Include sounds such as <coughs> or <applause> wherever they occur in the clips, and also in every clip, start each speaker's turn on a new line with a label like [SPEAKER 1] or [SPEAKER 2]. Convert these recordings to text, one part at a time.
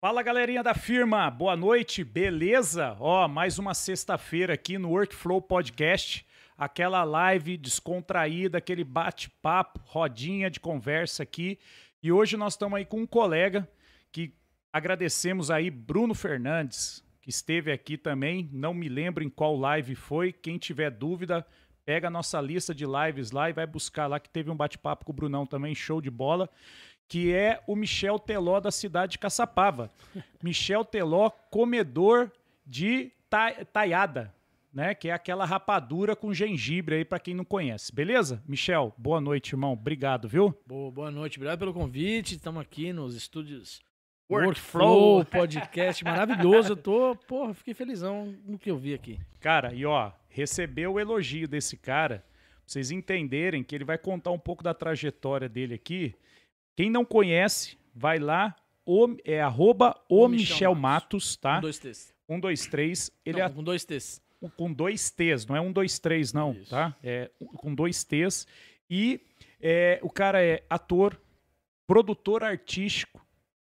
[SPEAKER 1] Fala galerinha da firma, boa noite, beleza? Ó, mais uma sexta-feira aqui no Workflow Podcast, aquela live descontraída, aquele bate-papo, rodinha de conversa aqui. E hoje nós estamos aí com um colega que agradecemos aí, Bruno Fernandes, que esteve aqui também. Não me lembro em qual live foi, quem tiver dúvida, pega a nossa lista de lives lá e vai buscar lá, que teve um bate-papo com o Brunão também, show de bola que é o Michel Teló da cidade de Caçapava. Michel Teló, comedor de ta taiada, né? Que é aquela rapadura com gengibre aí para quem não conhece. Beleza? Michel, boa noite, irmão. Obrigado, viu?
[SPEAKER 2] Boa, boa noite. Obrigado pelo convite. Estamos aqui nos estúdios Workflow, Workflow podcast maravilhoso. Eu tô, porra, fiquei felizão no que eu vi aqui.
[SPEAKER 1] Cara, e ó, recebeu o elogio desse cara. Pra vocês entenderem que ele vai contar um pouco da trajetória dele aqui. Quem não conhece, vai lá, o, é arroba o, o Michel, Michel Matos, Matos, tá?
[SPEAKER 2] Um, dois, três.
[SPEAKER 1] Um, dois, três.
[SPEAKER 2] Ele não, é... Com dois T's.
[SPEAKER 1] Com dois T's, não é um, dois, três, não, Isso. tá? É com dois T's. E é, o cara é ator, produtor artístico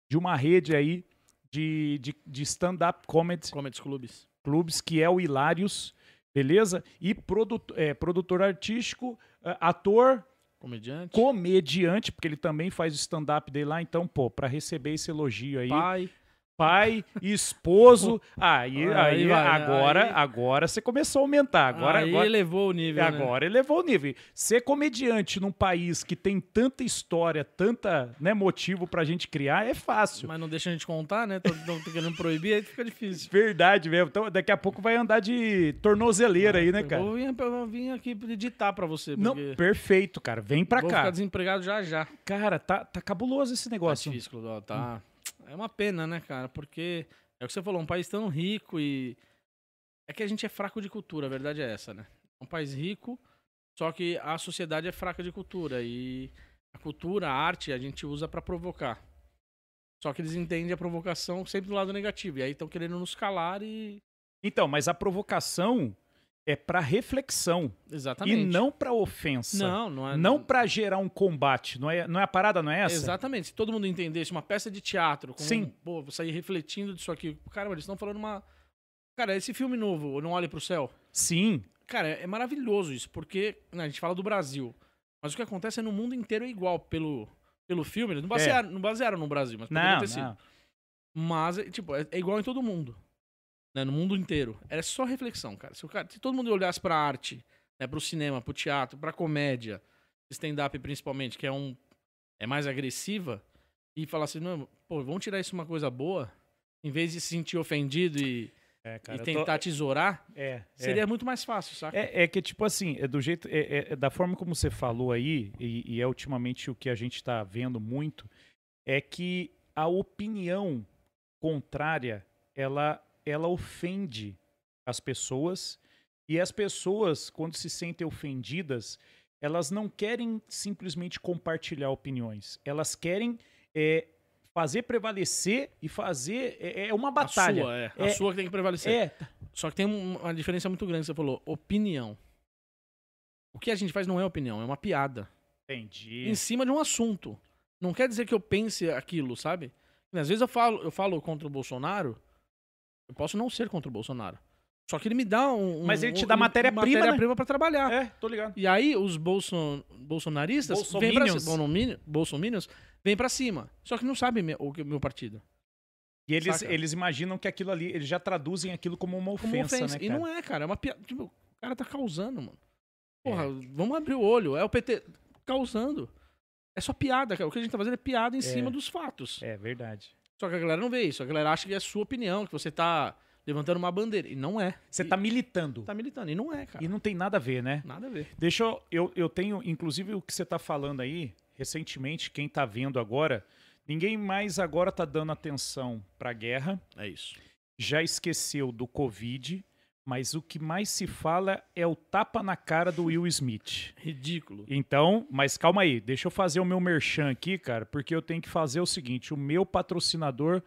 [SPEAKER 1] de uma rede aí de, de, de stand-up comedy.
[SPEAKER 2] Comedy clubes.
[SPEAKER 1] Clubes, que é o Hilários, beleza? E produtor, é, produtor artístico, é, ator,
[SPEAKER 2] Comediante.
[SPEAKER 1] Comediante, porque ele também faz o stand-up dele lá. Então, pô, pra receber esse elogio aí.
[SPEAKER 2] Pai.
[SPEAKER 1] Pai, <laughs> esposo. aí, aí, aí vai, agora, aí. agora você começou a aumentar. Agora,
[SPEAKER 2] aí
[SPEAKER 1] agora, é
[SPEAKER 2] elevou o nível.
[SPEAKER 1] Agora
[SPEAKER 2] né?
[SPEAKER 1] elevou o nível. Ser comediante num país que tem tanta história, tanta né, motivo pra gente criar, é fácil.
[SPEAKER 2] Mas não deixa a gente contar, né? Tô, tô querendo proibir, aí fica difícil.
[SPEAKER 1] Verdade mesmo. Então, daqui a pouco vai andar de tornozeleira ah, aí, né, cara?
[SPEAKER 2] Eu vim, eu vim aqui editar pra você.
[SPEAKER 1] Não, perfeito, cara. Vem pra
[SPEAKER 2] vou
[SPEAKER 1] cá.
[SPEAKER 2] Vou ficar desempregado já já.
[SPEAKER 1] Cara, tá, tá cabuloso esse negócio.
[SPEAKER 2] Tá difícil, Clodó, tá... Hum. É uma pena, né, cara? Porque é o que você falou, um país tão rico e. É que a gente é fraco de cultura, a verdade é essa, né? Um país rico, só que a sociedade é fraca de cultura. E a cultura, a arte, a gente usa para provocar. Só que eles entendem a provocação sempre do lado negativo. E aí estão querendo nos calar e.
[SPEAKER 1] Então, mas a provocação é para reflexão.
[SPEAKER 2] Exatamente.
[SPEAKER 1] E não para ofensa.
[SPEAKER 2] Não, não é.
[SPEAKER 1] Não para gerar um combate. Não é, não é a parada, não é essa?
[SPEAKER 2] Exatamente. Se todo mundo entendesse uma peça de teatro, como,
[SPEAKER 1] Sim.
[SPEAKER 2] pô, vou sair refletindo disso aqui. Caramba, eles estão falando uma. Cara, esse filme novo, Não Olhe para o Céu.
[SPEAKER 1] Sim.
[SPEAKER 2] Cara, é maravilhoso isso, porque né, a gente fala do Brasil. Mas o que acontece é no mundo inteiro é igual pelo, pelo filme. Eles não basearam, é. não basearam no Brasil, mas poderia
[SPEAKER 1] não,
[SPEAKER 2] ter sido. Não. Mas, tipo, é, é igual em todo mundo. Né, no mundo inteiro. Era só reflexão, cara. Se, cara, se todo mundo olhasse pra arte, né, pro cinema, pro teatro, pra comédia, stand-up principalmente, que é um é mais agressiva, e falasse, não, pô, vamos tirar isso uma coisa boa, em vez de se sentir ofendido e, é, cara, e tentar tô... tesourar,
[SPEAKER 1] é,
[SPEAKER 2] seria
[SPEAKER 1] é.
[SPEAKER 2] muito mais fácil, saca?
[SPEAKER 1] É, que, tipo assim, é do jeito, é, da forma como você falou aí, e, e é ultimamente o que a gente tá vendo muito, é que a opinião contrária, ela ela ofende as pessoas e as pessoas, quando se sentem ofendidas, elas não querem simplesmente compartilhar opiniões, elas querem é, fazer prevalecer e fazer é, é uma batalha. É.
[SPEAKER 2] A sua, é. A sua que tem que prevalecer. Só que tem um, uma diferença muito grande. Você falou opinião. O que a gente faz não é opinião, é uma piada.
[SPEAKER 1] Entendi.
[SPEAKER 2] Em cima de um assunto. Não quer dizer que eu pense aquilo, sabe? E às vezes eu falo, eu falo contra o Bolsonaro, eu posso não ser contra o Bolsonaro. Só que ele me dá um.
[SPEAKER 1] Mas ele te
[SPEAKER 2] um,
[SPEAKER 1] dá matéria-prima.
[SPEAKER 2] Matéria-prima né? pra trabalhar.
[SPEAKER 1] É, tô ligado.
[SPEAKER 2] E aí os bolson, bolsonaristas. Vêm pra, bolsominions, bolsominions vêm pra cima. Só que não sabem meu, o meu partido.
[SPEAKER 1] E eles, Saca? eles imaginam que aquilo ali. Eles já traduzem aquilo como uma ofensa. Como ofensa. Né,
[SPEAKER 2] e não é, cara. É uma piada. Tipo, o cara tá causando, mano. Porra, é. vamos abrir o olho. É o PT causando. É só piada, cara. O que a gente tá fazendo é piada em é. cima dos fatos.
[SPEAKER 1] É verdade.
[SPEAKER 2] Só que a galera não vê isso. A galera acha que é sua opinião, que você tá levantando uma bandeira. E não é.
[SPEAKER 1] Você
[SPEAKER 2] e,
[SPEAKER 1] tá militando.
[SPEAKER 2] Tá militando. E não é, cara.
[SPEAKER 1] E não tem nada a ver, né?
[SPEAKER 2] Nada a ver.
[SPEAKER 1] Deixa eu. Eu, eu tenho. Inclusive, o que você tá falando aí, recentemente, quem tá vendo agora, ninguém mais agora tá dando atenção pra guerra.
[SPEAKER 2] É isso.
[SPEAKER 1] Já esqueceu do Covid. Mas o que mais se fala é o tapa na cara do Will Smith.
[SPEAKER 2] Ridículo.
[SPEAKER 1] Então, mas calma aí, deixa eu fazer o meu merchan aqui, cara, porque eu tenho que fazer o seguinte: o meu patrocinador,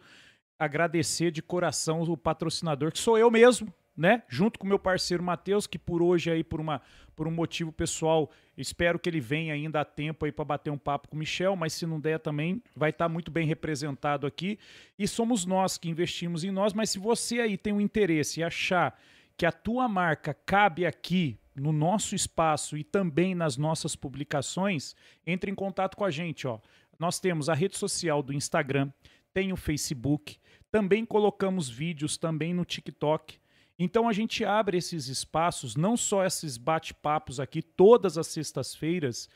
[SPEAKER 1] agradecer de coração o patrocinador, que sou eu mesmo, né? Junto com meu parceiro Matheus, que por hoje aí, por, uma, por um motivo pessoal, espero que ele venha ainda a tempo aí para bater um papo com o Michel, mas se não der também, vai estar muito bem representado aqui. E somos nós que investimos em nós, mas se você aí tem um interesse e achar que a tua marca cabe aqui no nosso espaço e também nas nossas publicações, entre em contato com a gente, ó. Nós temos a rede social do Instagram, tem o Facebook, também colocamos vídeos também no TikTok. Então a gente abre esses espaços, não só esses bate-papos aqui todas as sextas-feiras,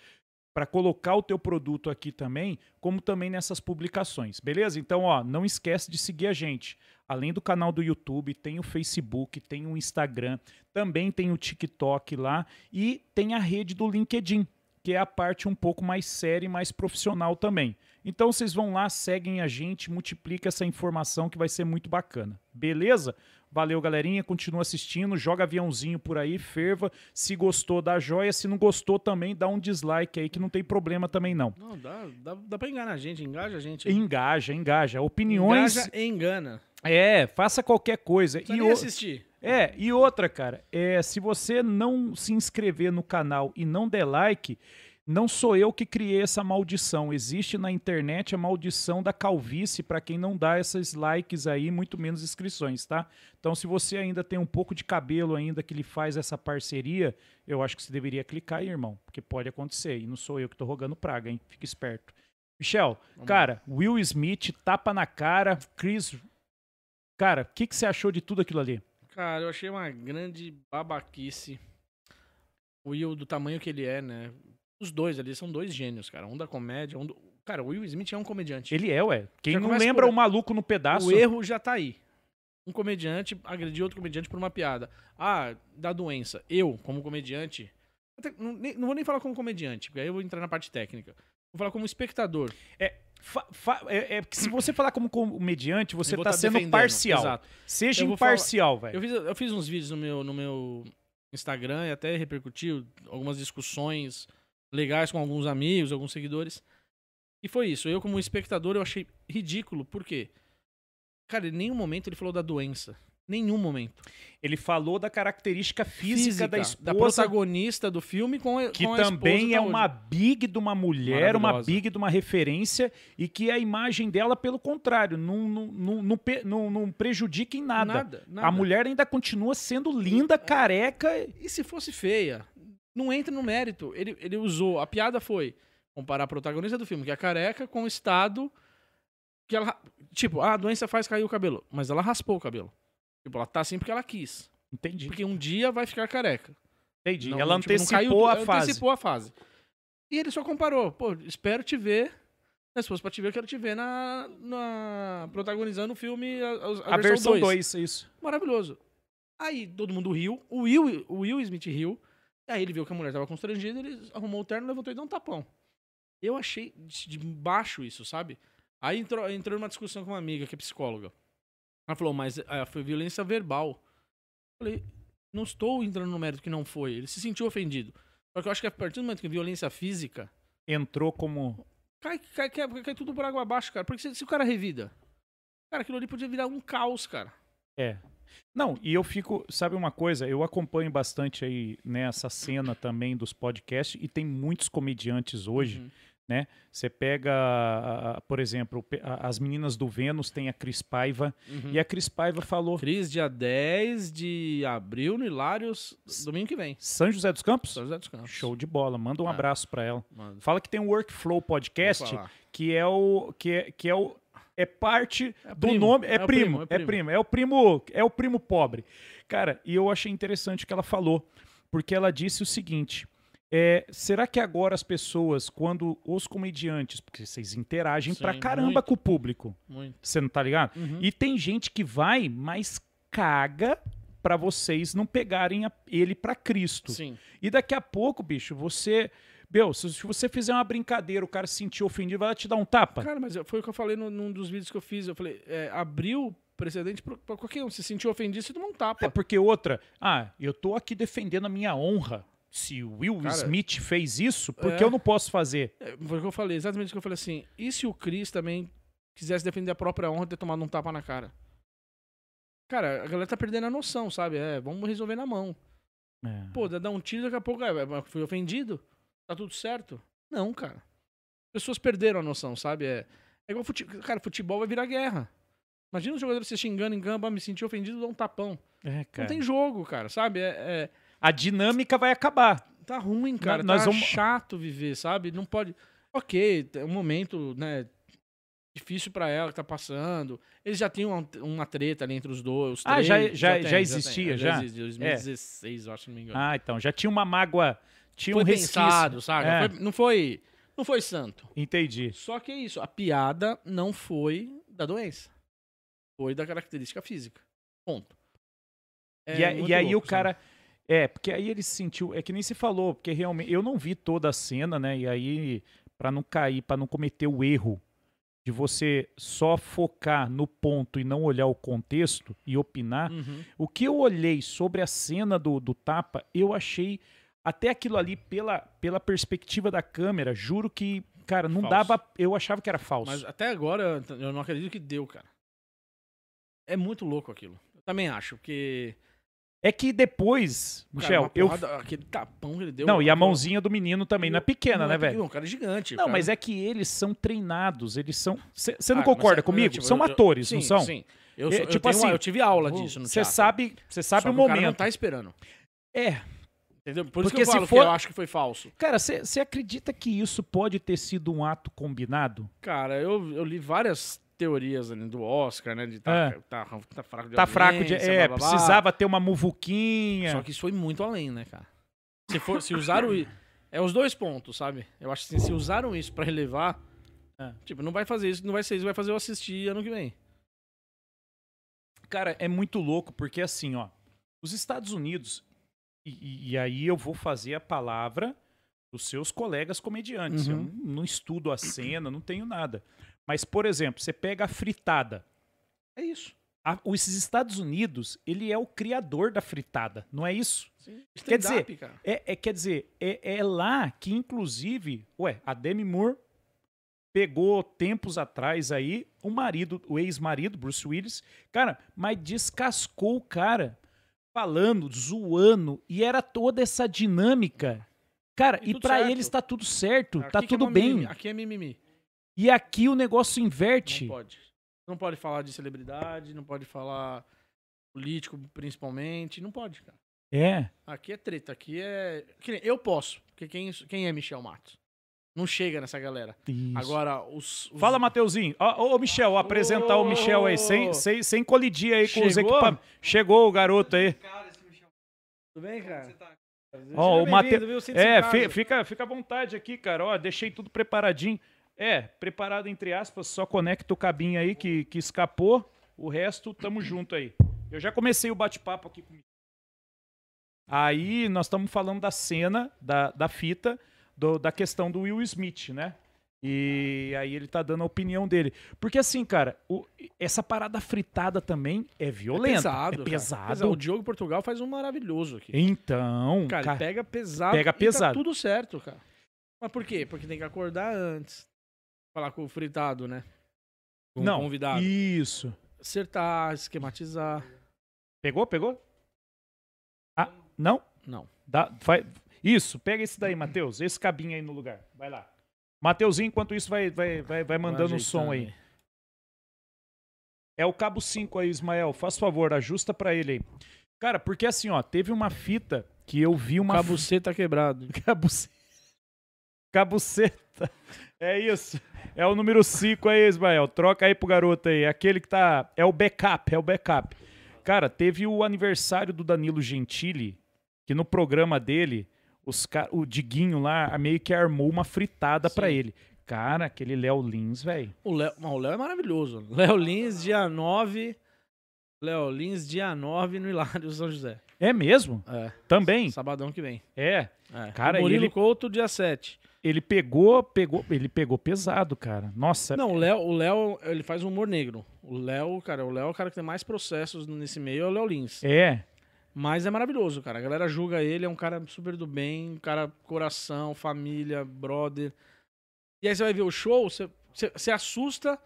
[SPEAKER 1] para colocar o teu produto aqui também, como também nessas publicações, beleza? Então, ó, não esquece de seguir a gente. Além do canal do YouTube, tem o Facebook, tem o Instagram, também tem o TikTok lá e tem a rede do LinkedIn, que é a parte um pouco mais séria e mais profissional também. Então vocês vão lá, seguem a gente, multiplica essa informação que vai ser muito bacana. Beleza? Valeu, galerinha. Continua assistindo, joga aviãozinho por aí, ferva. Se gostou, dá joia. Se não gostou também, dá um dislike aí, que não tem problema também, não.
[SPEAKER 2] Não, dá, dá, dá pra enganar a gente, engaja a gente. aí.
[SPEAKER 1] Engaja, engaja. Opiniões.
[SPEAKER 2] Engaja e engana.
[SPEAKER 1] É, faça qualquer coisa.
[SPEAKER 2] E
[SPEAKER 1] E o-
[SPEAKER 2] assistir.
[SPEAKER 1] É, e outra, cara, é, se você não se inscrever no canal e não der like, não sou eu que criei essa maldição. Existe na internet a maldição da calvície para quem não dá esses likes aí, muito menos inscrições, tá? Então, se você ainda tem um pouco de cabelo ainda que lhe faz essa parceria, eu acho que você deveria clicar aí, irmão, porque pode acontecer. E não sou eu que tô rogando praga, hein? Fica esperto. Michel,
[SPEAKER 2] Vamos
[SPEAKER 1] cara, Will Smith, tapa na cara, Chris. Cara, o que, que você achou de tudo aquilo ali?
[SPEAKER 2] Cara, eu achei uma grande babaquice. O Will, do tamanho que ele é, né? Os dois ali são dois gênios, cara. Um da comédia, um do... Cara, o Will Smith é um comediante.
[SPEAKER 1] Ele é, ué. Quem
[SPEAKER 2] Já
[SPEAKER 1] não
[SPEAKER 2] começa
[SPEAKER 1] lembra
[SPEAKER 2] por-
[SPEAKER 1] o maluco no pedaço.
[SPEAKER 2] O erro já tá aí. Um comediante agrediu outro comediante por uma piada. Ah, da doença. Eu, como comediante. até- não, nem- não vou nem falar como comediante, porque aí eu vou entrar na parte técnica. Vou falar como espectador.
[SPEAKER 1] Fa- fa- é, é que se você falar como comediante, você
[SPEAKER 2] Eu vou
[SPEAKER 1] tá
[SPEAKER 2] tá
[SPEAKER 1] sendo
[SPEAKER 2] defendendo,
[SPEAKER 1] parcial.
[SPEAKER 2] exato.
[SPEAKER 1] Seja
[SPEAKER 2] Eu vou
[SPEAKER 1] imparcial,
[SPEAKER 2] Eu
[SPEAKER 1] velho.
[SPEAKER 2] fiz, eu fiz uns vídeos no meu, no meu Instagram e até repercutiu algumas discussões legais com alguns amigos, alguns seguidores. E foi isso. Eu, como espectador, eu achei ridículo. Por quê? Cara, em nenhum momento ele falou da doença. Nenhum momento.
[SPEAKER 1] Ele falou da característica física, da esposa,
[SPEAKER 2] protagonista do filme com a,
[SPEAKER 1] que
[SPEAKER 2] com a
[SPEAKER 1] também
[SPEAKER 2] esposa
[SPEAKER 1] é
[SPEAKER 2] da
[SPEAKER 1] uma
[SPEAKER 2] outra.
[SPEAKER 1] big de uma mulher, uma
[SPEAKER 2] Maravilhosa.
[SPEAKER 1] big de uma referência, e que a imagem dela, pelo contrário, não, não, não, não pe- não- não prejudica em nada.
[SPEAKER 2] nada, nada. É.
[SPEAKER 1] A mulher ainda continua sendo linda, careca.
[SPEAKER 2] E se fosse feia? Não entra no mérito. Ele, ele usou. A piada foi comparar a protagonista do filme, que é careca, com o estado que ela. Tipo, ah, a doença faz cair o cabelo. Mas ela raspou o cabelo. Tipo, ela tá assim porque ela quis.
[SPEAKER 1] Entendi,
[SPEAKER 2] Porque um dia vai ficar careca.
[SPEAKER 1] entendi.
[SPEAKER 2] Não,
[SPEAKER 1] Ela
[SPEAKER 2] tipo, não
[SPEAKER 1] antecipou
[SPEAKER 2] caiu-
[SPEAKER 1] a
[SPEAKER 2] ela
[SPEAKER 1] fase.
[SPEAKER 2] Antecipou a fase. E ele só comparou. Pô, espero te ver. né, Se fosse pra te ver, eu quero te ver na, na- protagonizando o filme a, a-
[SPEAKER 1] A, versão 2, isso.
[SPEAKER 2] Maravilhoso. Aí todo mundo riu. O Will, o Will Smith riu. Aí ele viu que a mulher tava constrangida, ele arrumou o terno, levantou e deu um tapão. Eu achei de de baixo isso, sabe? Aí entrou, entrou numa discussão com uma amiga que é psicóloga. Ela falou, mas é, foi violência verbal. Eu falei, não estou entrando no mérito que não foi. Ele se sentiu ofendido. Só que eu acho que a partir do momento que violência física,
[SPEAKER 1] Entrou como
[SPEAKER 2] Cai, cai, cai, cai tudo por água abaixo, cara. Porque se, se o cara revida. Cara, aquilo ali podia virar um caos, cara.
[SPEAKER 1] É. Não, e eu fico, sabe uma coisa? Eu acompanho bastante aí nessa cena também dos podcasts e tem muitos comediantes hoje,
[SPEAKER 2] Uhum.
[SPEAKER 1] né? Você pega, a- a- por exemplo, pe- a- as meninas do Vênus tem a Cris Paiva
[SPEAKER 2] Uhum.
[SPEAKER 1] e a Cris Paiva falou
[SPEAKER 2] Cris, dia 10 de abril, no Hilários, domingo que vem.
[SPEAKER 1] São José dos Campos.
[SPEAKER 2] São José dos Campos.
[SPEAKER 1] Show de bola, manda um
[SPEAKER 2] Ah.
[SPEAKER 1] abraço pra ela.
[SPEAKER 2] Mano, vou
[SPEAKER 1] Fala que tem um workflow podcast
[SPEAKER 2] falar.
[SPEAKER 1] que é o que é, que é o é parte
[SPEAKER 2] É
[SPEAKER 1] do
[SPEAKER 2] primo,
[SPEAKER 1] nome é,
[SPEAKER 2] é o
[SPEAKER 1] primo,
[SPEAKER 2] primo, é
[SPEAKER 1] é
[SPEAKER 2] primo.
[SPEAKER 1] primo é o primo é o primo pobre cara e eu achei interessante o que ela falou porque ela disse o seguinte é, será que agora as pessoas quando os comediantes porque vocês interagem pra
[SPEAKER 2] Sim,
[SPEAKER 1] caramba
[SPEAKER 2] muito.
[SPEAKER 1] com o público
[SPEAKER 2] Muito.
[SPEAKER 1] você não tá ligado
[SPEAKER 2] Uhum.
[SPEAKER 1] e tem gente que vai mas caga pra vocês não pegarem a- ele pra Cristo
[SPEAKER 2] Sim.
[SPEAKER 1] e daqui a pouco, bicho, você. Meu, se se você fizer uma brincadeira, o cara se sentir ofendido, vai lá te dar um tapa.
[SPEAKER 2] Cara, mas eu- foi o que eu falei no- num dos vídeos que eu fiz. Eu falei, é, abriu precedente pra, pra qualquer um. Se sentiu ofendido, você toma um
[SPEAKER 1] É
[SPEAKER 2] tapa.
[SPEAKER 1] porque outra, ah, eu tô aqui defendendo a minha honra. Se o Will
[SPEAKER 2] Cara,
[SPEAKER 1] Smith fez isso, por que
[SPEAKER 2] é.
[SPEAKER 1] eu não posso fazer?
[SPEAKER 2] É, foi o que eu falei, exatamente o que eu falei assim. E se o Cris também quisesse defender a própria honra de ter tomado um tapa na cara? Cara, a galera tá perdendo a noção, sabe? É, vamos resolver na mão.
[SPEAKER 1] É.
[SPEAKER 2] Pô, dá dá um tiro daqui a pouco. é, mas fui ofendido? Tá tudo certo? Não, cara. As pessoas perderam a noção, sabe? É, é igual futebol. Cara, futebol vai virar guerra. Imagina os jogadores se xingando em gamba, me sentir ofendido, dá um tapão.
[SPEAKER 1] É,
[SPEAKER 2] Não
[SPEAKER 1] cara.
[SPEAKER 2] tem jogo, cara, sabe? É, é-
[SPEAKER 1] A dinâmica vai acabar.
[SPEAKER 2] tá ruim, cara.
[SPEAKER 1] nós
[SPEAKER 2] tá
[SPEAKER 1] vamos-
[SPEAKER 2] chato viver, sabe? Não pode. Ok, é um momento, né? Difícil pra ela que tá passando. Eles já tinham uma, uma treta ali entre os dois. os
[SPEAKER 1] Ah, já-
[SPEAKER 2] três,
[SPEAKER 1] já-
[SPEAKER 2] tem,
[SPEAKER 1] já
[SPEAKER 2] tem, é
[SPEAKER 1] existia, já? É.
[SPEAKER 2] existe, 2016, eu acho, se não me engano.
[SPEAKER 1] Ah, então, já tinha uma mágoa, tinha
[SPEAKER 2] foi
[SPEAKER 1] um resquício.
[SPEAKER 2] pensado, sabe?
[SPEAKER 1] É.
[SPEAKER 2] Foi- não foi não foi santo.
[SPEAKER 1] Entendi.
[SPEAKER 2] Só que é isso, a piada não foi da doença. Foi da característica física. Ponto. É
[SPEAKER 1] e, a-
[SPEAKER 2] muito
[SPEAKER 1] e aí
[SPEAKER 2] louco,
[SPEAKER 1] o cara. É, porque aí ele sentiu. É que nem se falou, porque realmente. Eu não vi toda a cena, né? E aí, pra não cair, pra não cometer o erro de você só focar no ponto e não olhar o contexto e opinar,
[SPEAKER 2] sabe? Uhum.
[SPEAKER 1] o que eu olhei sobre a cena do, do tapa, eu achei até aquilo ali pela, pela perspectiva da câmera, juro que, cara, não
[SPEAKER 2] Falso.
[SPEAKER 1] dava. Eu achava que era falso.
[SPEAKER 2] Mas até agora eu não acredito que deu, cara. É muito louco aquilo. Eu também acho, porque.
[SPEAKER 1] É que depois,
[SPEAKER 2] cara,
[SPEAKER 1] Michel,
[SPEAKER 2] uma
[SPEAKER 1] eu.
[SPEAKER 2] porrada, Aquele tapão que ele deu.
[SPEAKER 1] Não, e a
[SPEAKER 2] aquilo-
[SPEAKER 1] mãozinha do menino também não é pequena,
[SPEAKER 2] não
[SPEAKER 1] né,
[SPEAKER 2] é pequeno,
[SPEAKER 1] velho?
[SPEAKER 2] O cara é gigante.
[SPEAKER 1] Não, mas é que eles são treinados, eles são. Você não
[SPEAKER 2] é,
[SPEAKER 1] concorda comigo? são atores,
[SPEAKER 2] tipo, sim,
[SPEAKER 1] não são?
[SPEAKER 2] Sim. Eu,
[SPEAKER 1] É,
[SPEAKER 2] sou- eu
[SPEAKER 1] tipo
[SPEAKER 2] tenho uma-
[SPEAKER 1] assim,
[SPEAKER 2] eu tive aula disso no
[SPEAKER 1] Você
[SPEAKER 2] teatro.
[SPEAKER 1] sabe, você sabe
[SPEAKER 2] Só
[SPEAKER 1] o
[SPEAKER 2] que cara não
[SPEAKER 1] momento.
[SPEAKER 2] tá esperando.
[SPEAKER 1] É,
[SPEAKER 2] Entendeu? Por isso
[SPEAKER 1] Porque
[SPEAKER 2] que eu
[SPEAKER 1] se
[SPEAKER 2] falo
[SPEAKER 1] for-
[SPEAKER 2] que eu acho que foi falso.
[SPEAKER 1] cara, você acredita que isso pode ter sido um ato combinado?
[SPEAKER 2] Cara, eu, eu li várias teorias ali do Oscar, né? De tá,
[SPEAKER 1] É.
[SPEAKER 2] tá, tá fraco de
[SPEAKER 1] Tá fraco de,
[SPEAKER 2] audiência,
[SPEAKER 1] é,
[SPEAKER 2] blá, blá, blá.
[SPEAKER 1] precisava ter uma muvuquinha.
[SPEAKER 2] Só que isso foi muito além, né, cara? Se, for, se usaram... i- É os dois pontos, sabe? Eu acho que assim, se usaram isso pra relevar...
[SPEAKER 1] É.
[SPEAKER 2] Tipo, não vai fazer isso, não vai ser isso, vai fazer eu assistir ano que vem.
[SPEAKER 1] Cara, é muito louco, porque assim, ó, os Estados Unidos, e, e- e aí eu vou fazer a palavra dos seus colegas comediantes. Eu
[SPEAKER 2] Uhum.
[SPEAKER 1] não, não estudo a cena, não tenho nada. Mas, por exemplo, você pega a fritada.
[SPEAKER 2] É isso.
[SPEAKER 1] A, os Estados Unidos, ele é o criador da fritada, não é isso?
[SPEAKER 2] Quer
[SPEAKER 1] dizer,
[SPEAKER 2] dizer... Cara.
[SPEAKER 1] É, é- quer dizer, é, é lá que, inclusive, ué, a Demi Moore pegou tempos atrás aí o marido, o ex-marido, Bruce Willis, cara, mas descascou o cara falando, zoando, e era toda essa dinâmica. Cara,
[SPEAKER 2] E
[SPEAKER 1] e,
[SPEAKER 2] tudo
[SPEAKER 1] pra
[SPEAKER 2] certo.
[SPEAKER 1] eles tá tudo certo,
[SPEAKER 2] Aqui
[SPEAKER 1] tá
[SPEAKER 2] que é
[SPEAKER 1] tudo
[SPEAKER 2] uma
[SPEAKER 1] bem.
[SPEAKER 2] mimimi, Aqui é mimimi.
[SPEAKER 1] E aqui o negócio inverte.
[SPEAKER 2] Não pode. Não pode falar de celebridade, não pode falar político, principalmente. Não pode, cara.
[SPEAKER 1] É.
[SPEAKER 2] Aqui é treta, aqui é. que nem- Eu posso, porque quem, quem é Michel Matos? Não chega nessa galera.
[SPEAKER 1] Isso.
[SPEAKER 2] Agora, os. os-
[SPEAKER 1] Fala, Mateuzinho. Ó, Ô, Michel, ó, apresentar o Michel aí, sem,
[SPEAKER 2] Ô!
[SPEAKER 1] sem, sem colidir aí com os
[SPEAKER 2] Chegou?
[SPEAKER 1] equipamentos. Chegou o garoto aí.
[SPEAKER 2] Tudo bem, cara?
[SPEAKER 1] Ó, o
[SPEAKER 2] Seja
[SPEAKER 1] Mate-
[SPEAKER 2] bem-vindo, viu? Sinta-se em
[SPEAKER 1] É,
[SPEAKER 2] casa.
[SPEAKER 1] fi- fica, fica à vontade aqui, cara. Ó, deixei tudo preparadinho. É, preparado entre aspas, só conecta o cabinho aí que, que escapou. O resto, tamo junto aí. Eu já comecei o bate-papo aqui comigo. Aí nós estamos falando da cena, da, da fita, do- da questão do Will Smith, né? E aí ele tá dando a opinião dele. Porque assim, cara, o- essa parada fritada também é violenta.
[SPEAKER 2] pesado,
[SPEAKER 1] É
[SPEAKER 2] cara.
[SPEAKER 1] pesado.
[SPEAKER 2] O Diogo Portugal faz um maravilhoso aqui.
[SPEAKER 1] Então,
[SPEAKER 2] Cara,
[SPEAKER 1] cara,
[SPEAKER 2] ele pega pesado.
[SPEAKER 1] pega
[SPEAKER 2] e tá
[SPEAKER 1] pesado.
[SPEAKER 2] tudo certo, cara. Mas por quê? Porque tem que acordar antes. Falar com o fritado, né? Com o
[SPEAKER 1] não.
[SPEAKER 2] convidado.
[SPEAKER 1] Isso.
[SPEAKER 2] Acertar, esquematizar.
[SPEAKER 1] Pegou, pegou? Ah, não?
[SPEAKER 2] Não.
[SPEAKER 1] Dá, vai, isso, pega esse daí, Matheus. Esse cabinho aí no lugar. Vai lá. Mateuzinho, enquanto isso, vai, vai, vai, vai mandando o som
[SPEAKER 2] ajeitando
[SPEAKER 1] aí. É o cabo 5 aí, Ismael. Faz favor, ajusta pra ele aí. Cara, porque assim, ó, teve uma fita que eu vi uma
[SPEAKER 2] Cabo C tá quebrado.
[SPEAKER 1] Cabuce... Cabuceta. É isso. É o número 5 aí, Ismael. Troca aí pro garoto aí. Aquele que tá. É o backup, é o backup. Cara, teve o aniversário do Danilo Gentili, que no programa dele, os ca- o Diguinho lá meio que armou uma fritada pra
[SPEAKER 2] Sim.
[SPEAKER 1] ele. Cara, aquele Léo Lins, velho.
[SPEAKER 2] O Léo, mas o Léo é maravilhoso. <laughs> Léo Lins, dia 9. Léo Lins, dia 9 no Hilário São José.
[SPEAKER 1] É mesmo?
[SPEAKER 2] É.
[SPEAKER 1] Também.
[SPEAKER 2] Sabadão que vem.
[SPEAKER 1] É.
[SPEAKER 2] É.
[SPEAKER 1] Cara,
[SPEAKER 2] O
[SPEAKER 1] e
[SPEAKER 2] Murilo
[SPEAKER 1] ele-
[SPEAKER 2] Couto, dia 7.
[SPEAKER 1] Ele pegou, pegou, ele pegou pesado, cara. Nossa.
[SPEAKER 2] Não, o Léo, o Léo, ele faz humor negro. O Léo, cara, o Léo é o cara que tem mais processos nesse meio, é o Léo Lins.
[SPEAKER 1] É.
[SPEAKER 2] Mas é maravilhoso, cara. A galera julga ele, é um cara super do bem, um cara coração, família, brother. E aí você vai ver o show, você, você, você assusta,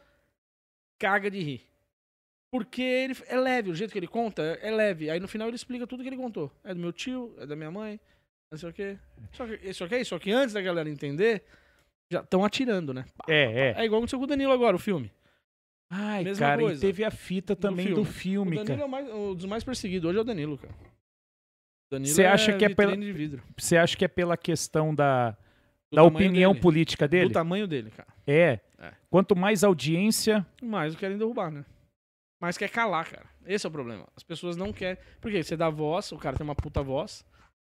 [SPEAKER 2] caga de rir. Porque ele é leve, o jeito que ele conta é leve. Aí no final ele explica tudo que ele contou. É do meu tio, é da minha mãe, não sei o quê. Só que, só que, só que antes da galera entender, já estão atirando, né? Pá,
[SPEAKER 1] É, é.
[SPEAKER 2] É igual aconteceu com o Danilo agora, o filme.
[SPEAKER 1] Ai,
[SPEAKER 2] Mesma
[SPEAKER 1] cara,
[SPEAKER 2] coisa.
[SPEAKER 1] e teve a fita também do filme,
[SPEAKER 2] o Danilo
[SPEAKER 1] cara.
[SPEAKER 2] é o mais- um dos mais perseguidos. Hoje é o Danilo, cara. O Danilo
[SPEAKER 1] Você acha que é
[SPEAKER 2] vitrine
[SPEAKER 1] pela-
[SPEAKER 2] de vidro. Do
[SPEAKER 1] Você acha que é pela questão da, da
[SPEAKER 2] um tamanho
[SPEAKER 1] opinião
[SPEAKER 2] dele.
[SPEAKER 1] política dele?
[SPEAKER 2] Do tamanho dele, cara.
[SPEAKER 1] É.
[SPEAKER 2] É.
[SPEAKER 1] Quanto mais audiência.
[SPEAKER 2] Mas querem derrubar, né? Mas quer calar, cara. Esse é o problema. As pessoas não querem. Porque você dá voz, o cara tem uma puta voz.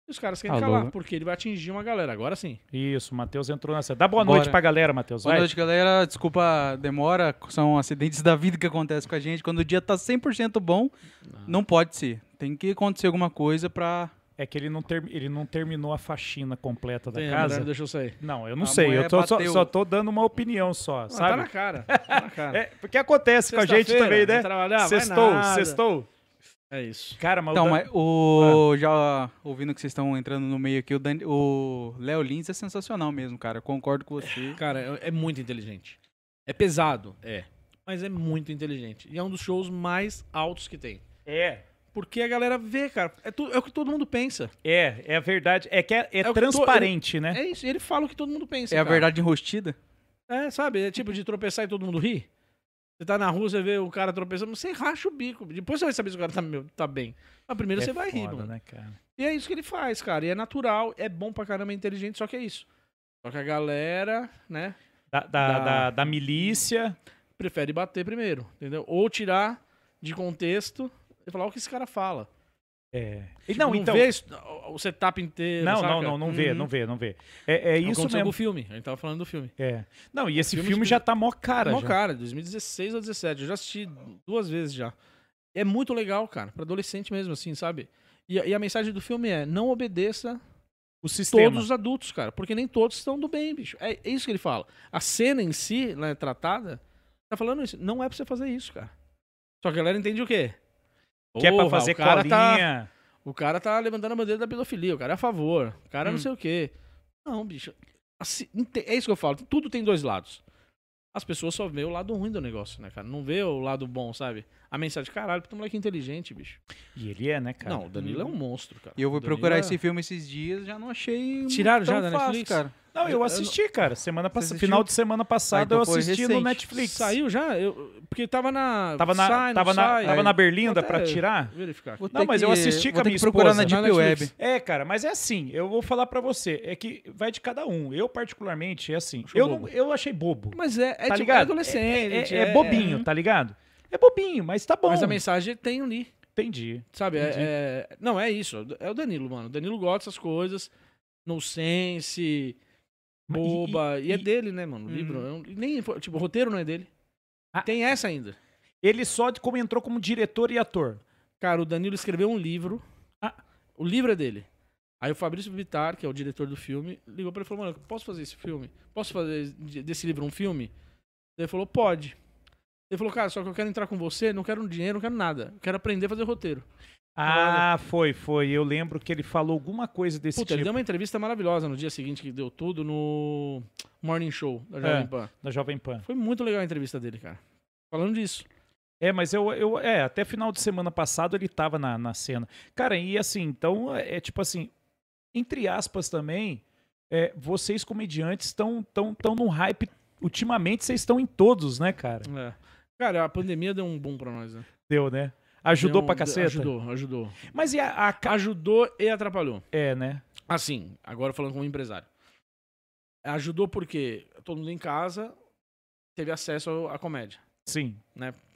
[SPEAKER 2] E os caras querem
[SPEAKER 1] Ah,
[SPEAKER 3] Alô?
[SPEAKER 2] calar, porque ele vai atingir uma galera. Agora sim.
[SPEAKER 1] Isso, o Matheus entrou nessa. Dá boa
[SPEAKER 3] Bora.
[SPEAKER 1] noite pra galera, Matheus.
[SPEAKER 3] Boa
[SPEAKER 1] vai.
[SPEAKER 3] noite, galera. Desculpa a demora. São acidentes da vida que acontecem com a gente. Quando o dia tá 100% bom,
[SPEAKER 2] Ah.
[SPEAKER 3] não. pode ser. Tem que acontecer alguma coisa pra...
[SPEAKER 1] É que ele não, ter- ele não terminou a faxina completa da
[SPEAKER 2] Tem, a mulher
[SPEAKER 1] casa.
[SPEAKER 2] não deixou sair.
[SPEAKER 1] Não, eu não
[SPEAKER 3] A
[SPEAKER 1] sei. Eu
[SPEAKER 3] mulher
[SPEAKER 1] tô, só,
[SPEAKER 3] bateu.
[SPEAKER 1] só tô dando uma opinião só,
[SPEAKER 2] Ah, tá
[SPEAKER 1] sabe?
[SPEAKER 2] na cara. Tá
[SPEAKER 1] <laughs>
[SPEAKER 2] na cara.
[SPEAKER 1] É, porque acontece com a gente
[SPEAKER 2] Sexta-feira,
[SPEAKER 1] também, né?
[SPEAKER 2] vai trabalhar, Ah, vai
[SPEAKER 1] Sextou,
[SPEAKER 2] nada.
[SPEAKER 1] sextou.
[SPEAKER 2] É isso.
[SPEAKER 1] Cara, mas, o
[SPEAKER 3] Então,
[SPEAKER 1] Dan-
[SPEAKER 3] mas
[SPEAKER 2] Ah.
[SPEAKER 3] o... já ouvindo que vocês estão entrando no meio aqui, o Dan- o Léo Lins é sensacional mesmo, cara. Eu concordo com você.
[SPEAKER 2] Cara, é, é muito inteligente. É pesado, é. Mas é muito inteligente. E é um dos shows mais altos que tem.
[SPEAKER 1] É,
[SPEAKER 2] Porque a galera vê, cara. É, tu- é o que todo mundo pensa.
[SPEAKER 1] é, é a verdade. É que é, é
[SPEAKER 2] É o que tô-
[SPEAKER 1] transparente, né?
[SPEAKER 2] É isso. Ele fala o que todo mundo pensa.
[SPEAKER 3] É a
[SPEAKER 2] cara.
[SPEAKER 3] verdade enrostida?
[SPEAKER 2] É, sabe? É tipo de tropeçar e todo mundo ri. Você tá na rua, você vê o cara tropeçando, você racha o bico. Depois você vai saber se o cara tá, meu, tá bem. Mas primeiro
[SPEAKER 1] É
[SPEAKER 2] você vai rir,
[SPEAKER 1] foda,
[SPEAKER 2] mano.
[SPEAKER 1] né, cara?
[SPEAKER 2] E é isso que ele faz, cara. E é natural, é bom pra caramba, é inteligente, só que é isso. Só que a galera, né,
[SPEAKER 1] Da, da,
[SPEAKER 2] Da-
[SPEAKER 1] da- da milícia.
[SPEAKER 2] prefere bater primeiro, entendeu? Ou tirar de contexto e falar o que esse cara fala.
[SPEAKER 1] É. E
[SPEAKER 2] Tipo,
[SPEAKER 1] não, então.
[SPEAKER 2] vê isso- o- o setup inteiro,
[SPEAKER 1] não,
[SPEAKER 2] saca?
[SPEAKER 1] não, não, não vê,
[SPEAKER 2] Uhum.
[SPEAKER 1] não vê, não vê. É, é isso
[SPEAKER 2] Aconteceu com
[SPEAKER 1] mesmo.
[SPEAKER 2] o filme, a gente tava falando do filme.
[SPEAKER 1] É. Não, e esse
[SPEAKER 2] Filme
[SPEAKER 1] filme,
[SPEAKER 2] de
[SPEAKER 1] já tá mó cara.
[SPEAKER 2] Não,
[SPEAKER 1] já.
[SPEAKER 2] cara, 2016 ou 17. Eu já assisti duas vezes já. É muito legal, cara. Pra adolescente mesmo, assim, sabe? E, a- e a mensagem do filme é: não obedeça
[SPEAKER 1] O sistema.
[SPEAKER 2] todos os adultos, cara. Porque nem todos estão do bem, bicho. É, é isso que ele fala. A cena em si, né, tratada, tá falando isso. Não é pra você fazer isso, cara. Só que a galera entende o quê?
[SPEAKER 1] Que é pra
[SPEAKER 2] Porra,
[SPEAKER 1] fazer
[SPEAKER 2] o cara tá-
[SPEAKER 1] colinha.
[SPEAKER 2] o cara tá levantando a bandeira da pedofilia, o cara é a favor, o cara
[SPEAKER 3] Hum.
[SPEAKER 2] não sei o quê. Não, bicho. assim, inte- é isso que eu falo, tudo tem dois lados. As pessoas só vê o lado ruim do negócio, né, cara? Não vê o lado bom, sabe? A mensagem, caralho, puta moleque inteligente, bicho.
[SPEAKER 1] E ele é, né, cara?
[SPEAKER 2] não, o Danilo é um monstro, cara.
[SPEAKER 3] E eu
[SPEAKER 2] O
[SPEAKER 3] fui
[SPEAKER 2] Danilo
[SPEAKER 3] procurar
[SPEAKER 2] é-
[SPEAKER 3] esse filme esses dias, já não achei
[SPEAKER 2] Tiraram já
[SPEAKER 3] tão
[SPEAKER 2] da
[SPEAKER 3] fácil,
[SPEAKER 2] Netflix?
[SPEAKER 3] cara.
[SPEAKER 1] Não, eu
[SPEAKER 2] Eu-
[SPEAKER 1] assisti, cara. Semana
[SPEAKER 3] Você
[SPEAKER 1] passada,
[SPEAKER 3] assistiu?
[SPEAKER 1] final de semana
[SPEAKER 3] Ah,
[SPEAKER 1] passada
[SPEAKER 3] então
[SPEAKER 1] eu
[SPEAKER 3] foi
[SPEAKER 1] assisti no
[SPEAKER 3] recente.
[SPEAKER 1] Netflix.
[SPEAKER 2] Saiu já? Eu... Porque tava na.
[SPEAKER 1] Tava na,
[SPEAKER 2] sai, não
[SPEAKER 1] tava na,
[SPEAKER 2] sai.
[SPEAKER 1] tava na berlinda
[SPEAKER 2] Vou
[SPEAKER 1] pra
[SPEAKER 2] até
[SPEAKER 1] tirar.
[SPEAKER 2] Verificar.
[SPEAKER 3] Vou
[SPEAKER 1] Não,
[SPEAKER 3] ter
[SPEAKER 1] mas
[SPEAKER 3] que-
[SPEAKER 1] eu assisti
[SPEAKER 3] vou
[SPEAKER 1] com a
[SPEAKER 3] ter
[SPEAKER 1] minha
[SPEAKER 3] que procurar
[SPEAKER 1] esposa.
[SPEAKER 3] na Deep
[SPEAKER 2] Na Netflix.
[SPEAKER 3] Web.
[SPEAKER 1] É, cara, mas é assim, eu vou falar pra você, é que vai de cada um. Eu, particularmente, é assim.
[SPEAKER 2] Achou
[SPEAKER 1] Eu, não-
[SPEAKER 2] bobo.
[SPEAKER 1] eu achei bobo.
[SPEAKER 2] Mas é, é
[SPEAKER 1] tá
[SPEAKER 2] tipo, é
[SPEAKER 1] ligado?
[SPEAKER 2] adolescente.
[SPEAKER 1] É, é bobinho, tá ligado? É bobinho, mas tá bom.
[SPEAKER 2] Mas a mensagem tem ali.
[SPEAKER 1] Entendi.
[SPEAKER 2] Sabe? é-
[SPEAKER 3] Entendi.
[SPEAKER 2] é- não, é isso. É o Danilo, mano. O Danilo gosta dessas coisas. No sense, boba. E, é
[SPEAKER 1] e-
[SPEAKER 2] dele, né, mano? O
[SPEAKER 3] Uhum.
[SPEAKER 2] livro. é um- nem, tipo, o roteiro não é dele.
[SPEAKER 1] Ah.
[SPEAKER 2] Tem essa ainda.
[SPEAKER 1] Ele só de- como entrou como diretor e ator.
[SPEAKER 2] Cara, o Danilo escreveu um livro.
[SPEAKER 1] Ah.
[SPEAKER 2] O livro é dele. Aí o Fabrício Vittar, que é o diretor do filme, ligou pra ele e falou: Mano, posso fazer esse filme? Posso fazer de- desse livro um filme? Ele falou: Pode. Ele falou: Cara, só que eu quero entrar com você, não quero dinheiro, não quero nada. Eu quero aprender a fazer roteiro.
[SPEAKER 1] Ah, foi, foi. Eu lembro que ele falou alguma coisa desse
[SPEAKER 2] Puta, ele
[SPEAKER 1] tipo
[SPEAKER 2] deu uma entrevista maravilhosa no dia seguinte que deu tudo no Morning Show da Jovem
[SPEAKER 1] É.
[SPEAKER 2] Pan.
[SPEAKER 1] da Jovem Pan.
[SPEAKER 2] Foi muito legal a entrevista dele, cara. Falando disso.
[SPEAKER 1] É, mas eu, eu é, até final de semana passado ele tava na, na cena. Cara, e assim, então é é tipo assim, entre aspas também, é, vocês comediantes estão tão, tão num hype. Ultimamente vocês estão em todos, né, cara?
[SPEAKER 2] É. Cara, a pandemia deu um boom pra nós, né?
[SPEAKER 1] Deu, né? Ajudou
[SPEAKER 2] Deu um-
[SPEAKER 1] pra caceta?
[SPEAKER 2] Ajudou, ajudou.
[SPEAKER 1] Mas e a, a ca-
[SPEAKER 2] Ajudou e atrapalhou.
[SPEAKER 1] É, né?
[SPEAKER 2] Assim, agora falando como empresário. Ajudou porque todo mundo em casa teve acesso à comédia.
[SPEAKER 1] Sim.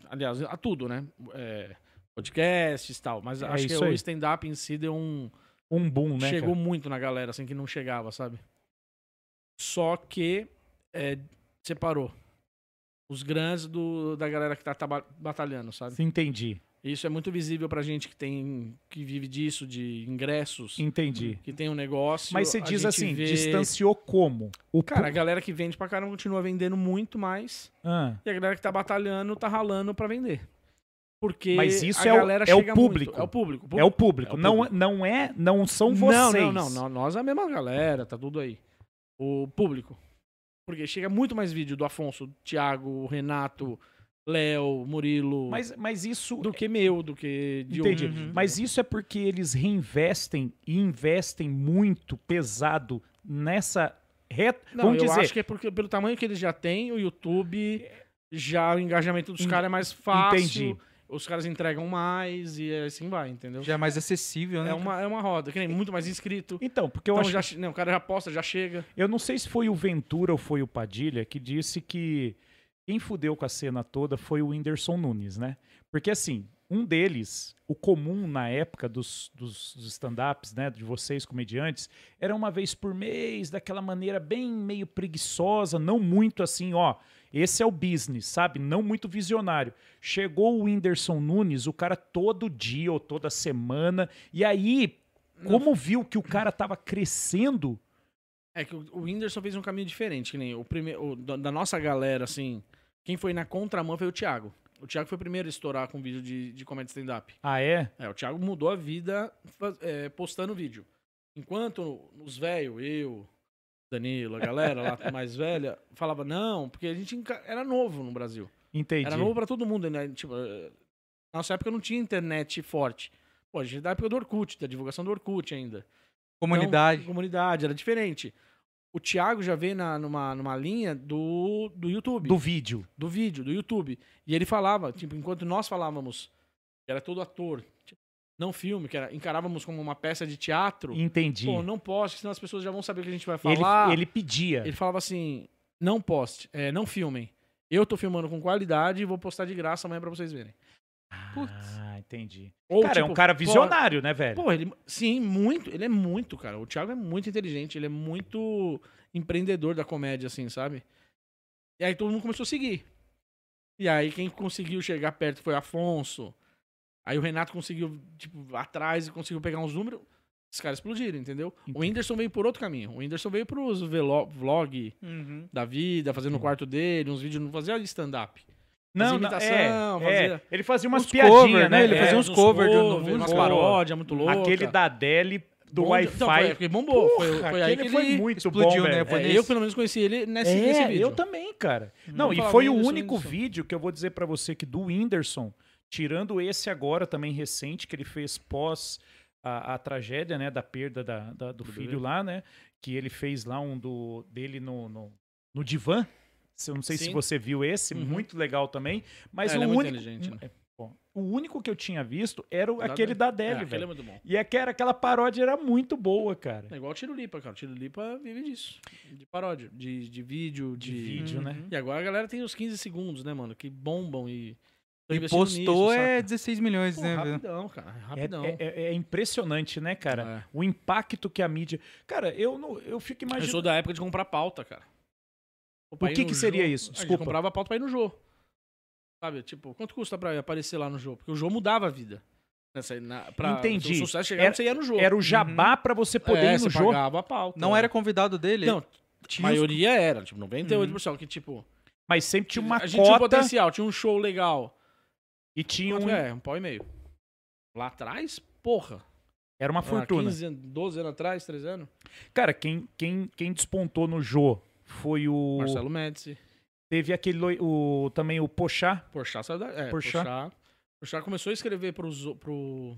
[SPEAKER 2] Aliás, a tudo, né? É, podcasts e tal. Mas
[SPEAKER 1] É
[SPEAKER 2] acho que
[SPEAKER 1] isso
[SPEAKER 2] o
[SPEAKER 1] aí.
[SPEAKER 2] stand-up em si deu um,
[SPEAKER 1] Um boom, né?
[SPEAKER 2] chegou
[SPEAKER 1] cara?
[SPEAKER 2] muito na galera, assim, que não chegava, sabe? Só que é, separou os grandes do, da galera que tá, taba- batalhando, sabe?
[SPEAKER 1] Sim, Entendi.
[SPEAKER 2] Isso é muito visível pra gente que tem, que vive disso, de ingressos,
[SPEAKER 1] Entendi.
[SPEAKER 2] que tem um negócio.
[SPEAKER 1] Mas você
[SPEAKER 2] a
[SPEAKER 1] diz
[SPEAKER 2] gente
[SPEAKER 1] assim,
[SPEAKER 2] vê-
[SPEAKER 1] distanciou como? O
[SPEAKER 2] Cara, a
[SPEAKER 1] pu-
[SPEAKER 2] galera que vende pra caramba continua vendendo muito mais,
[SPEAKER 1] Ah,
[SPEAKER 2] e a galera que tá batalhando tá ralando pra vender. Porque
[SPEAKER 1] Mas isso
[SPEAKER 2] a
[SPEAKER 1] é o-
[SPEAKER 2] galera
[SPEAKER 1] é o
[SPEAKER 2] chega muito.
[SPEAKER 1] público.
[SPEAKER 2] É o público.
[SPEAKER 1] é o público.
[SPEAKER 2] é o
[SPEAKER 1] Não,
[SPEAKER 2] público.
[SPEAKER 1] não é, não são vocês.
[SPEAKER 2] Não, não, não, não. Nós é a mesma galera, tá tudo aí. O público. Porque chega muito mais vídeo do Afonso, do Thiago, o Renato, Léo, Murilo,
[SPEAKER 1] Mas, mas isso.
[SPEAKER 2] do que meu, do que de
[SPEAKER 1] Entendi.
[SPEAKER 2] outro.
[SPEAKER 1] Mas isso é porque eles reinvestem e investem muito pesado nessa reta.
[SPEAKER 2] Não,
[SPEAKER 1] Vamos
[SPEAKER 2] eu
[SPEAKER 1] dizer,
[SPEAKER 2] acho que é porque pelo tamanho que eles já têm, o YouTube, já o engajamento dos caras é mais fácil.
[SPEAKER 1] Entendi.
[SPEAKER 2] Os caras entregam mais e assim vai, entendeu?
[SPEAKER 3] Já é mais acessível, né?
[SPEAKER 2] é, uma, é uma roda, que nem muito mais inscrito.
[SPEAKER 1] Então, porque eu
[SPEAKER 2] Então
[SPEAKER 1] acho.
[SPEAKER 2] já, che- não, o cara já posta, já chega.
[SPEAKER 1] Eu não sei se foi o Ventura ou foi o Padilha que disse que quem fudeu com a cena toda foi o Whindersson Nunes, né? Porque assim, um deles, o comum na época dos, dos, dos stand-ups, né, de vocês comediantes, era uma vez por mês, daquela maneira bem meio preguiçosa, não muito assim, ó, esse é o business, sabe? Não muito visionário. Chegou o Whindersson Nunes, o cara todo dia ou toda semana, e aí, como viu que o cara tava crescendo,
[SPEAKER 2] É que o, o Whindersson fez um caminho diferente, que nem o primeiro. Da da nossa galera, assim. Quem foi na contramão foi o Thiago. O Thiago foi o primeiro a estourar com vídeo de, de comédia stand-up.
[SPEAKER 1] ah é?
[SPEAKER 2] É, o Thiago mudou a vida faz- é, postando vídeo. Enquanto os velhos, eu, Danilo, a galera lá <laughs> mais velha, falava não, porque a gente enca- era novo no Brasil.
[SPEAKER 1] Entendi.
[SPEAKER 2] Era novo pra todo mundo, né? Tipo, eh, na nossa época não tinha internet forte. Pô, a gente é da época do Orkut, da divulgação do Orkut ainda. Então,
[SPEAKER 3] Comunidade.
[SPEAKER 2] comunidade, era diferente. O Thiago já veio na, numa, numa linha do, do YouTube
[SPEAKER 1] do vídeo.
[SPEAKER 2] do vídeo, do YouTube. E ele falava, tipo, enquanto nós falávamos, que era todo ator, tipo, não filme, que era, encarávamos como uma peça de teatro,
[SPEAKER 1] Entendi.
[SPEAKER 2] pô, não poste, senão as pessoas já vão saber o que a gente vai
[SPEAKER 1] ele,
[SPEAKER 2] falar.
[SPEAKER 1] ele pedia.
[SPEAKER 2] Ele falava assim, não poste, é, não filmem. Eu tô filmando com qualidade e vou postar de graça amanhã pra vocês verem.
[SPEAKER 3] Putz.
[SPEAKER 1] Ah, entendi.
[SPEAKER 2] Ou,
[SPEAKER 1] cara, é um
[SPEAKER 2] tipo,
[SPEAKER 1] cara
[SPEAKER 2] pô,
[SPEAKER 1] visionário, né, velho?
[SPEAKER 2] Pô, ele, sim, muito, ele é muito, cara. O Thiago é muito inteligente, ele é muito empreendedor da comédia, assim, sabe? E aí todo mundo começou a seguir. E aí quem conseguiu chegar perto foi o Afonso. Aí o Renato conseguiu, tipo, atrás e conseguiu pegar uns números. Esses caras explodiram, entendeu? O
[SPEAKER 1] Entendi.
[SPEAKER 2] Whindersson veio por outro caminho. O Whindersson veio pros velo- vlog
[SPEAKER 3] Uhum.
[SPEAKER 2] da vida, fazendo no quarto dele, uns vídeos, não fazia stand-up.
[SPEAKER 1] não, não,
[SPEAKER 2] imitação,
[SPEAKER 1] é, é.
[SPEAKER 2] fazia-
[SPEAKER 1] Ele fazia umas
[SPEAKER 3] Uns
[SPEAKER 1] piadinhas,
[SPEAKER 3] cover,
[SPEAKER 1] né?
[SPEAKER 3] né? Ele
[SPEAKER 1] É,
[SPEAKER 3] fazia uns cover do-
[SPEAKER 2] cover, umas
[SPEAKER 1] Boa.
[SPEAKER 2] paródias muito loucas.
[SPEAKER 1] Aquele da Adele do
[SPEAKER 2] Bom, então,
[SPEAKER 1] Wi-Fi.
[SPEAKER 2] foi- foi- bombou. Foi, foi aí que
[SPEAKER 1] aquele
[SPEAKER 2] ele
[SPEAKER 1] foi muito bom,
[SPEAKER 3] explodiu, né?
[SPEAKER 1] velho.
[SPEAKER 3] Foi
[SPEAKER 2] É,
[SPEAKER 3] nesse-
[SPEAKER 2] eu, pelo menos, conheci ele nesse, nesse
[SPEAKER 1] É,
[SPEAKER 2] vídeo.
[SPEAKER 1] eu também, cara. Não,
[SPEAKER 2] Vamos
[SPEAKER 1] e
[SPEAKER 2] falar
[SPEAKER 1] foi o
[SPEAKER 2] Whindersson,
[SPEAKER 1] único
[SPEAKER 2] Whindersson.
[SPEAKER 1] vídeo que eu vou dizer pra você que do Whindersson, tirando esse agora também recente, que ele fez pós a, a tragédia, né, da perda da- da- do filho
[SPEAKER 2] bebê.
[SPEAKER 1] lá, né, que ele fez lá um do, dele no, no, no divã. Se- Eu não sei se
[SPEAKER 2] Sim.
[SPEAKER 1] você viu esse,
[SPEAKER 2] Uhum.
[SPEAKER 1] muito legal também. Mas
[SPEAKER 2] É,
[SPEAKER 1] o
[SPEAKER 2] ele é muito
[SPEAKER 1] único.
[SPEAKER 2] inteligente, né?
[SPEAKER 1] é, bom, o único que eu tinha visto era o-
[SPEAKER 2] Da
[SPEAKER 1] aquele
[SPEAKER 2] Adele.
[SPEAKER 1] da
[SPEAKER 2] É,
[SPEAKER 1] Adele,
[SPEAKER 2] aquele é
[SPEAKER 1] velho.
[SPEAKER 2] muito bom.
[SPEAKER 1] E aquela, aquela paródia era muito boa, cara.
[SPEAKER 2] É igual o Tiro Lipa, cara. O Tiro Lipa vive disso. De paródia, de, de vídeo, de...
[SPEAKER 1] De vídeo, né?
[SPEAKER 3] Uhum.
[SPEAKER 2] E agora a galera tem os 15 segundos, né, mano? Que bombam e... Tô
[SPEAKER 3] E
[SPEAKER 2] investindo
[SPEAKER 3] postou
[SPEAKER 2] nisso,
[SPEAKER 3] é
[SPEAKER 2] saca?
[SPEAKER 3] 16 milhões,
[SPEAKER 2] Pô,
[SPEAKER 3] né? velho?
[SPEAKER 2] rapidão, cara.
[SPEAKER 1] É,
[SPEAKER 2] Rapidão.
[SPEAKER 1] é- é- é impressionante, né, cara?
[SPEAKER 2] É.
[SPEAKER 1] O impacto que a mídia. Cara, eu não, eu fico
[SPEAKER 2] Eu sou
[SPEAKER 1] imaginando.
[SPEAKER 2] da época de comprar pauta, cara. Pô, pra
[SPEAKER 1] O
[SPEAKER 2] ir
[SPEAKER 1] que
[SPEAKER 2] no
[SPEAKER 1] que seria
[SPEAKER 2] jogo-
[SPEAKER 1] isso?
[SPEAKER 2] A gente
[SPEAKER 1] Desculpa.
[SPEAKER 2] comprava pauta pra ir no jogo. Sabe, tipo, quanto custa pra aparecer lá no jogo? Porque o jogo mudava a vida. Nessa, na, pra,
[SPEAKER 1] Entendi. é,
[SPEAKER 2] Se o sucesso chegava,
[SPEAKER 1] Era-
[SPEAKER 2] você ia no jogo.
[SPEAKER 1] Era o jabá pra você poder
[SPEAKER 2] é,
[SPEAKER 1] ir no
[SPEAKER 2] você
[SPEAKER 1] jogo.
[SPEAKER 2] pagava a pauta.
[SPEAKER 3] Não era convidado dele?
[SPEAKER 2] Não, a
[SPEAKER 3] tinha os-
[SPEAKER 2] maioria era, tipo, 98%. Que, tipo,
[SPEAKER 1] Mas sempre tinha uma
[SPEAKER 2] a gente tinha um
[SPEAKER 1] cota
[SPEAKER 2] potencial, tinha um show legal.
[SPEAKER 1] e tinha
[SPEAKER 2] Quanto
[SPEAKER 1] um.
[SPEAKER 2] é? Um pau e meio. Lá atrás, porra.
[SPEAKER 1] Era uma
[SPEAKER 2] Ah,
[SPEAKER 1] fortuna.
[SPEAKER 2] 15, anos, 12 anos atrás, 13 anos.
[SPEAKER 1] Cara, quem, quem, quem despontou no Jô foi o.
[SPEAKER 2] Marcelo Médici.
[SPEAKER 1] Teve aquele. loi- O, também o Pochá.
[SPEAKER 2] Porchat saiu da... É,
[SPEAKER 1] Porchat.
[SPEAKER 2] Porchat. Porchat começou a escrever pros, o- pro...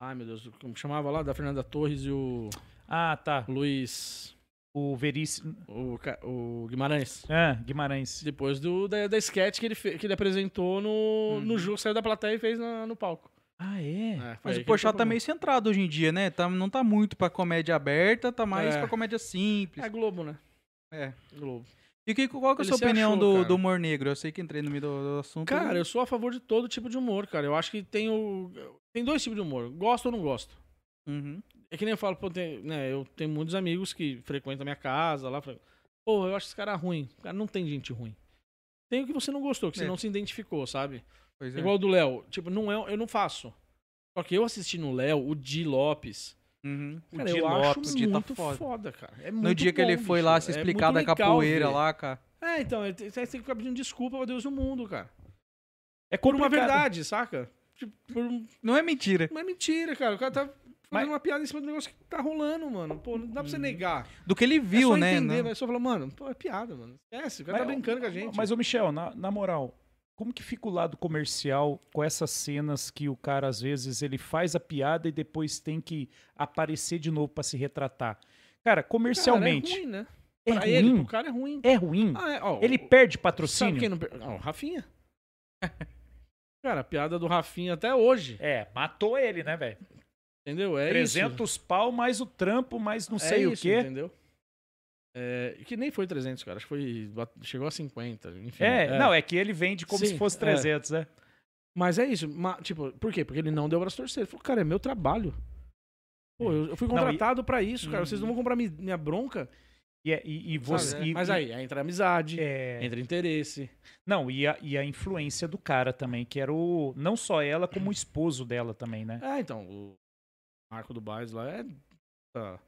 [SPEAKER 2] Ai, meu Deus, como chamava lá? Da Fernanda Torres e o
[SPEAKER 1] Ah, tá.
[SPEAKER 2] Luiz...
[SPEAKER 1] O Veríssimo.
[SPEAKER 2] O, Ca- o Guimarães.
[SPEAKER 1] Ah, Guimarães.
[SPEAKER 2] Depois do, da, da sketch que ele, fe- que ele apresentou no,
[SPEAKER 1] Uhum.
[SPEAKER 2] no jogo, saiu da plateia e fez na- no palco.
[SPEAKER 1] Ah, é?
[SPEAKER 2] É, foi
[SPEAKER 3] Mas
[SPEAKER 2] aí
[SPEAKER 3] o
[SPEAKER 2] que ele
[SPEAKER 3] Porchat tá
[SPEAKER 2] foi
[SPEAKER 3] meio centrado hoje em dia, né? Tá, não tá muito pra comédia aberta, tá mais
[SPEAKER 2] É.
[SPEAKER 3] pra comédia
[SPEAKER 2] pro-
[SPEAKER 3] simples.
[SPEAKER 2] É Globo, né?
[SPEAKER 3] É.
[SPEAKER 2] Globo.
[SPEAKER 3] E que, qual que é a
[SPEAKER 2] Ele
[SPEAKER 3] sua
[SPEAKER 2] se
[SPEAKER 3] opinião
[SPEAKER 2] achou,
[SPEAKER 3] do,
[SPEAKER 2] cara.
[SPEAKER 3] do humor negro? Eu sei que entrei no meio do, do assunto.
[SPEAKER 2] Cara, eu sou a favor de todo tipo de humor, cara. Eu acho que tem o. Tem dois tipos de humor. Gosto ou não gosto.
[SPEAKER 3] Uhum.
[SPEAKER 2] É que nem eu falo, pô, tem- né, eu tenho muitos amigos que frequentam a minha casa lá. fre- Pô, eu acho esse cara ruim. Cara, não tem gente ruim. Tem o que você não gostou, que você
[SPEAKER 3] É.
[SPEAKER 2] não se identificou, sabe?
[SPEAKER 3] Pois é.
[SPEAKER 2] Igual o do Léo. Tipo, não é, eu não faço. Só que eu assisti no Léo, o Di Lopes.
[SPEAKER 3] Uhum.
[SPEAKER 1] O
[SPEAKER 2] Cara,
[SPEAKER 1] Di
[SPEAKER 2] eu
[SPEAKER 1] Lopes,
[SPEAKER 2] acho
[SPEAKER 3] o Di tá
[SPEAKER 2] muito
[SPEAKER 3] foda.
[SPEAKER 2] foda. cara. É
[SPEAKER 3] No
[SPEAKER 2] muito
[SPEAKER 3] dia que ele
[SPEAKER 2] bom,
[SPEAKER 3] foi
[SPEAKER 2] bicho.
[SPEAKER 3] lá se
[SPEAKER 2] É
[SPEAKER 3] explicar
[SPEAKER 2] muito
[SPEAKER 3] da
[SPEAKER 2] legal
[SPEAKER 3] capoeira
[SPEAKER 2] ver.
[SPEAKER 3] lá, cara.
[SPEAKER 2] É, então, ele tem- você tem que ficar pedindo desculpa pra Deus e o mundo, cara.
[SPEAKER 1] É
[SPEAKER 2] Por uma
[SPEAKER 1] complicado.
[SPEAKER 2] verdade, saca? Tipo, por um-
[SPEAKER 3] Não é mentira.
[SPEAKER 2] Não é mentira, cara. O cara tá fazendo uma piada em cima do negócio que tá rolando, mano. Pô, não dá pra você
[SPEAKER 1] Hum.
[SPEAKER 2] negar.
[SPEAKER 3] Do que ele
[SPEAKER 2] é
[SPEAKER 3] viu,
[SPEAKER 2] só
[SPEAKER 3] né?
[SPEAKER 2] Entender,
[SPEAKER 3] né?
[SPEAKER 2] Vai só falar, mano, pô, é piada, mano. Esquece, o cara
[SPEAKER 1] Mas,
[SPEAKER 2] tá brincando com a gente.
[SPEAKER 1] Mas, ô Michel, na, na moral, como que fica o lado comercial com essas cenas que o cara, às vezes, ele faz a piada e depois tem que aparecer de novo pra se retratar? Cara, comercialmente,
[SPEAKER 2] Cara, é ruim, né?
[SPEAKER 1] é
[SPEAKER 2] pra
[SPEAKER 1] ruim?
[SPEAKER 2] ele, pro cara é ruim.
[SPEAKER 1] É ruim?
[SPEAKER 2] Ah, é, ó,
[SPEAKER 1] Ele
[SPEAKER 2] o-
[SPEAKER 1] perde
[SPEAKER 2] Sabe
[SPEAKER 1] patrocínio?
[SPEAKER 2] quem não... per- Não, o Rafinha. <laughs> cara, a piada do Rafinha até hoje,
[SPEAKER 1] É, matou ele, né, velho?
[SPEAKER 2] entendeu? É
[SPEAKER 1] 300 pau mais o trampo, mais não
[SPEAKER 2] isso.
[SPEAKER 1] tipo, sei
[SPEAKER 2] é
[SPEAKER 1] o
[SPEAKER 2] isso,
[SPEAKER 1] quê.
[SPEAKER 2] entendeu? É, que nem foi 300, cara. Acho que foi... bate- Chegou a 50, enfim.
[SPEAKER 1] É, não, é que ele vende como
[SPEAKER 2] Sim,
[SPEAKER 1] se fosse
[SPEAKER 2] é.
[SPEAKER 1] 300, né?
[SPEAKER 2] Mas é isso. ma- tipo, por quê? Porque ele não deu o braço a torcer. Ele falou, cara, é meu trabalho. Pô, eu, eu fui
[SPEAKER 1] Não, e-
[SPEAKER 2] contratado pra isso, cara. Vocês não vão comprar mi- minha bronca.
[SPEAKER 1] E, é- e, e
[SPEAKER 2] sabe?
[SPEAKER 1] você. e-
[SPEAKER 2] Mas
[SPEAKER 1] e-
[SPEAKER 2] aí, aí entra amizade,
[SPEAKER 1] é,
[SPEAKER 2] entra interesse.
[SPEAKER 1] Não, e a, e a influência do cara também, que era o. Não só ela, como o esposo dela também, né?
[SPEAKER 2] Ah, então, o Marco do Baez lá é. tá,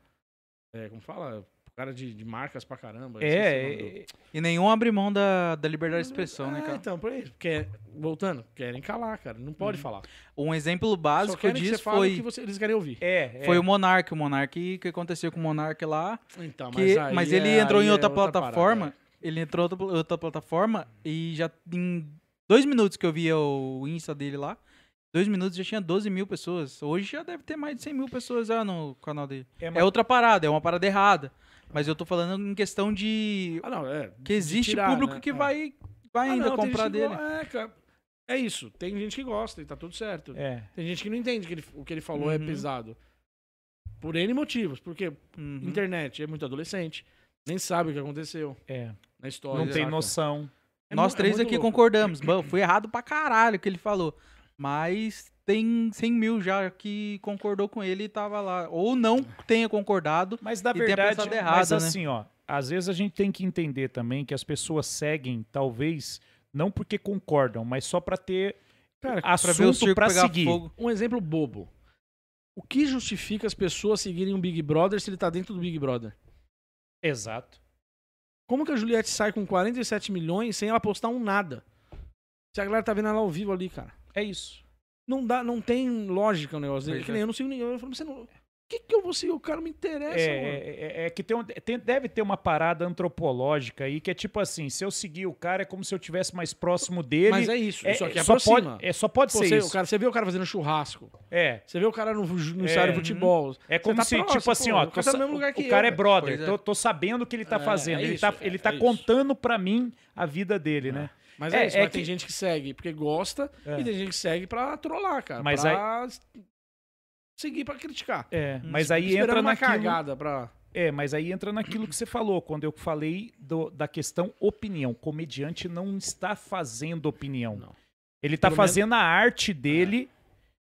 [SPEAKER 2] é, como fala? Cara de, de marcas pra caramba. eu esqueci o nome do-
[SPEAKER 1] É, é,
[SPEAKER 3] E nenhum abre mão da, da liberdade de expressão, né,
[SPEAKER 2] Ah,
[SPEAKER 3] cara?
[SPEAKER 2] Então, por aí. Porque, voltando, querem calar, cara. Não pode
[SPEAKER 1] Uhum.
[SPEAKER 2] falar.
[SPEAKER 3] Um exemplo
[SPEAKER 2] Só
[SPEAKER 3] básico
[SPEAKER 2] querem que você
[SPEAKER 3] disso
[SPEAKER 2] fale o
[SPEAKER 3] foi,
[SPEAKER 2] que você- eles querem ouvir.
[SPEAKER 1] é, é.
[SPEAKER 3] foi um- o Monark. O Monark, o que aconteceu com o Monark lá?
[SPEAKER 2] Então,
[SPEAKER 3] Que- mas,
[SPEAKER 2] aí
[SPEAKER 3] ele
[SPEAKER 2] é-
[SPEAKER 3] entrou
[SPEAKER 2] aí
[SPEAKER 3] em
[SPEAKER 2] é
[SPEAKER 3] outra,
[SPEAKER 2] parada,
[SPEAKER 3] plataforma.
[SPEAKER 2] é.
[SPEAKER 3] Ele entrou em outra, pl- outra plataforma e já em dois minutos que eu via o Insta dele lá, dois minutos já tinha 12 mil pessoas. Hoje já deve ter mais de 100 mil pessoas lá no canal dele.
[SPEAKER 1] É,
[SPEAKER 3] É
[SPEAKER 1] mas-
[SPEAKER 3] outra parada, é uma parada errada. Mas eu tô falando em questão de
[SPEAKER 2] Ah, não, é.
[SPEAKER 3] que existe
[SPEAKER 2] tirar,
[SPEAKER 3] público
[SPEAKER 2] né?
[SPEAKER 3] que
[SPEAKER 2] É.
[SPEAKER 3] vai, vai
[SPEAKER 2] Ah,
[SPEAKER 3] ainda
[SPEAKER 2] não, tem
[SPEAKER 3] comprar
[SPEAKER 2] gente que
[SPEAKER 3] dele.
[SPEAKER 2] go- É, cara. É isso. Tem gente que gosta e tá tudo certo.
[SPEAKER 1] é.
[SPEAKER 2] Tem gente que não entende que ele- o que ele falou é
[SPEAKER 3] Uhum.
[SPEAKER 2] pesado. Por N motivos. Porque
[SPEAKER 3] Uhum.
[SPEAKER 2] internet é muito adolescente. Nem sabe o que aconteceu
[SPEAKER 1] é.
[SPEAKER 2] na história.
[SPEAKER 1] Não tem
[SPEAKER 2] saca?
[SPEAKER 1] noção.
[SPEAKER 2] É
[SPEAKER 3] Nós
[SPEAKER 2] mu- é
[SPEAKER 3] três
[SPEAKER 2] muito
[SPEAKER 3] aqui
[SPEAKER 2] louco.
[SPEAKER 3] concordamos. Bom, foi errado pra caralho o que ele falou. Mas tem 100 mil já que concordou com ele e tava lá. Ou não tenha concordado.
[SPEAKER 1] Mas na
[SPEAKER 3] E tem a
[SPEAKER 1] verdade,
[SPEAKER 3] pensada
[SPEAKER 1] mas
[SPEAKER 3] errada, né?
[SPEAKER 1] assim, ó, às vezes a gente tem que entender também que as pessoas seguem, talvez, não porque concordam, mas só pra ter
[SPEAKER 2] Cara,
[SPEAKER 3] Pra ver o
[SPEAKER 1] assunto
[SPEAKER 3] circo
[SPEAKER 1] pra
[SPEAKER 3] pegar
[SPEAKER 1] seguir.
[SPEAKER 3] fogo.
[SPEAKER 2] Um exemplo bobo. O que justifica as pessoas seguirem um Big Brother se ele tá dentro do Big Brother?
[SPEAKER 1] Exato.
[SPEAKER 2] Como que a Juliette sai com 47 milhões sem ela postar um nada? Se a galera tá vendo ela ao vivo ali, cara.
[SPEAKER 1] É isso.
[SPEAKER 2] Não dá, não tem lógica o negócio dele.
[SPEAKER 3] Pois
[SPEAKER 2] Que
[SPEAKER 3] é.
[SPEAKER 2] nem eu não sigo ninguém. Eu falo, você não. O que, que eu vou seguir? O cara não me interessa, mano.
[SPEAKER 1] É, é- é que tem, um- tem- deve ter uma parada antropológica aí que é tipo assim: se eu seguir o cara, é como se eu tivesse mais próximo dele.
[SPEAKER 2] Mas é isso. só que
[SPEAKER 1] só
[SPEAKER 2] aproxima.
[SPEAKER 1] pode, é, só pode
[SPEAKER 2] Pô,
[SPEAKER 1] ser
[SPEAKER 2] você,
[SPEAKER 1] isso.
[SPEAKER 2] o cara, você vê o cara fazendo churrasco.
[SPEAKER 1] É.
[SPEAKER 2] Você vê o cara no, no
[SPEAKER 1] É.
[SPEAKER 2] estádio de futebol.
[SPEAKER 1] É como
[SPEAKER 2] tá
[SPEAKER 1] se,
[SPEAKER 2] próximo,
[SPEAKER 1] tipo assim,
[SPEAKER 2] pô,
[SPEAKER 1] ó,
[SPEAKER 2] o
[SPEAKER 1] tô
[SPEAKER 2] cara tá
[SPEAKER 1] sa-
[SPEAKER 2] no mesmo lugar que
[SPEAKER 1] o cara
[SPEAKER 2] eu,
[SPEAKER 1] é
[SPEAKER 2] velho.
[SPEAKER 1] brother,
[SPEAKER 3] Pois é.
[SPEAKER 1] tô, tô sabendo o que ele tá
[SPEAKER 2] É,
[SPEAKER 1] fazendo,
[SPEAKER 2] é
[SPEAKER 1] ele
[SPEAKER 2] isso,
[SPEAKER 1] tá,
[SPEAKER 2] é,
[SPEAKER 1] ele
[SPEAKER 2] é
[SPEAKER 1] tá
[SPEAKER 2] isso.
[SPEAKER 1] contando pra mim a vida dele, né?
[SPEAKER 2] Mas é,
[SPEAKER 1] É,
[SPEAKER 2] isso.
[SPEAKER 1] é
[SPEAKER 2] mas tem
[SPEAKER 1] que-
[SPEAKER 2] gente que segue porque gosta
[SPEAKER 1] É.
[SPEAKER 2] e tem gente que segue pra trollar, cara.
[SPEAKER 1] Mas
[SPEAKER 2] pra seguir pra criticar.
[SPEAKER 1] É,
[SPEAKER 3] Hum,
[SPEAKER 1] mas aí
[SPEAKER 2] Esperando
[SPEAKER 1] entra
[SPEAKER 2] uma
[SPEAKER 1] naquilo,
[SPEAKER 2] cagada pra...
[SPEAKER 1] é, mas aí entra naquilo que você falou, quando eu falei do- da questão opinião, comediante não está fazendo opinião.
[SPEAKER 2] Não.
[SPEAKER 1] Ele tá
[SPEAKER 2] Pelo menos-
[SPEAKER 1] fazendo a arte dele,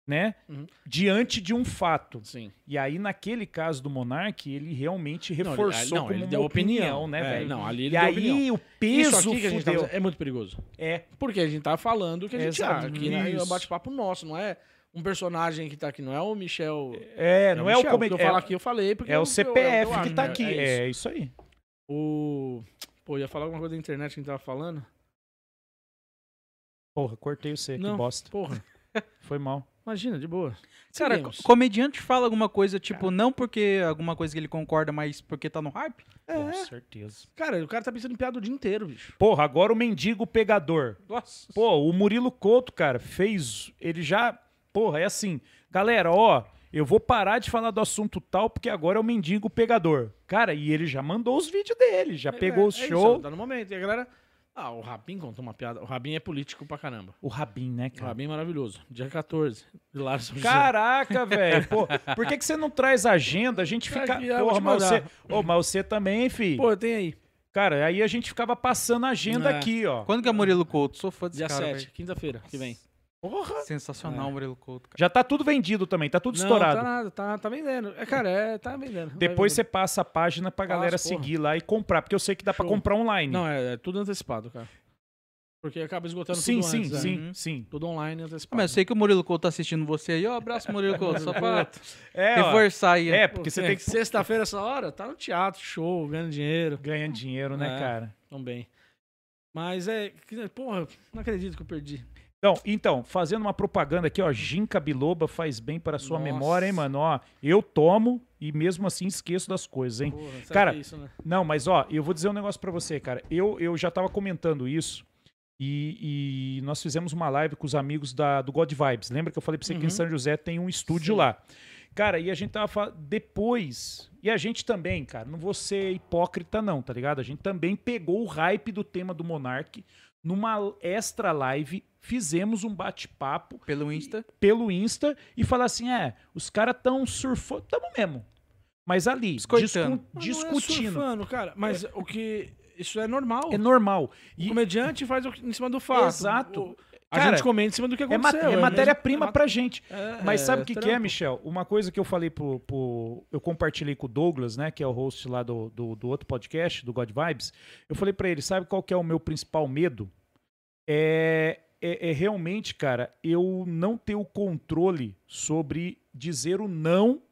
[SPEAKER 1] né,
[SPEAKER 2] Uhum.
[SPEAKER 1] diante de um fato.
[SPEAKER 2] Sim.
[SPEAKER 1] E aí naquele caso do Monark, ele realmente
[SPEAKER 2] Não, ele- ah,
[SPEAKER 1] reforçou
[SPEAKER 2] não,
[SPEAKER 1] como
[SPEAKER 2] ele
[SPEAKER 1] uma
[SPEAKER 2] deu opinião,
[SPEAKER 1] né,
[SPEAKER 2] é,
[SPEAKER 1] velho?
[SPEAKER 2] não, ali ele
[SPEAKER 1] e
[SPEAKER 2] deu
[SPEAKER 1] aí
[SPEAKER 2] opinião.
[SPEAKER 1] o peso
[SPEAKER 2] isso aqui que a gente tá
[SPEAKER 1] fudeu.
[SPEAKER 2] fazendo é muito perigoso.
[SPEAKER 1] É.
[SPEAKER 2] Porque a gente tá falando o que a gente
[SPEAKER 1] Exato,
[SPEAKER 2] acha. Aqui né, é um
[SPEAKER 1] isso.
[SPEAKER 2] bate-papo nosso, não é um personagem que tá aqui. Não é o Michel...
[SPEAKER 1] É, não é, o
[SPEAKER 2] Michel, que
[SPEAKER 1] comediante.
[SPEAKER 2] um Eu falo
[SPEAKER 1] é-
[SPEAKER 2] aqui, eu falei. Porque um
[SPEAKER 1] É,
[SPEAKER 2] eu-
[SPEAKER 1] o
[SPEAKER 2] eu-
[SPEAKER 1] CPF
[SPEAKER 2] eu
[SPEAKER 1] que
[SPEAKER 2] acho,
[SPEAKER 1] tá
[SPEAKER 2] né?
[SPEAKER 1] aqui.
[SPEAKER 2] isso.
[SPEAKER 1] É isso aí.
[SPEAKER 2] O. Pô, ia falar alguma coisa da internet que a gente tava falando?
[SPEAKER 1] Porra, cortei você, que
[SPEAKER 2] Não.
[SPEAKER 1] bosta. <laughs>
[SPEAKER 2] Porra,
[SPEAKER 1] Foi mal.
[SPEAKER 2] imagina, de boa.
[SPEAKER 3] Cara,
[SPEAKER 2] Seguimos.
[SPEAKER 3] co- comediante fala alguma coisa, tipo, não porque alguma coisa que ele concorda, mas porque tá no hype.
[SPEAKER 1] Com
[SPEAKER 2] É,
[SPEAKER 1] certeza.
[SPEAKER 2] cara, o cara tá pensando em piada o dia inteiro, bicho.
[SPEAKER 1] Porra, agora o mendigo pegador.
[SPEAKER 3] Nossa.
[SPEAKER 1] Pô, o Murilo Couto, cara, fez. Ele já. Porra, é assim. Galera, ó, eu vou parar de falar do assunto tal, porque agora é o mendigo pegador. Cara, e ele já mandou os vídeos dele, já pegou o
[SPEAKER 2] é, é isso,
[SPEAKER 1] show.
[SPEAKER 2] tá no momento. E a galera. Ah, o Rabin contou uma piada. O Rabin é político pra caramba.
[SPEAKER 1] O Rabin, né,
[SPEAKER 2] O
[SPEAKER 1] cara?
[SPEAKER 2] Rabin é maravilhoso. Dia 14. De lá, São
[SPEAKER 1] <laughs>
[SPEAKER 2] José.
[SPEAKER 1] Caraca, velho. pô, Por que, que você não traz agenda? A gente
[SPEAKER 2] Cara,
[SPEAKER 1] fica.
[SPEAKER 2] que eu vou
[SPEAKER 1] Porra,
[SPEAKER 2] te
[SPEAKER 1] mas você.
[SPEAKER 2] mandar.
[SPEAKER 1] Ô, mas você também, fi.
[SPEAKER 2] Pô, tem aí.
[SPEAKER 1] Cara, aí a gente ficava passando a agenda
[SPEAKER 2] É.
[SPEAKER 1] aqui, ó.
[SPEAKER 3] Quando que é Murilo Couto? Sou fã desse
[SPEAKER 2] Dia
[SPEAKER 3] cara,
[SPEAKER 2] 7,
[SPEAKER 3] velho.
[SPEAKER 2] quinta-feira que vem. É.
[SPEAKER 1] Porra!
[SPEAKER 3] Sensacional, Murilo Couto, cara.
[SPEAKER 1] Já tá tudo vendido também, tá tudo
[SPEAKER 2] Não,
[SPEAKER 1] estourado.
[SPEAKER 2] Tá nada, tá, tá vendendo. É, cara, é, tá vendendo. Vai
[SPEAKER 1] Depois
[SPEAKER 2] vender.
[SPEAKER 1] você passa a página pra galera
[SPEAKER 2] Passa, porra.
[SPEAKER 1] seguir lá e comprar, porque eu sei que dá pra
[SPEAKER 2] Show.
[SPEAKER 1] comprar online.
[SPEAKER 2] Não, é, é tudo antecipado, cara. Porque acaba esgotando
[SPEAKER 1] sim,
[SPEAKER 2] tudo
[SPEAKER 1] sim,
[SPEAKER 2] antes, né?
[SPEAKER 1] sim,
[SPEAKER 3] Uhum.
[SPEAKER 1] sim.
[SPEAKER 2] Tudo online
[SPEAKER 3] Ah,
[SPEAKER 2] antecipado.
[SPEAKER 3] mas eu sei que o Murilo Couto tá assistindo você aí. Ó, abraço, Murilo Couto.
[SPEAKER 2] <laughs>
[SPEAKER 3] Só pra
[SPEAKER 1] É, ó,
[SPEAKER 3] reforçar aí.
[SPEAKER 1] é, porque você tem que
[SPEAKER 2] Sexta-feira, essa hora, tá no teatro, show, ganhando dinheiro.
[SPEAKER 1] ganhar dinheiro, né,
[SPEAKER 2] É.
[SPEAKER 1] cara?
[SPEAKER 2] Também. Mas é. que- Porra, não acredito que eu perdi.
[SPEAKER 1] Então, então, fazendo uma propaganda aqui, ó, ginkgo biloba faz bem para a sua
[SPEAKER 2] Nossa.
[SPEAKER 1] memória, hein, mano? Ó, eu tomo e mesmo assim esqueço das coisas, hein?
[SPEAKER 2] Porra, sabe
[SPEAKER 1] Cara,
[SPEAKER 2] que é isso, né?
[SPEAKER 1] Não, mas ó, eu vou dizer um negócio pra você, cara. Eu, eu já tava comentando isso e, e nós fizemos uma live com os amigos da, do God Vibes. Lembra que eu falei pra você que
[SPEAKER 2] Uhum.
[SPEAKER 1] em São José tem um estúdio
[SPEAKER 2] Sim.
[SPEAKER 1] lá. Cara, e a gente tava falando depois. E a gente também, cara, não vou ser hipócrita não, tá ligado? A gente também pegou o hype do tema do Monark numa extra live, fizemos um bate-papo
[SPEAKER 3] Pelo Insta.
[SPEAKER 1] pelo Insta e falar assim: é, os caras tão surfando. Tamo mesmo. Mas ali,
[SPEAKER 3] Biscoitando.
[SPEAKER 1] discu-
[SPEAKER 2] Mas não é
[SPEAKER 1] discutindo.
[SPEAKER 2] surfando, cara, mas o que. Isso é normal.
[SPEAKER 1] É normal.
[SPEAKER 2] O
[SPEAKER 1] E
[SPEAKER 2] comediante faz o que- em cima do fato.
[SPEAKER 1] Exato.
[SPEAKER 2] O- a
[SPEAKER 1] Cara,
[SPEAKER 2] gente comenta em cima do que
[SPEAKER 1] é, ma-
[SPEAKER 2] aconteceu. né?
[SPEAKER 1] é matéria-prima
[SPEAKER 2] mesmo-
[SPEAKER 1] pra gente.
[SPEAKER 2] é-
[SPEAKER 1] Mas
[SPEAKER 2] é
[SPEAKER 1] sabe o que, que é,
[SPEAKER 2] trampo.
[SPEAKER 1] Michel? Uma coisa que eu falei pro, pro- Eu compartilhei com o Douglas, né? Que é o host lá do, do, do outro podcast, do God Vibes. Eu falei pra ele: sabe qual que é o meu principal medo? É, é, é realmente, cara, eu não ter o controle sobre dizer o não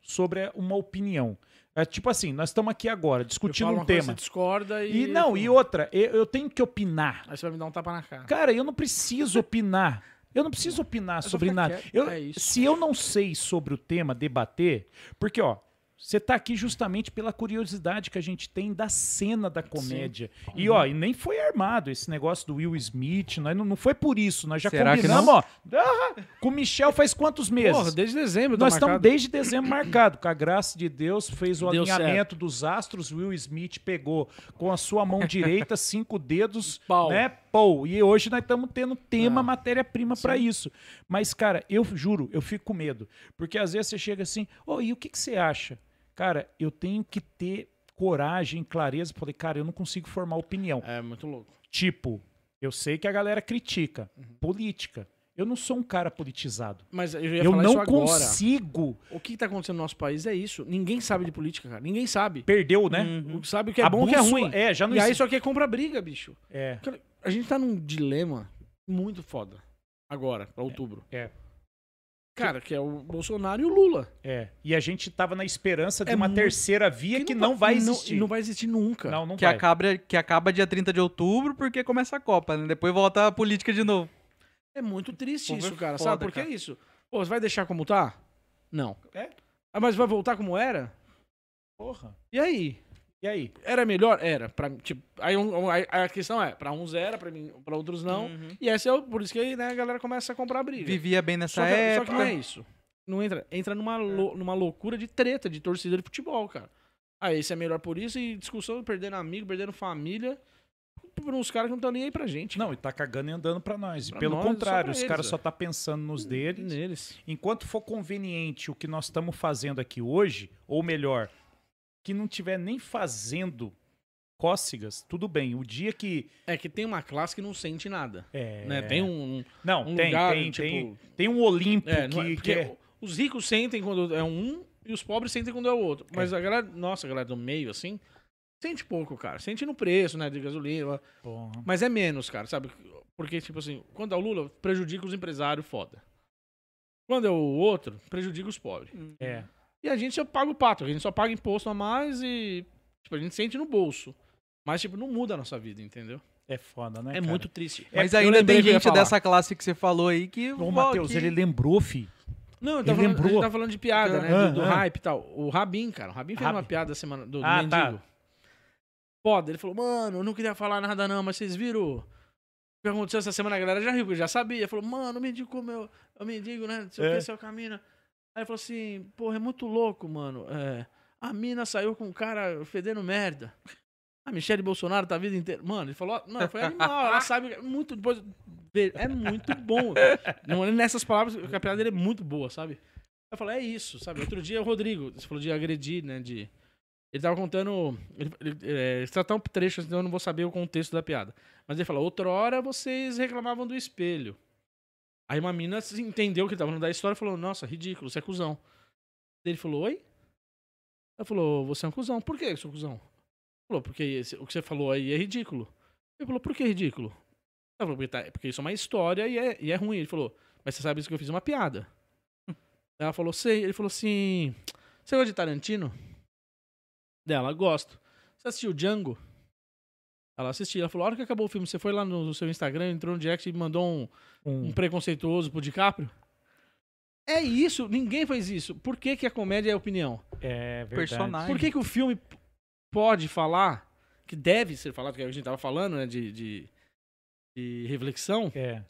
[SPEAKER 1] sobre uma opinião. É tipo assim, nós estamos aqui agora
[SPEAKER 2] Eu
[SPEAKER 1] discutindo
[SPEAKER 2] falo
[SPEAKER 1] um
[SPEAKER 2] uma coisa,
[SPEAKER 1] tema.
[SPEAKER 2] Você discorda e.
[SPEAKER 1] E não, e outra, eu, eu tenho que opinar.
[SPEAKER 2] Aí você vai me dar um tapa na cara.
[SPEAKER 1] Cara, eu não preciso opinar. Eu não preciso opinar
[SPEAKER 2] só
[SPEAKER 1] sobre
[SPEAKER 2] ficar
[SPEAKER 1] nada.
[SPEAKER 2] quieto.
[SPEAKER 1] Eu-
[SPEAKER 2] É isso.
[SPEAKER 1] se eu não sei sobre o tema, debater, porque, ó, você tá aqui justamente pela curiosidade que a gente tem da cena da comédia. E, ó, e nem foi armado esse negócio do Will Smith, nós não, não foi por isso, nós já
[SPEAKER 3] Será que
[SPEAKER 1] combinamos,
[SPEAKER 3] não?
[SPEAKER 1] ó. Ah, com o Michel faz quantos meses?
[SPEAKER 2] Porra, desde dezembro tá
[SPEAKER 1] Nós estamos
[SPEAKER 2] marcado.
[SPEAKER 1] desde dezembro marcado. Com a graça de Deus, fez o
[SPEAKER 2] Deu
[SPEAKER 1] alinhamento dos astros. Will Smith pegou com a sua mão direita <laughs> cinco dedos,
[SPEAKER 2] Pau.
[SPEAKER 1] né? Pô, e hoje nós estamos tendo tema,
[SPEAKER 2] Ah.
[SPEAKER 1] matéria-prima para
[SPEAKER 2] Sim.
[SPEAKER 1] isso. Mas, cara, eu juro, eu fico com medo. Porque às vezes você chega assim, ô, e o que, que você acha? Cara, eu tenho que ter coragem, clareza. Falei, cara, eu não consigo formar opinião.
[SPEAKER 2] É muito louco.
[SPEAKER 1] Tipo, eu sei que a galera critica.
[SPEAKER 2] Uhum.
[SPEAKER 1] Política. Eu não sou um cara politizado.
[SPEAKER 2] Mas eu ia
[SPEAKER 1] Eu
[SPEAKER 2] falar isso
[SPEAKER 1] não
[SPEAKER 2] agora.
[SPEAKER 1] consigo
[SPEAKER 2] O que tá acontecendo no nosso país é isso. Ninguém sabe de política, cara. Ninguém sabe.
[SPEAKER 1] perdeu, né?
[SPEAKER 3] Uhum.
[SPEAKER 2] Sabe o que é
[SPEAKER 1] A
[SPEAKER 2] bom e o que é
[SPEAKER 1] bússola-
[SPEAKER 2] ruim.
[SPEAKER 1] É, já não
[SPEAKER 2] E aí
[SPEAKER 1] existe.
[SPEAKER 2] só que é compra briga, bicho.
[SPEAKER 1] É,
[SPEAKER 2] Cara, a gente tá num dilema muito foda. Agora, pra outubro.
[SPEAKER 1] É.
[SPEAKER 2] Cara, que é o Bolsonaro e o Lula.
[SPEAKER 1] é. E a gente tava na esperança de
[SPEAKER 2] É
[SPEAKER 1] uma
[SPEAKER 2] muito-
[SPEAKER 1] terceira via é que, não, vai existir.
[SPEAKER 2] Não,
[SPEAKER 1] Não,
[SPEAKER 2] vai existir nunca.
[SPEAKER 1] não,
[SPEAKER 3] Que
[SPEAKER 1] vai.
[SPEAKER 3] acaba, que acaba dia 30 de outubro, porque começa a Copa, né? Depois volta a política de novo.
[SPEAKER 2] É muito triste
[SPEAKER 3] Pô,
[SPEAKER 2] isso,
[SPEAKER 3] é
[SPEAKER 2] cara.
[SPEAKER 3] foda,
[SPEAKER 2] sabe por que
[SPEAKER 3] cara.
[SPEAKER 2] isso? Pô, você vai deixar como tá? Não.
[SPEAKER 1] É.
[SPEAKER 2] Ah, mas vai voltar como era?
[SPEAKER 1] Porra.
[SPEAKER 2] E aí?
[SPEAKER 1] E aí?
[SPEAKER 2] Era melhor? Era. Pra, mim, tipo, aí, um- um- aí a questão é, pra uns era, pra, mim, pra outros não.
[SPEAKER 3] Uhum.
[SPEAKER 2] E essa é o, por isso que né, a galera começa a comprar briga.
[SPEAKER 3] Vivia bem nessa
[SPEAKER 2] Só que, só
[SPEAKER 3] época. É.
[SPEAKER 2] que não é isso. Não entra. Entra numa, lou- numa loucura de treta de torcida de futebol, cara. Ah, esse é melhor por isso e discussão perdendo amigo, perdendo família. Por uns caras que não estão nem aí pra gente. né?
[SPEAKER 1] Não, e tá cagando e andando pra nós. E
[SPEAKER 2] Pra
[SPEAKER 1] pelo
[SPEAKER 2] nós,
[SPEAKER 1] contrário,
[SPEAKER 2] só pra
[SPEAKER 1] os
[SPEAKER 2] eles, é. Hum, né?
[SPEAKER 1] caras
[SPEAKER 2] velho.
[SPEAKER 1] só tá pensando nos deles.
[SPEAKER 2] Neles.
[SPEAKER 1] Enquanto for conveniente o que nós estamos fazendo aqui hoje, ou melhor, que não tiver nem fazendo cócegas, tudo bem. O dia que.
[SPEAKER 2] É que tem uma classe que não sente nada.
[SPEAKER 1] É...
[SPEAKER 2] Né? Tem um, um-
[SPEAKER 1] Não,
[SPEAKER 2] um
[SPEAKER 1] tem,
[SPEAKER 2] lugar,
[SPEAKER 1] tem,
[SPEAKER 2] tipo.
[SPEAKER 1] tem. Tem um Olimpo
[SPEAKER 2] É, não é-
[SPEAKER 1] que, que
[SPEAKER 2] porque
[SPEAKER 1] é-
[SPEAKER 2] os ricos sentem quando é um e os pobres sentem quando é o outro. Mas a galera, nossa, a galera do meio, assim, sente pouco, cara. Sente no preço, né, de gasolina.
[SPEAKER 1] Porra.
[SPEAKER 2] Mas é menos, cara, sabe? Porque, tipo assim, quando é o Lula, prejudica os empresários, foda. Quando é o outro, prejudica os pobres.
[SPEAKER 1] É.
[SPEAKER 2] E a gente só paga o pato, a gente só paga imposto a mais e, tipo, a gente sente no bolso. Mas, tipo, não muda a nossa vida, entendeu?
[SPEAKER 1] É foda, né?
[SPEAKER 2] É,
[SPEAKER 1] cara?
[SPEAKER 2] muito triste.
[SPEAKER 3] Mas
[SPEAKER 2] É, eu
[SPEAKER 3] ainda
[SPEAKER 2] lembrei
[SPEAKER 3] tem
[SPEAKER 2] que eu ia
[SPEAKER 3] gente
[SPEAKER 2] falar.
[SPEAKER 3] dessa classe que você falou aí que.
[SPEAKER 1] Ô, Matheus,
[SPEAKER 3] que-
[SPEAKER 1] ele lembrou, fi.
[SPEAKER 2] Não, eu
[SPEAKER 1] Ele
[SPEAKER 2] tava falando,
[SPEAKER 1] lembrou.
[SPEAKER 2] a gente tava falando de piada, né?
[SPEAKER 1] Ah,
[SPEAKER 2] do do
[SPEAKER 1] ah.
[SPEAKER 2] hype e tal. O Rabin, cara. O Rabin fez
[SPEAKER 1] Rabin.
[SPEAKER 2] uma piada semana do, do
[SPEAKER 1] Ah, tá.
[SPEAKER 2] mendigo. Foda, ele falou, mano, eu não queria falar nada não, mas vocês viram o que aconteceu essa semana, a galera já riu, porque já sabia. Falou, mano, o mendigo comeu, o mendigo, né? Não sei o
[SPEAKER 1] É.
[SPEAKER 2] que, seu caminho. Aí ele falou assim, porra, é muito louco, mano. É, a mina saiu com um cara fedendo merda. A Michelle Bolsonaro tá a vida inteira. Mano, ele falou, não, foi animal, ela sabe. Muito depois. É muito bom. Não, é nessas palavras, a piada dele é muito boa, sabe? Eu falei, é isso, sabe? Outro dia o Rodrigo, você falou de agredir, né? De... Ele tava contando. Ele, ele, é, isso tá tão trecho, então eu não vou saber o contexto da piada. Mas ele falou: outrora vocês reclamavam do espelho. Aí uma mina se entendeu que ele tava falando da história e falou: Nossa, ridículo, você é cuzão. Daí Ele falou: Oi? Ela falou: Você é um cuzão. Por que eu sou cuzão? Ele falou: Porque esse- o que você falou aí é ridículo. Ele falou: Por que é ridículo? Ela falou: porque, tá- porque isso é uma história e é, e é ruim. Ele falou: Mas você sabe isso que eu fiz uma piada. Ela falou: Sei. Ele falou assim: Você gosta de Tarantino? Dela, gosto. Você assistiu Django? Ela assistiu, ela falou: a hora que acabou o filme, você foi lá no seu Instagram, entrou no direct e mandou um, um
[SPEAKER 1] Um-
[SPEAKER 2] preconceituoso pro DiCaprio? É isso, ninguém faz isso. Por que, que a comédia é opinião?
[SPEAKER 1] É verdade.
[SPEAKER 3] Personagem.
[SPEAKER 2] Por que, que o filme p- pode falar, que deve ser falado, que a gente tava falando, né, de, de, de reflexão,
[SPEAKER 1] É.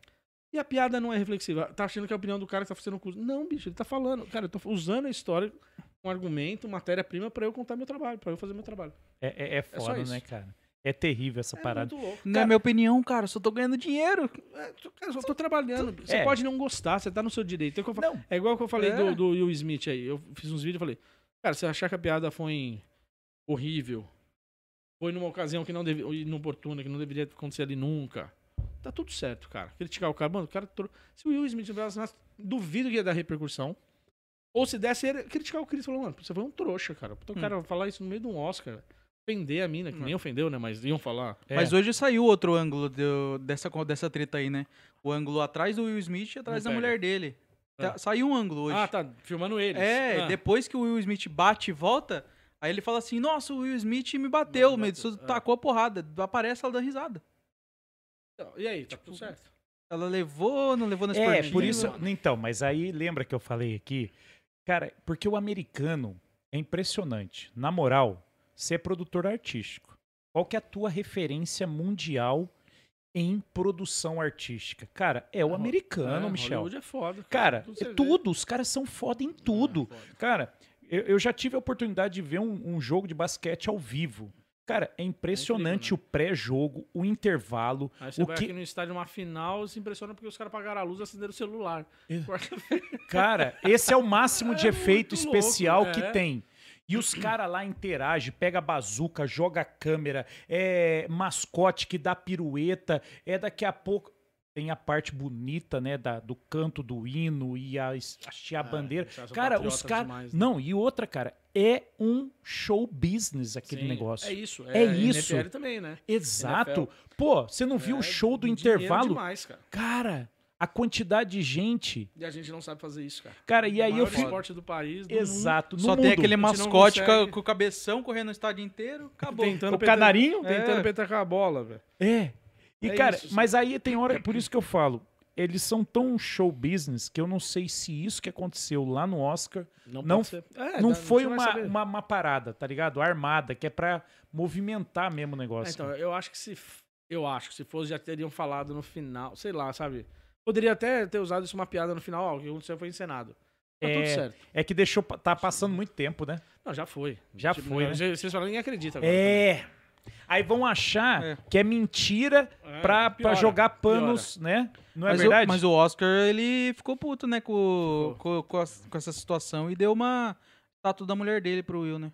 [SPEAKER 2] e a piada não é reflexiva? Tá achando que é a opinião do cara que tá fazendo o curso. Não, bicho, ele tá falando. Cara, eu tô usando a história, um argumento, matéria-prima pra eu contar meu trabalho, pra eu fazer meu trabalho.
[SPEAKER 1] É, é, é
[SPEAKER 2] só
[SPEAKER 1] foda,
[SPEAKER 2] isso.
[SPEAKER 1] né, cara? É terrível essa parada.
[SPEAKER 2] muito louco.
[SPEAKER 3] Não é
[SPEAKER 2] Cara,
[SPEAKER 3] minha opinião, cara. eu Só tô ganhando dinheiro.
[SPEAKER 2] é, tu- cara, eu só tô trabalhando. Você
[SPEAKER 1] É.
[SPEAKER 2] pode não gostar, você tá no seu direito. É, o que eu fa-
[SPEAKER 1] Não.
[SPEAKER 2] é igual que eu falei
[SPEAKER 3] É.
[SPEAKER 2] do, do Will Smith aí. Eu fiz uns vídeos e falei, cara, se achar que a piada foi horrível, foi numa ocasião que não devia, inoportuna, que não deveria acontecer ali nunca, tá tudo certo, cara. Criticar o cara, mano, o cara... tro- Se o Will Smith tivesse, nas- duvido que ia dar repercussão. Ou se desse, ele ia criticar o Chris. Falou, mano, você foi um trouxa, cara. Puta, o
[SPEAKER 3] Hum.
[SPEAKER 2] cara falar isso no meio de um Oscar. Ofender a mina, que
[SPEAKER 3] Não.
[SPEAKER 2] nem ofendeu, né? Mas iam falar.
[SPEAKER 1] É.
[SPEAKER 3] Mas hoje saiu outro ângulo do- dessa, co- dessa treta aí, né? O ângulo atrás do Will Smith e atrás
[SPEAKER 2] Não
[SPEAKER 3] da
[SPEAKER 2] pega.
[SPEAKER 3] mulher dele. Tá-
[SPEAKER 2] Ah.
[SPEAKER 3] Saiu um ângulo hoje.
[SPEAKER 2] Ah, tá filmando eles.
[SPEAKER 3] É,
[SPEAKER 2] ah.
[SPEAKER 3] depois que o Will Smith bate e volta, aí ele fala assim: Nossa, o Will Smith
[SPEAKER 2] Me
[SPEAKER 3] me bateu, o
[SPEAKER 2] bateu,
[SPEAKER 3] Medsoso
[SPEAKER 2] é.
[SPEAKER 3] tacou a porrada. Aparece ela dando risada.
[SPEAKER 2] Então, E aí, tá
[SPEAKER 1] Tipo,
[SPEAKER 2] tudo certo?
[SPEAKER 3] Ela levou, não levou na
[SPEAKER 1] É,
[SPEAKER 3] esportiva.
[SPEAKER 1] por isso.
[SPEAKER 2] mano.
[SPEAKER 1] Então, mas aí lembra que eu falei aqui? Cara, porque o americano é impressionante. Na moral, você é produtor artístico. Qual que é a tua referência mundial em produção artística? Cara, é o
[SPEAKER 2] Ho-
[SPEAKER 1] americano,
[SPEAKER 2] É,
[SPEAKER 1] Michel.
[SPEAKER 2] Hollywood é foda.
[SPEAKER 1] Cara,
[SPEAKER 2] você
[SPEAKER 1] é
[SPEAKER 2] vê.
[SPEAKER 1] tudo. Os caras são foda em tudo.
[SPEAKER 2] É, foda.
[SPEAKER 1] Cara, eu, eu já tive a oportunidade de ver um, um jogo de basquete ao vivo. Cara, é impressionante
[SPEAKER 2] né?
[SPEAKER 1] o pré-jogo, o intervalo.
[SPEAKER 2] Aí você
[SPEAKER 1] o
[SPEAKER 2] vai
[SPEAKER 1] que...
[SPEAKER 2] aqui no estádio uma final e se impressiona porque os caras apagaram a luz e acenderam o celular. <laughs> assim,
[SPEAKER 1] Cara, esse é o máximo de
[SPEAKER 2] É
[SPEAKER 1] efeito
[SPEAKER 2] muito louco,
[SPEAKER 1] especial
[SPEAKER 2] é.
[SPEAKER 1] que tem. E os caras lá interagem, pega a bazuca, joga a câmera, é mascote que dá pirueta, é daqui a pouco. Tem a parte bonita, né, da, do canto do hino e a, es- hastear a
[SPEAKER 2] É,
[SPEAKER 1] bandeira.
[SPEAKER 2] os caras são
[SPEAKER 1] Cara, os
[SPEAKER 2] patriotas
[SPEAKER 1] caras.
[SPEAKER 2] demais, né?
[SPEAKER 1] Não, e outra, cara, é um show business aquele
[SPEAKER 2] Sim,
[SPEAKER 1] negócio.
[SPEAKER 2] É isso.
[SPEAKER 1] É isso.
[SPEAKER 2] NFL também, né?
[SPEAKER 1] Exato.
[SPEAKER 2] NFL.
[SPEAKER 1] Pô, você não viu
[SPEAKER 2] É
[SPEAKER 1] o show do
[SPEAKER 2] dinheiro
[SPEAKER 1] intervalo?
[SPEAKER 2] demais, cara.
[SPEAKER 1] Cara, a quantidade de gente.
[SPEAKER 2] E a gente não sabe fazer isso, cara.
[SPEAKER 1] Cara, e aí eu
[SPEAKER 2] o É maior
[SPEAKER 1] fico.
[SPEAKER 2] esporte do país, do
[SPEAKER 1] Exato. No
[SPEAKER 3] Só tem
[SPEAKER 1] mundo.
[SPEAKER 3] aquele
[SPEAKER 2] não
[SPEAKER 3] mascote com a-
[SPEAKER 2] consegue.
[SPEAKER 3] com o cabeção correndo no estádio inteiro. Acabou.
[SPEAKER 2] Tentando
[SPEAKER 1] O canarinho?
[SPEAKER 2] mundo, tentando
[SPEAKER 3] É.
[SPEAKER 2] petacar a bola, velho.
[SPEAKER 1] É. E,
[SPEAKER 2] É
[SPEAKER 1] cara,
[SPEAKER 2] isso, sim.
[SPEAKER 1] mas aí tem hora, por isso que eu falo, eles são tão show business que eu não sei se isso que aconteceu lá no Oscar Não-
[SPEAKER 2] pode ser. É,
[SPEAKER 1] não
[SPEAKER 2] dá-
[SPEAKER 1] foi
[SPEAKER 2] você vai
[SPEAKER 1] uma,
[SPEAKER 2] saber.
[SPEAKER 1] uma, uma parada, tá ligado? Armada, que é pra movimentar mesmo o
[SPEAKER 2] É,
[SPEAKER 1] negócio.
[SPEAKER 2] então, eu acho que se. f- Eu acho que se fosse, já teriam falado no final. Sei lá, sabe? Poderia até ter usado isso uma piada no final, ó, o que aconteceu foi encenado. Tá tudo
[SPEAKER 1] É.
[SPEAKER 2] certo.
[SPEAKER 1] É que deixou, pa- tá passando muito tempo, né?
[SPEAKER 2] Não, já foi. Tipo,
[SPEAKER 1] Já foi,
[SPEAKER 2] não,
[SPEAKER 1] né?
[SPEAKER 2] Vocês vocês falam, ninguém acredita agora. também.
[SPEAKER 1] É. Aí vão achar
[SPEAKER 3] É.
[SPEAKER 1] que é mentira
[SPEAKER 2] É,
[SPEAKER 1] pra, pra
[SPEAKER 2] piora,
[SPEAKER 1] jogar panos, né? Não é
[SPEAKER 3] mas,
[SPEAKER 1] verdade?
[SPEAKER 3] O, mas o Oscar, ele ficou puto, né, com, com, com as- com essa situação e deu uma estátua da mulher dele pro Will, né?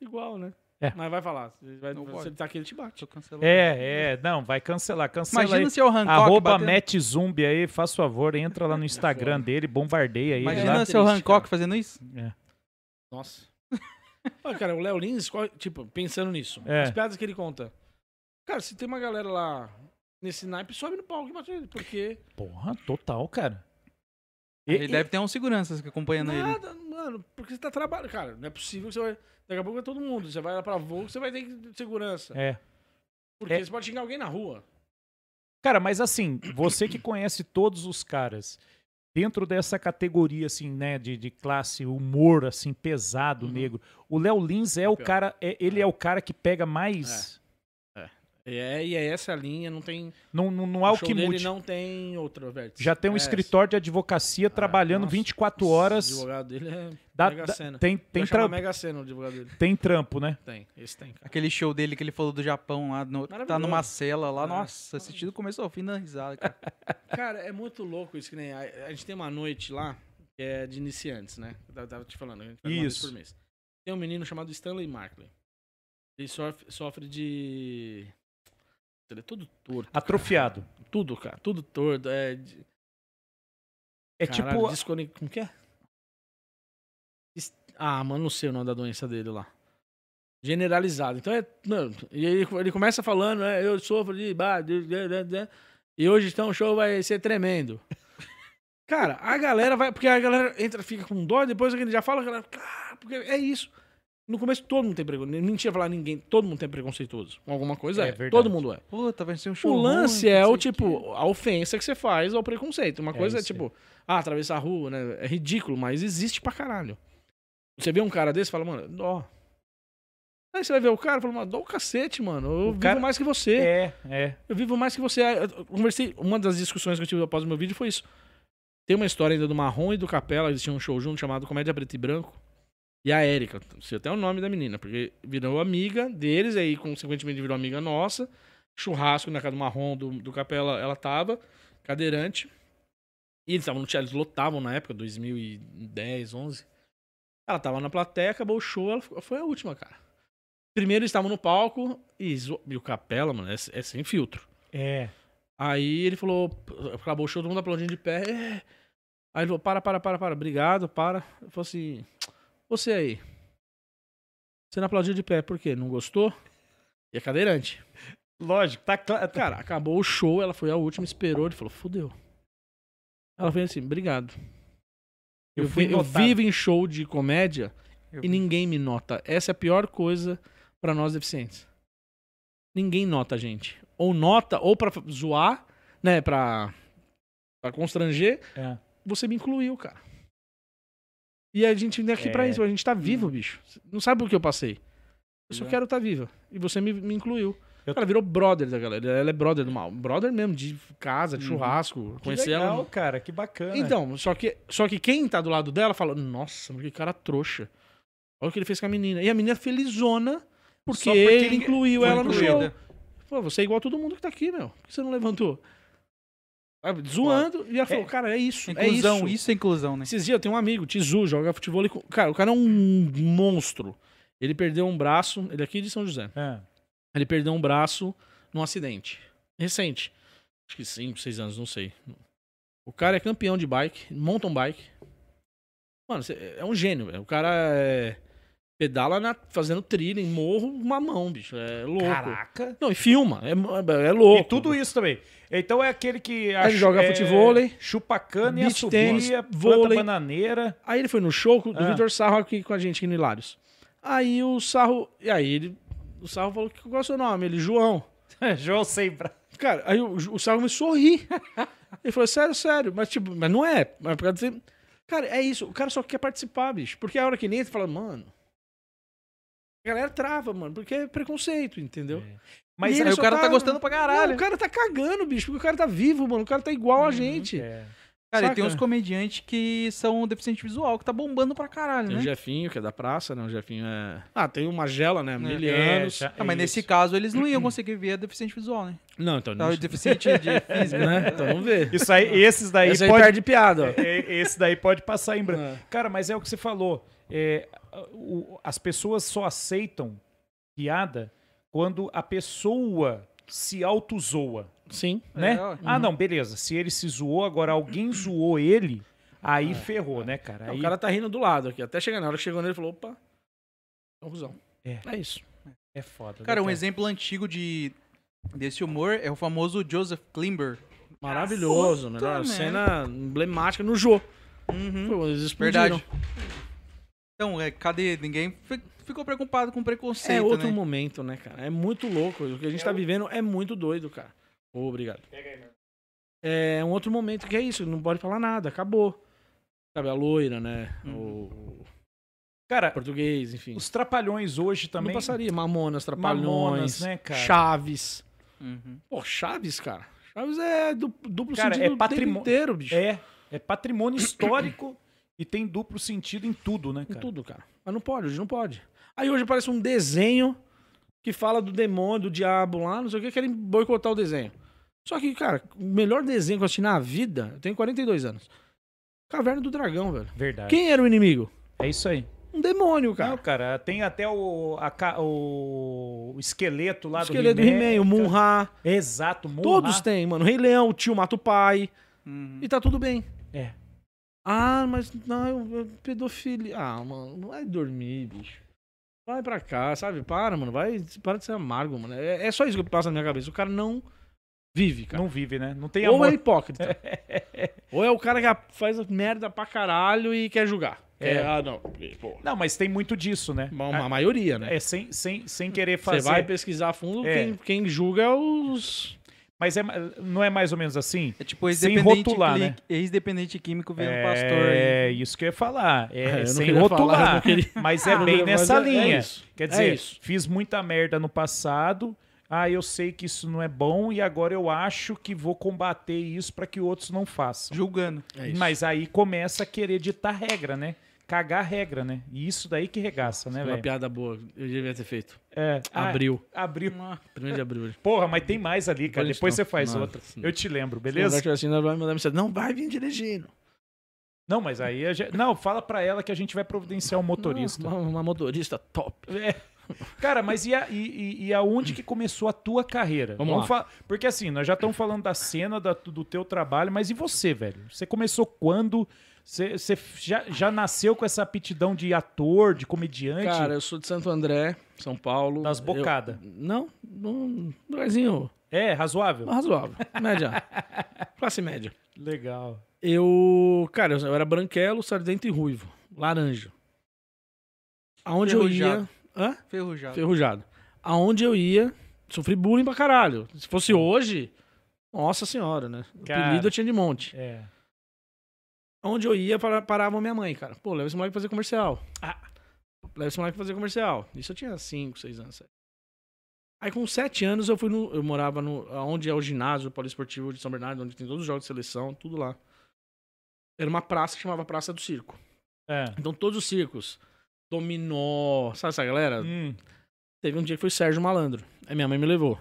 [SPEAKER 2] Igual, né?
[SPEAKER 1] É.
[SPEAKER 2] Mas vai falar. Se vai-
[SPEAKER 3] Não
[SPEAKER 2] se
[SPEAKER 3] pode.
[SPEAKER 2] ele tá aqui, ele te bate.
[SPEAKER 3] Tô cancelado.
[SPEAKER 1] É, é, não, vai cancelar, cancela
[SPEAKER 3] Imagina
[SPEAKER 1] aí.
[SPEAKER 3] se é o Hancock
[SPEAKER 1] Arroba
[SPEAKER 3] batendo-
[SPEAKER 1] Matt Zumbi aí, faz favor, entra lá no Instagram dele, bombardeia ele
[SPEAKER 3] Imagina
[SPEAKER 1] lá.
[SPEAKER 2] É
[SPEAKER 3] se é o
[SPEAKER 2] triste,
[SPEAKER 3] Hancock
[SPEAKER 2] cara.
[SPEAKER 3] fazendo isso.
[SPEAKER 2] Nossa. <laughs> Olha, cara, o Léo Lins, qual- tipo, pensando nisso.
[SPEAKER 1] É.
[SPEAKER 2] As piadas que ele conta. Cara, se tem uma galera lá nesse naipe, sobe no palco e bate ele. Porque
[SPEAKER 1] Porra, total, cara. E-
[SPEAKER 3] Ele
[SPEAKER 1] e-
[SPEAKER 3] deve ter uns seguranças que acompanhando ele.
[SPEAKER 2] Nada, mano, porque você tá trabalhando. Cara, não é possível que você vai. Daqui a pouco é todo mundo. Você vai lá pra voo, você vai ter que- segurança.
[SPEAKER 1] É.
[SPEAKER 2] Porque
[SPEAKER 1] É.
[SPEAKER 2] você pode xingar alguém na rua.
[SPEAKER 1] Cara, mas assim, você que conhece todos os caras, dentro dessa categoria, assim, né, de, de classe, humor, assim, pesado,
[SPEAKER 2] Uhum.
[SPEAKER 1] negro, o Léo Lins é o
[SPEAKER 2] Pior.
[SPEAKER 1] cara, é- ele é o cara que pega mais...
[SPEAKER 2] É, e é essa a linha, não tem.
[SPEAKER 1] Não, não, não
[SPEAKER 2] O
[SPEAKER 1] há o
[SPEAKER 2] show
[SPEAKER 1] que
[SPEAKER 2] dele
[SPEAKER 1] mude.
[SPEAKER 2] não Um tem outro vértice.
[SPEAKER 1] Já tem um
[SPEAKER 2] É, Ah,
[SPEAKER 1] escritório de advocacia trabalhando
[SPEAKER 2] nossa.
[SPEAKER 1] 24
[SPEAKER 2] O
[SPEAKER 1] horas.
[SPEAKER 2] advogado dele é.
[SPEAKER 1] Da,
[SPEAKER 2] Mega
[SPEAKER 1] da-
[SPEAKER 2] Sena.
[SPEAKER 1] tem, tem,
[SPEAKER 2] Tem tra...
[SPEAKER 1] tram-
[SPEAKER 2] é Mega Sena o advogado dele.
[SPEAKER 1] tem trampo, né?
[SPEAKER 2] Tem, esse tem, cara.
[SPEAKER 3] Aquele show dele que ele falou do Japão lá, no- tá
[SPEAKER 2] Maravilhoso.
[SPEAKER 3] numa cela lá.
[SPEAKER 2] É.
[SPEAKER 3] Nossa, assistindo do começo ao fim da risada, cara.
[SPEAKER 2] Cara, é muito louco isso que nem. A, a gente tem uma noite lá que é de iniciantes, né? Eu tava- tava te falando, a gente faz uma vez
[SPEAKER 1] Isso.
[SPEAKER 2] por mês. Tem um menino chamado Stanley Markley. Ele sofre, sofre de. Ele é todo torto. cara.
[SPEAKER 1] Atrofiado.
[SPEAKER 2] Tudo, cara. Tudo torto. É, de-
[SPEAKER 1] É
[SPEAKER 2] caralho,
[SPEAKER 1] tipo.
[SPEAKER 2] descone- Como que é? Dis- Ah, mano, não sei o nome da doença dele lá. Generalizado. Então é. não, e aí ele começa falando, né? Eu sofro de. ba- de- de- de- de- E hoje então o show vai ser tremendo. <laughs> Cara, a galera vai. Porque a galera entra, fica com dó, depois que ele já fala, a galera. "Ah", Porque é isso. No começo todo mundo tem preconceito. Não tinha falar ninguém, todo mundo tem preconceituoso. Com alguma coisa
[SPEAKER 1] É
[SPEAKER 2] é.
[SPEAKER 1] verdade.
[SPEAKER 2] Todo mundo é.
[SPEAKER 3] Puta, vai ser um show.
[SPEAKER 2] O lance
[SPEAKER 3] ruim,
[SPEAKER 2] é
[SPEAKER 3] não sei
[SPEAKER 2] o tipo, a ofensa que você faz ao preconceito. Uma
[SPEAKER 1] É
[SPEAKER 2] coisa é
[SPEAKER 1] isso aí.
[SPEAKER 2] tipo, ah, atravessar a rua, né? É ridículo, mas existe pra caralho. Você vê um cara desse e fala, mano, ó. Aí você vai ver o cara e fala, mano, dá o cacete, mano. Eu
[SPEAKER 1] O
[SPEAKER 2] vivo
[SPEAKER 1] cara-
[SPEAKER 2] mais que você.
[SPEAKER 1] É, é.
[SPEAKER 2] Eu vivo mais que você. Ah, Eu conversei. Uma das discussões que eu tive após o meu vídeo foi isso. Tem uma história ainda do Marrom e do Capela. Eles tinham um show junto chamado Comédia Preto e Branco. E a Érica. Não sei até o nome da menina, porque virou amiga deles. Aí, consequentemente, virou amiga nossa. Churrasco na casa do Marrom, do, do Capela, ela tava. Cadeirante. E eles estavam no teatro, eles lotavam na época, 2010, 11. Ela tava na plateia, acabou o show, ela ficou- foi a última, cara. Primeiro eles estavam no palco e, zo- e o Capela, mano, é s- é sem filtro.
[SPEAKER 1] É.
[SPEAKER 2] Aí ele falou, acabou o show, todo mundo aplaudindo de pé. É. Aí ele falou, para, para, para, para, obrigado, para. Ele falou assim, você aí, você não aplaudiu de pé, por quê? Não gostou? E é cadeirante.
[SPEAKER 1] Lógico, tá claro.
[SPEAKER 2] Cara, acabou o show, ela foi a última, esperou, ele falou, fudeu. Ela fez assim, obrigado. Eu, vi- eu
[SPEAKER 1] notado.
[SPEAKER 2] vivo em show de comédia
[SPEAKER 3] o quê.
[SPEAKER 2] e ninguém me nota. Essa é a pior coisa pra nós deficientes. Ninguém nota a gente. Ou nota, ou pra zoar, né, pra, pra constranger,
[SPEAKER 1] É.
[SPEAKER 2] você me incluiu, cara. E a gente vem aqui pra
[SPEAKER 1] É.
[SPEAKER 2] isso, a gente tá vivo, bicho. Não sabe o que eu passei. Eu só
[SPEAKER 3] Exato.
[SPEAKER 2] quero estar tá viva. E você me, me incluiu.
[SPEAKER 1] Né. Eu
[SPEAKER 2] Ela virou brother da galera. Ela é brother do mal. Brother mesmo, de casa, de
[SPEAKER 3] Uhum.
[SPEAKER 2] churrasco.
[SPEAKER 1] Que
[SPEAKER 2] Conhecer
[SPEAKER 1] legal,
[SPEAKER 2] ela.
[SPEAKER 1] cara, que bacana.
[SPEAKER 2] Então, só que, só que quem tá do lado dela fala: Nossa, mas que cara trouxa. Olha o que ele fez com a menina. E a menina é felizona porque,
[SPEAKER 1] Só porque
[SPEAKER 2] ele
[SPEAKER 1] ele-
[SPEAKER 2] incluiu
[SPEAKER 1] foi
[SPEAKER 2] ela no
[SPEAKER 1] incluída.
[SPEAKER 2] show. Pô, você é igual a todo mundo que tá aqui, meu. Por que você não levantou? Aí, Zoando. E ela falou: Cara, é isso.
[SPEAKER 3] Inclusão,
[SPEAKER 2] é isso.
[SPEAKER 3] isso. é inclusão, né?
[SPEAKER 2] Esses dias eu tenho um amigo, Tizu, joga futebol. ele- Cara, o cara é um monstro. Ele perdeu um braço. Ele é aqui de São José.
[SPEAKER 1] Ah,
[SPEAKER 2] Ele perdeu um braço num acidente. Recente. Acho que 5, 6 anos, não sei. O cara é campeão de bike, mountain bike. Mano, cê- é um gênio, velho. O cara é- pedala na- fazendo trilha em morro uma mão, bicho. É louco.
[SPEAKER 1] caraca.
[SPEAKER 2] Não, e filma. É, é louco.
[SPEAKER 1] E tudo isso também. Então é aquele que acha-
[SPEAKER 2] joga
[SPEAKER 1] é,
[SPEAKER 2] futevôlei,
[SPEAKER 1] chupa cana e
[SPEAKER 2] beach
[SPEAKER 1] assobia,
[SPEAKER 2] tênis,
[SPEAKER 1] planta
[SPEAKER 2] vôlei.
[SPEAKER 1] bananeira. <laughs>
[SPEAKER 2] Aí ele foi no show do
[SPEAKER 1] Ah.
[SPEAKER 2] Vitor Sarro aqui com a gente, aqui no Hilários. Aí o Sarro. E aí ele. O Sarro falou: qual é o seu nome? Ele, João.
[SPEAKER 1] João sem braço.
[SPEAKER 2] Cara, aí o, o Sarro me sorri. Ele falou, sério, sério. Mas, tipo, mas não é. Mas por causa de... Cara, é isso. O cara só quer participar, bicho. Porque a hora que ele entra, fala, mano. A galera trava, mano. Porque é preconceito, entendeu?
[SPEAKER 1] Mas
[SPEAKER 2] E ele
[SPEAKER 3] Aí o
[SPEAKER 2] só
[SPEAKER 3] cara
[SPEAKER 2] tá-
[SPEAKER 3] tá gostando pra
[SPEAKER 2] Não,
[SPEAKER 3] caralho.
[SPEAKER 2] o cara tá cagando, bicho. Porque o cara tá vivo, mano. O cara tá igual a gente.
[SPEAKER 1] É.
[SPEAKER 3] Cara, e
[SPEAKER 2] Saca?
[SPEAKER 3] tem uns comediantes que são deficiente visual, que tá bombando pra caralho,
[SPEAKER 2] Tem o
[SPEAKER 3] né?
[SPEAKER 2] Jefinho, que é da praça, né? O Jefinho é. Ah, tem o Magela, né? Mil
[SPEAKER 1] É,
[SPEAKER 2] anos.
[SPEAKER 1] já-
[SPEAKER 3] Ah, mas
[SPEAKER 1] isso.
[SPEAKER 3] nesse caso eles não iam conseguir ver a deficiente visual, né?
[SPEAKER 2] Não, então
[SPEAKER 3] Tá,
[SPEAKER 2] não.
[SPEAKER 3] o deficiente de física.
[SPEAKER 2] <laughs> né? Então vamos ver.
[SPEAKER 1] Isso aí, esses daí
[SPEAKER 2] Essa é aí
[SPEAKER 1] pode
[SPEAKER 2] perde
[SPEAKER 3] <laughs>
[SPEAKER 2] piada,
[SPEAKER 1] <laughs>
[SPEAKER 2] ó.
[SPEAKER 1] É, Esse daí pode passar em branco.
[SPEAKER 2] É.
[SPEAKER 1] Cara, mas é o que você falou. É, o- as pessoas só aceitam piada quando a pessoa se autozoa,
[SPEAKER 2] Sim.
[SPEAKER 1] né?
[SPEAKER 3] É, ó.
[SPEAKER 1] ah, não, beleza. Se ele se zoou, agora alguém zoou ele, aí ferrou, né, cara?
[SPEAKER 2] É. Não,
[SPEAKER 1] Aí,
[SPEAKER 2] O cara tá rindo do lado aqui. Até chegar na hora que chegou nele, ele falou: opa, conclusão.
[SPEAKER 1] É.
[SPEAKER 2] É. isso.
[SPEAKER 1] é foda. né,
[SPEAKER 3] Cara, um exemplo antigo de desse humor é o famoso Joseph Klimber.
[SPEAKER 2] Maravilhoso,
[SPEAKER 3] Puta
[SPEAKER 2] melhor
[SPEAKER 3] merda.
[SPEAKER 2] cena emblemática no jogo.
[SPEAKER 1] Hum,
[SPEAKER 3] Uhum.
[SPEAKER 2] Pô, eles explodiram.
[SPEAKER 3] Verdade. Então, é, cadê? Ninguém fi- ficou preocupado com
[SPEAKER 2] É
[SPEAKER 3] preconceito,
[SPEAKER 2] outro
[SPEAKER 3] né?
[SPEAKER 2] momento, né, cara? É muito louco. O que a gente tá vivendo é muito doido, cara. Ô, obrigado. É um outro momento que é isso, não pode falar nada, acabou. Sabe, a loira, né? O
[SPEAKER 1] Cara,
[SPEAKER 2] português, enfim.
[SPEAKER 1] Hum. os trapalhões hoje também.
[SPEAKER 2] Não passaria. Mamonas, Trapalhões,
[SPEAKER 1] Mamonas, né, cara?
[SPEAKER 2] Chaves.
[SPEAKER 3] Uhum.
[SPEAKER 2] Pô, Chaves, cara. Chaves é du- duplo
[SPEAKER 1] Cara,
[SPEAKER 2] sentido
[SPEAKER 1] é
[SPEAKER 2] o tempo
[SPEAKER 1] patrimônio-
[SPEAKER 2] inteiro, bicho.
[SPEAKER 1] É, é patrimônio histórico e tem duplo sentido em tudo, né,
[SPEAKER 2] Em
[SPEAKER 1] cara?
[SPEAKER 2] tudo, cara. Mas não pode, hoje não pode. Aí hoje aparece um desenho que fala do demônio, do diabo lá, não sei o que, querem boicotar o desenho. Só que, cara, o melhor desenho que eu assisti na vida, eu tenho 42 anos. Caverna do Dragão, velho.
[SPEAKER 1] Verdade.
[SPEAKER 2] Quem era o inimigo?
[SPEAKER 1] É isso aí.
[SPEAKER 2] Um demônio, cara.
[SPEAKER 1] Não, cara, tem até o, a ca- o esqueleto lá
[SPEAKER 2] o esqueleto do
[SPEAKER 1] do He-Man.
[SPEAKER 2] He-Man, o Munra.
[SPEAKER 1] Exato, Moonra.
[SPEAKER 2] Todos têm, mano. O Rei Leão, o tio mata o pai.
[SPEAKER 3] Uhum.
[SPEAKER 2] E tá tudo bem.
[SPEAKER 1] É.
[SPEAKER 2] Ah, mas não, eu, eu- pedofilia. Ah, mano, não vai dormir, bicho. Vai pra cá, sabe? Para, mano. Vai, para de ser amargo, mano. É, é só isso que passa na minha cabeça. O cara não vive, cara.
[SPEAKER 1] Não vive, né? Não tem
[SPEAKER 2] Ou
[SPEAKER 1] amor.
[SPEAKER 2] é
[SPEAKER 1] <laughs>
[SPEAKER 2] hipócrita. Ou é o cara que a- faz merda pra caralho e quer julgar.
[SPEAKER 1] É.
[SPEAKER 2] Quer, ah, não. Pô,
[SPEAKER 1] Não, mas tem muito disso, né?
[SPEAKER 2] uma, uma maioria, né?
[SPEAKER 1] É sem, sem, sem querer
[SPEAKER 2] Você
[SPEAKER 1] fazer.
[SPEAKER 2] vai pesquisar a fundo,
[SPEAKER 1] É.
[SPEAKER 2] quem, quem julga é os.
[SPEAKER 1] Mas é, não é mais ou menos assim?
[SPEAKER 3] É tipo
[SPEAKER 1] Sem
[SPEAKER 3] ex-dependente
[SPEAKER 1] rotular,
[SPEAKER 3] cli-
[SPEAKER 1] né?
[SPEAKER 3] ex-dependente químico
[SPEAKER 2] um
[SPEAKER 3] vendo
[SPEAKER 1] é
[SPEAKER 3] pastor. aí.
[SPEAKER 1] isso que eu ia falar. É,
[SPEAKER 2] Ah, eu não
[SPEAKER 1] sem
[SPEAKER 2] queria falar,
[SPEAKER 1] rotular.
[SPEAKER 2] eu não queria- <laughs>
[SPEAKER 1] Mas é
[SPEAKER 2] Mas
[SPEAKER 1] bem
[SPEAKER 2] é-
[SPEAKER 1] nessa
[SPEAKER 2] mas é- é
[SPEAKER 1] linha.
[SPEAKER 2] isso.
[SPEAKER 1] Quer
[SPEAKER 2] É
[SPEAKER 1] dizer,
[SPEAKER 2] isso.
[SPEAKER 1] fiz muita merda no passado. Ah, eu sei que isso não é bom e agora eu acho que vou combater isso para que outros não façam.
[SPEAKER 3] Julgando.
[SPEAKER 2] É isso.
[SPEAKER 1] Mas aí começa a querer ditar regra, né? Cagar regra, né? E isso daí que regaça, né,
[SPEAKER 2] é Uma
[SPEAKER 1] velho?
[SPEAKER 2] piada boa, eu devia ter feito.
[SPEAKER 1] É, ah,
[SPEAKER 2] Abril.
[SPEAKER 1] Abril.
[SPEAKER 2] Primeiro de abril.
[SPEAKER 1] Porra, mas tem mais ali, cara.
[SPEAKER 2] Depois
[SPEAKER 1] Depois
[SPEAKER 2] não.
[SPEAKER 1] você faz
[SPEAKER 2] Não,
[SPEAKER 1] outra.
[SPEAKER 2] sim.
[SPEAKER 1] Eu te lembro,
[SPEAKER 2] Beleza?
[SPEAKER 1] beleza?
[SPEAKER 2] Assim, não, vai mandar mensagem. não vai vir dirigindo.
[SPEAKER 1] Não, mas aí a gente... Não, fala pra ela que a gente vai providenciar um motorista.
[SPEAKER 2] Uma, uma motorista top.
[SPEAKER 1] É. Cara, mas e, a, e, e- e aonde que começou a tua carreira?
[SPEAKER 2] Vamos
[SPEAKER 1] fa- Porque assim, nós já estamos falando da cena, da- do teu trabalho, mas e você, velho? Você começou quando? Você, você já, já nasceu com essa aptidão de ator, de comediante?
[SPEAKER 2] Cara, eu sou de Santo André, São Paulo.
[SPEAKER 1] das bocadas.
[SPEAKER 2] Eu- Não, num lugarzinho
[SPEAKER 1] É, razoável?
[SPEAKER 2] razoável.
[SPEAKER 1] <laughs>
[SPEAKER 2] Média. Classe média.
[SPEAKER 1] Legal.
[SPEAKER 2] Eu. Cara, eu era branquelo, sardento e ruivo. Laranja. Aonde eu ia.
[SPEAKER 3] Ferrujado.
[SPEAKER 2] Hã?
[SPEAKER 3] Ferrujado.
[SPEAKER 2] Ferrujado. Aonde eu ia, sofri bullying pra caralho. Se fosse hoje, nossa senhora, né?
[SPEAKER 1] Cara.
[SPEAKER 2] Apelido eu tinha de monte.
[SPEAKER 1] É.
[SPEAKER 2] Onde eu ia, para- parava minha mãe, cara. Pô, leva esse moleque pra fazer comercial.
[SPEAKER 1] Ah.
[SPEAKER 2] Leva esse moleque pra fazer comercial. Isso eu tinha 5, 6 anos. sete. Aí com 7 anos eu fui no. Eu morava no. Onde é o ginásio poliesportivo de São Bernardo, onde tem todos os jogos de seleção, tudo lá. Era uma praça que chamava Praça do Circo.
[SPEAKER 1] é.
[SPEAKER 2] Então todos os circos. Dominó. Sabe essa galera?
[SPEAKER 1] Hum,
[SPEAKER 2] Teve um dia que foi o Sérgio Malandro. Aí minha mãe me levou.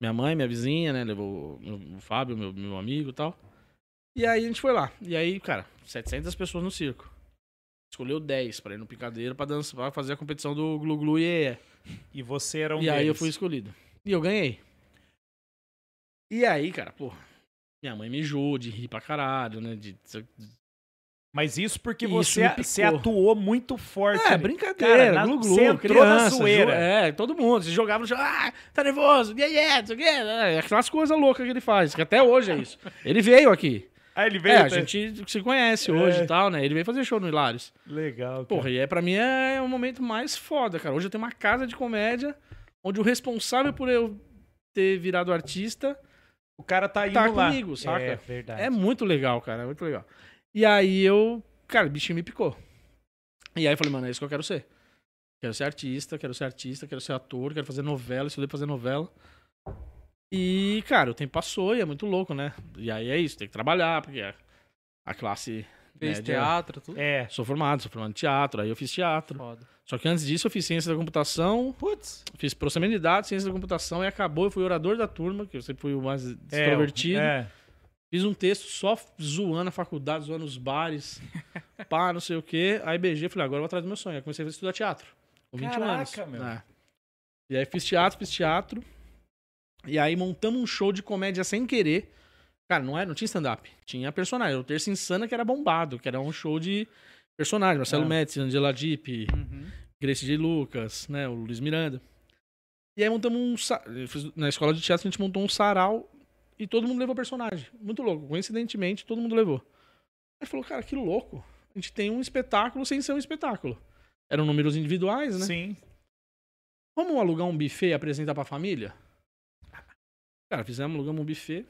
[SPEAKER 2] Minha mãe, minha vizinha, né? Levou o meu- o Fábio, meu, meu amigo e tal. E aí a gente foi lá. E aí, cara, 700 pessoas no circo. Escolheu 10 pra ir no picadeiro pra dançar, pra fazer a competição do Glu Glu e
[SPEAKER 1] e você era um
[SPEAKER 2] E aí eu
[SPEAKER 1] deles.
[SPEAKER 2] fui escolhido. E eu ganhei. E aí, cara, porra. Minha mãe mijou de rir pra caralho, né? De, de-
[SPEAKER 1] Mas isso porque
[SPEAKER 2] Isso
[SPEAKER 1] você,
[SPEAKER 2] me picou.
[SPEAKER 1] você atuou muito forte.
[SPEAKER 2] É,
[SPEAKER 1] ali.
[SPEAKER 2] brincadeira,
[SPEAKER 1] Cara, na-
[SPEAKER 2] glu-glu,
[SPEAKER 1] você entrou na
[SPEAKER 2] criança,
[SPEAKER 1] zoeira.
[SPEAKER 2] jo- É, todo mundo. Se jogava no chão, ah, tá nervoso, yeah, yeah, não sei o quê. É, aquelas coisas loucas que ele faz, que até hoje é isso. <laughs> Ele veio aqui.
[SPEAKER 1] Ah, ele veio.
[SPEAKER 2] É, a
[SPEAKER 1] né?
[SPEAKER 2] gente se conhece hoje
[SPEAKER 1] É.
[SPEAKER 2] e tal, né? Ele veio fazer show no Hilários.
[SPEAKER 1] Legal. Cara.
[SPEAKER 2] Porra, e é, pra mim é o momento mais foda, cara. Hoje eu tenho uma casa de comédia, onde o responsável por eu ter virado artista
[SPEAKER 1] o cara tá indo
[SPEAKER 2] tá
[SPEAKER 1] lá.
[SPEAKER 2] comigo, saca?
[SPEAKER 1] É verdade.
[SPEAKER 2] É muito legal, cara. É muito legal. E aí eu, cara, o bichinho me picou. E aí eu falei, mano, é isso que eu quero ser. Quero ser artista, quero ser artista, quero ser ator, quero fazer novela, estudei pra fazer novela. E, cara, o tempo passou e é muito louco, né? E aí é isso, tem que trabalhar, porque a, a classe.
[SPEAKER 3] Fez
[SPEAKER 2] média-
[SPEAKER 3] teatro, tudo.
[SPEAKER 1] É.
[SPEAKER 2] Sou formado, sou formado em teatro, aí eu fiz teatro.
[SPEAKER 3] Foda.
[SPEAKER 2] Só que antes disso eu fiz ciência da computação,
[SPEAKER 1] Putz.
[SPEAKER 2] fiz processamento de dados, ciência da computação, e acabou, eu fui orador da turma, que eu sempre fui o mais
[SPEAKER 1] É,
[SPEAKER 2] extrovertido.
[SPEAKER 1] é.
[SPEAKER 2] Fiz um texto só zoando a faculdade, zoando
[SPEAKER 1] <laughs>
[SPEAKER 2] os bares, pá, não sei o quê. Aí beijei, falei, "Ah, agora eu vou atrás do meu sonho. Aí comecei a estudar teatro. Com 20
[SPEAKER 1] Caraca,
[SPEAKER 2] anos.
[SPEAKER 1] meu.
[SPEAKER 2] É. E aí fiz teatro, fiz teatro. E aí montamos um show de comédia sem querer. Cara, não, era, não tinha stand-up. Tinha personagem. Era O Terça Insana, que era bombado, que era um show de personagem. Marcelo
[SPEAKER 1] Ah.
[SPEAKER 2] Médici, Angela Dipp,
[SPEAKER 3] Uhum.
[SPEAKER 2] Grace de Lucas, né? O Luiz Miranda. E aí montamos um. sa- eu fiz- Na escola de teatro a gente montou um sarau e todo mundo levou personagem. Muito louco. Coincidentemente, todo mundo levou. Aí falou, cara, que louco. A gente tem um espetáculo sem ser um espetáculo. Eram números individuais, né?
[SPEAKER 1] Sim.
[SPEAKER 2] Vamos alugar um buffet e apresentar pra família? Cara, fizemos, alugamos um buffet.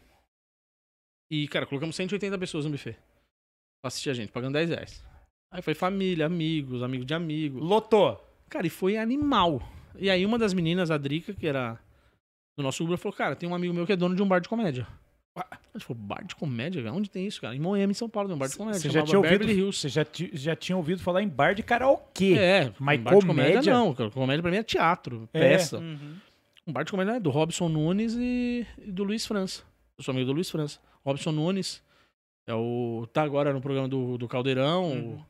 [SPEAKER 2] E, cara, colocamos 180 pessoas no buffet. Pra assistir a gente, pagando 10 reais. Aí foi família, amigos, amigo de amigo.
[SPEAKER 1] Lotou.
[SPEAKER 2] Cara, e foi animal. E aí uma das meninas, a Drica, que era do nosso Uber, falou, cara, tem um amigo meu que é dono de um bar de comédia. A gente falou, bar de comédia? cara? Onde tem isso, cara? Em Moema, em São Paulo, tem um bar de comédia.
[SPEAKER 1] Você já
[SPEAKER 2] chamava
[SPEAKER 1] tinha ouvido?
[SPEAKER 2] Beverly Hills.
[SPEAKER 1] Você já, ti- já tinha ouvido falar em bar de karaokê?
[SPEAKER 2] É,
[SPEAKER 1] Mas
[SPEAKER 2] um bar de
[SPEAKER 1] comédia?
[SPEAKER 2] comédia não. cara. Comédia pra mim é teatro,
[SPEAKER 1] É.
[SPEAKER 2] peça.
[SPEAKER 3] Uhum.
[SPEAKER 2] Um bar de comédia é do Robson Nunes e, e do Luiz França. Eu sou amigo do Luiz França. Robson Nunes é o... Tá agora no programa do, do Caldeirão,
[SPEAKER 1] Uhum.
[SPEAKER 2] o-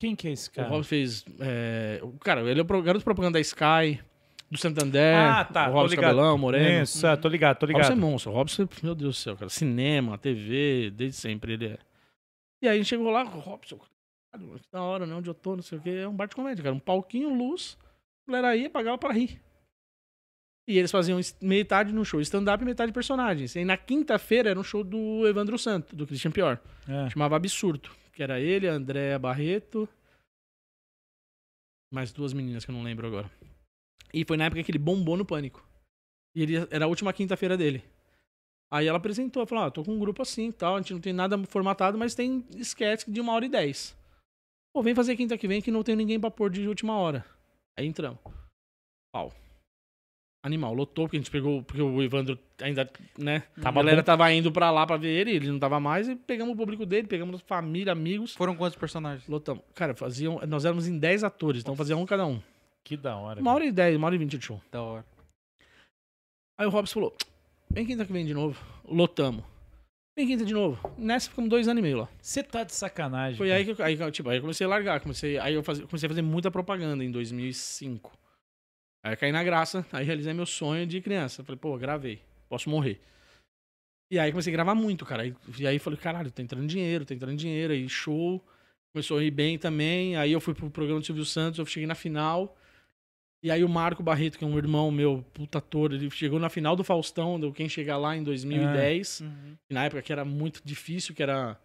[SPEAKER 1] Quem que é esse
[SPEAKER 2] O
[SPEAKER 1] cara?
[SPEAKER 2] Rob fez. é, o- cara, ele é o pro- garoto propaganda da Sky, do Santander.
[SPEAKER 1] Ah, tá, tô
[SPEAKER 2] O Robson
[SPEAKER 1] ligado.
[SPEAKER 2] Cabelão, Moreno.
[SPEAKER 1] Isso, ah, tô ligado, tô
[SPEAKER 2] O Robson é
[SPEAKER 1] ligado.
[SPEAKER 2] monstro. O Robson, meu Deus do céu, cara. Cinema, TV, desde sempre ele é. E aí a gente chegou lá, Robson, caralho, que da hora, né? Onde eu tô, não sei o quê. É um bar de comédia, cara. Um palquinho, luz. A galera ia, pagava pra rir. E eles faziam es- metade no show stand-up e metade personagens. E na quinta-feira era um show do Evandro Santo, do Christian Pior.
[SPEAKER 1] É.
[SPEAKER 2] Chamava Absurdo, que era ele, a Andréa Barreto, mais duas meninas que eu não lembro agora. E foi na época que ele bombou no Pânico. E ele era a última quinta-feira dele. Aí ela apresentou, falou, ah, tô com um grupo assim e tal, a gente não tem nada formatado, mas tem sketch de uma hora e dez. Pô, vem fazer quinta que vem que não tem ninguém pra pôr de última hora. Aí entramos. Pau. Animal, lotou, porque a gente pegou, porque o Evandro ainda, né? a
[SPEAKER 1] Tava
[SPEAKER 2] galera tava indo pra lá pra ver ele, ele não tava mais, e pegamos o público dele, pegamos família, amigos,
[SPEAKER 3] Foram quantos personagens?
[SPEAKER 2] lotamos. Cara, faziam, nós éramos em 10 atores, então fazia um cada um.
[SPEAKER 1] Que da hora.
[SPEAKER 2] Uma hora e 10, uma hora e 20 de show.
[SPEAKER 3] Da hora.
[SPEAKER 2] Aí o Robson falou: vem quinta que vem de novo, lotamos. Vem quinta de novo. Nessa ficamos dois anos e meio lá.
[SPEAKER 1] Você tá de sacanagem.
[SPEAKER 2] Foi
[SPEAKER 1] cara.
[SPEAKER 2] aí que eu, aí, que eu, tipo, aí eu comecei a largar, comecei, aí eu fazia- comecei a fazer muita propaganda em 2005. Aí eu caí na graça, aí realizei meu sonho de criança. Falei, pô, gravei, posso morrer. E aí comecei a gravar muito, cara. E, e aí falei, caralho, tá entrando dinheiro, tá entrando dinheiro, aí show. Começou a ir bem também. Aí eu fui pro programa do Silvio Santos, eu cheguei na final. E aí o Marco Barreto, que é um irmão meu, puta ator, ele chegou na final do Faustão, do Quem Chegar Lá em 2010 que na época que era muito difícil, que era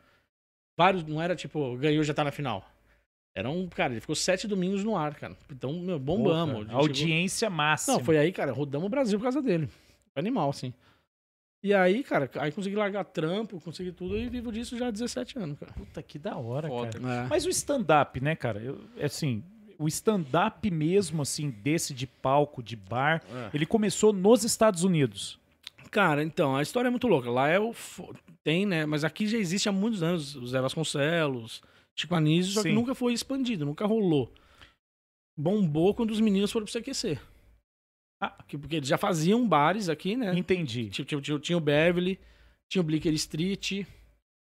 [SPEAKER 2] vários, não era tipo, ganhou já tá na final. Era um, cara, ele ficou sete domingos no ar, cara. Então, meu,
[SPEAKER 1] Porra,
[SPEAKER 2] bombamos. A gente chegou-
[SPEAKER 1] Audiência máxima.
[SPEAKER 2] Não, foi aí, cara, rodamos o Brasil por causa dele. Foi Animal, assim. E aí, cara, aí consegui largar trampo, consegui tudo e vivo disso já há 17 anos, cara.
[SPEAKER 1] Puta, que da hora,
[SPEAKER 3] Foda.
[SPEAKER 1] cara.
[SPEAKER 2] É.
[SPEAKER 1] Mas o stand-up, né, cara? Eu, assim, o stand-up mesmo, assim, desse de palco, de bar, ele começou nos Estados Unidos.
[SPEAKER 2] Cara, então, a história é muito louca. Lá é o. fo- Tem, né? Mas aqui já existe há muitos anos o Zé Vasconcelos, Chico Anísio, só que
[SPEAKER 1] Sim.
[SPEAKER 2] nunca foi expandido, nunca rolou. Bombou quando os meninos foram pro CQC.
[SPEAKER 1] Ah.
[SPEAKER 2] Que- Porque eles já faziam bares aqui, né?
[SPEAKER 1] Entendi.
[SPEAKER 2] Tipo, tipo, tinha, tinha o Beverly, tinha o Blicker Street.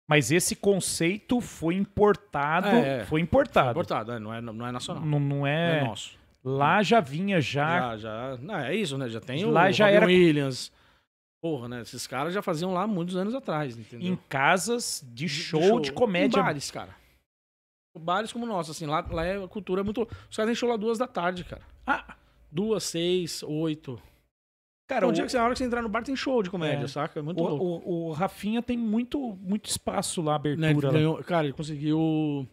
[SPEAKER 1] Mas esse conceito foi importado.
[SPEAKER 2] É.
[SPEAKER 1] Foi importado.
[SPEAKER 2] Importado, né? não, é, não é nacional.
[SPEAKER 1] Não, não
[SPEAKER 2] Não
[SPEAKER 1] é.
[SPEAKER 2] é nosso.
[SPEAKER 1] Lá já vinha já.
[SPEAKER 2] Já, já. Não, é isso, né? Já tem
[SPEAKER 1] Lá
[SPEAKER 2] o
[SPEAKER 1] já
[SPEAKER 2] Robin
[SPEAKER 1] era-
[SPEAKER 2] Williams. Porra, né? Esses caras já faziam lá muitos anos atrás, entendeu?
[SPEAKER 1] Em casas de show de, comédia.
[SPEAKER 2] Em bares, cara. Bares como o nosso, assim, lá, lá é a cultura é muito. Os caras têm show lá duas da tarde, cara.
[SPEAKER 1] Ah,
[SPEAKER 2] Duas, seis, oito.
[SPEAKER 1] cara,
[SPEAKER 2] Cara, um
[SPEAKER 1] o,
[SPEAKER 2] dia que você, a hora que você entrar no bar tem show de comédia,
[SPEAKER 1] É.
[SPEAKER 2] saca? É muito
[SPEAKER 1] o,
[SPEAKER 2] louco.
[SPEAKER 1] o- o Rafinha tem muito, muito espaço lá,
[SPEAKER 2] Né, ele
[SPEAKER 1] abertura. lá.
[SPEAKER 2] ganhou- cara, ele conseguiu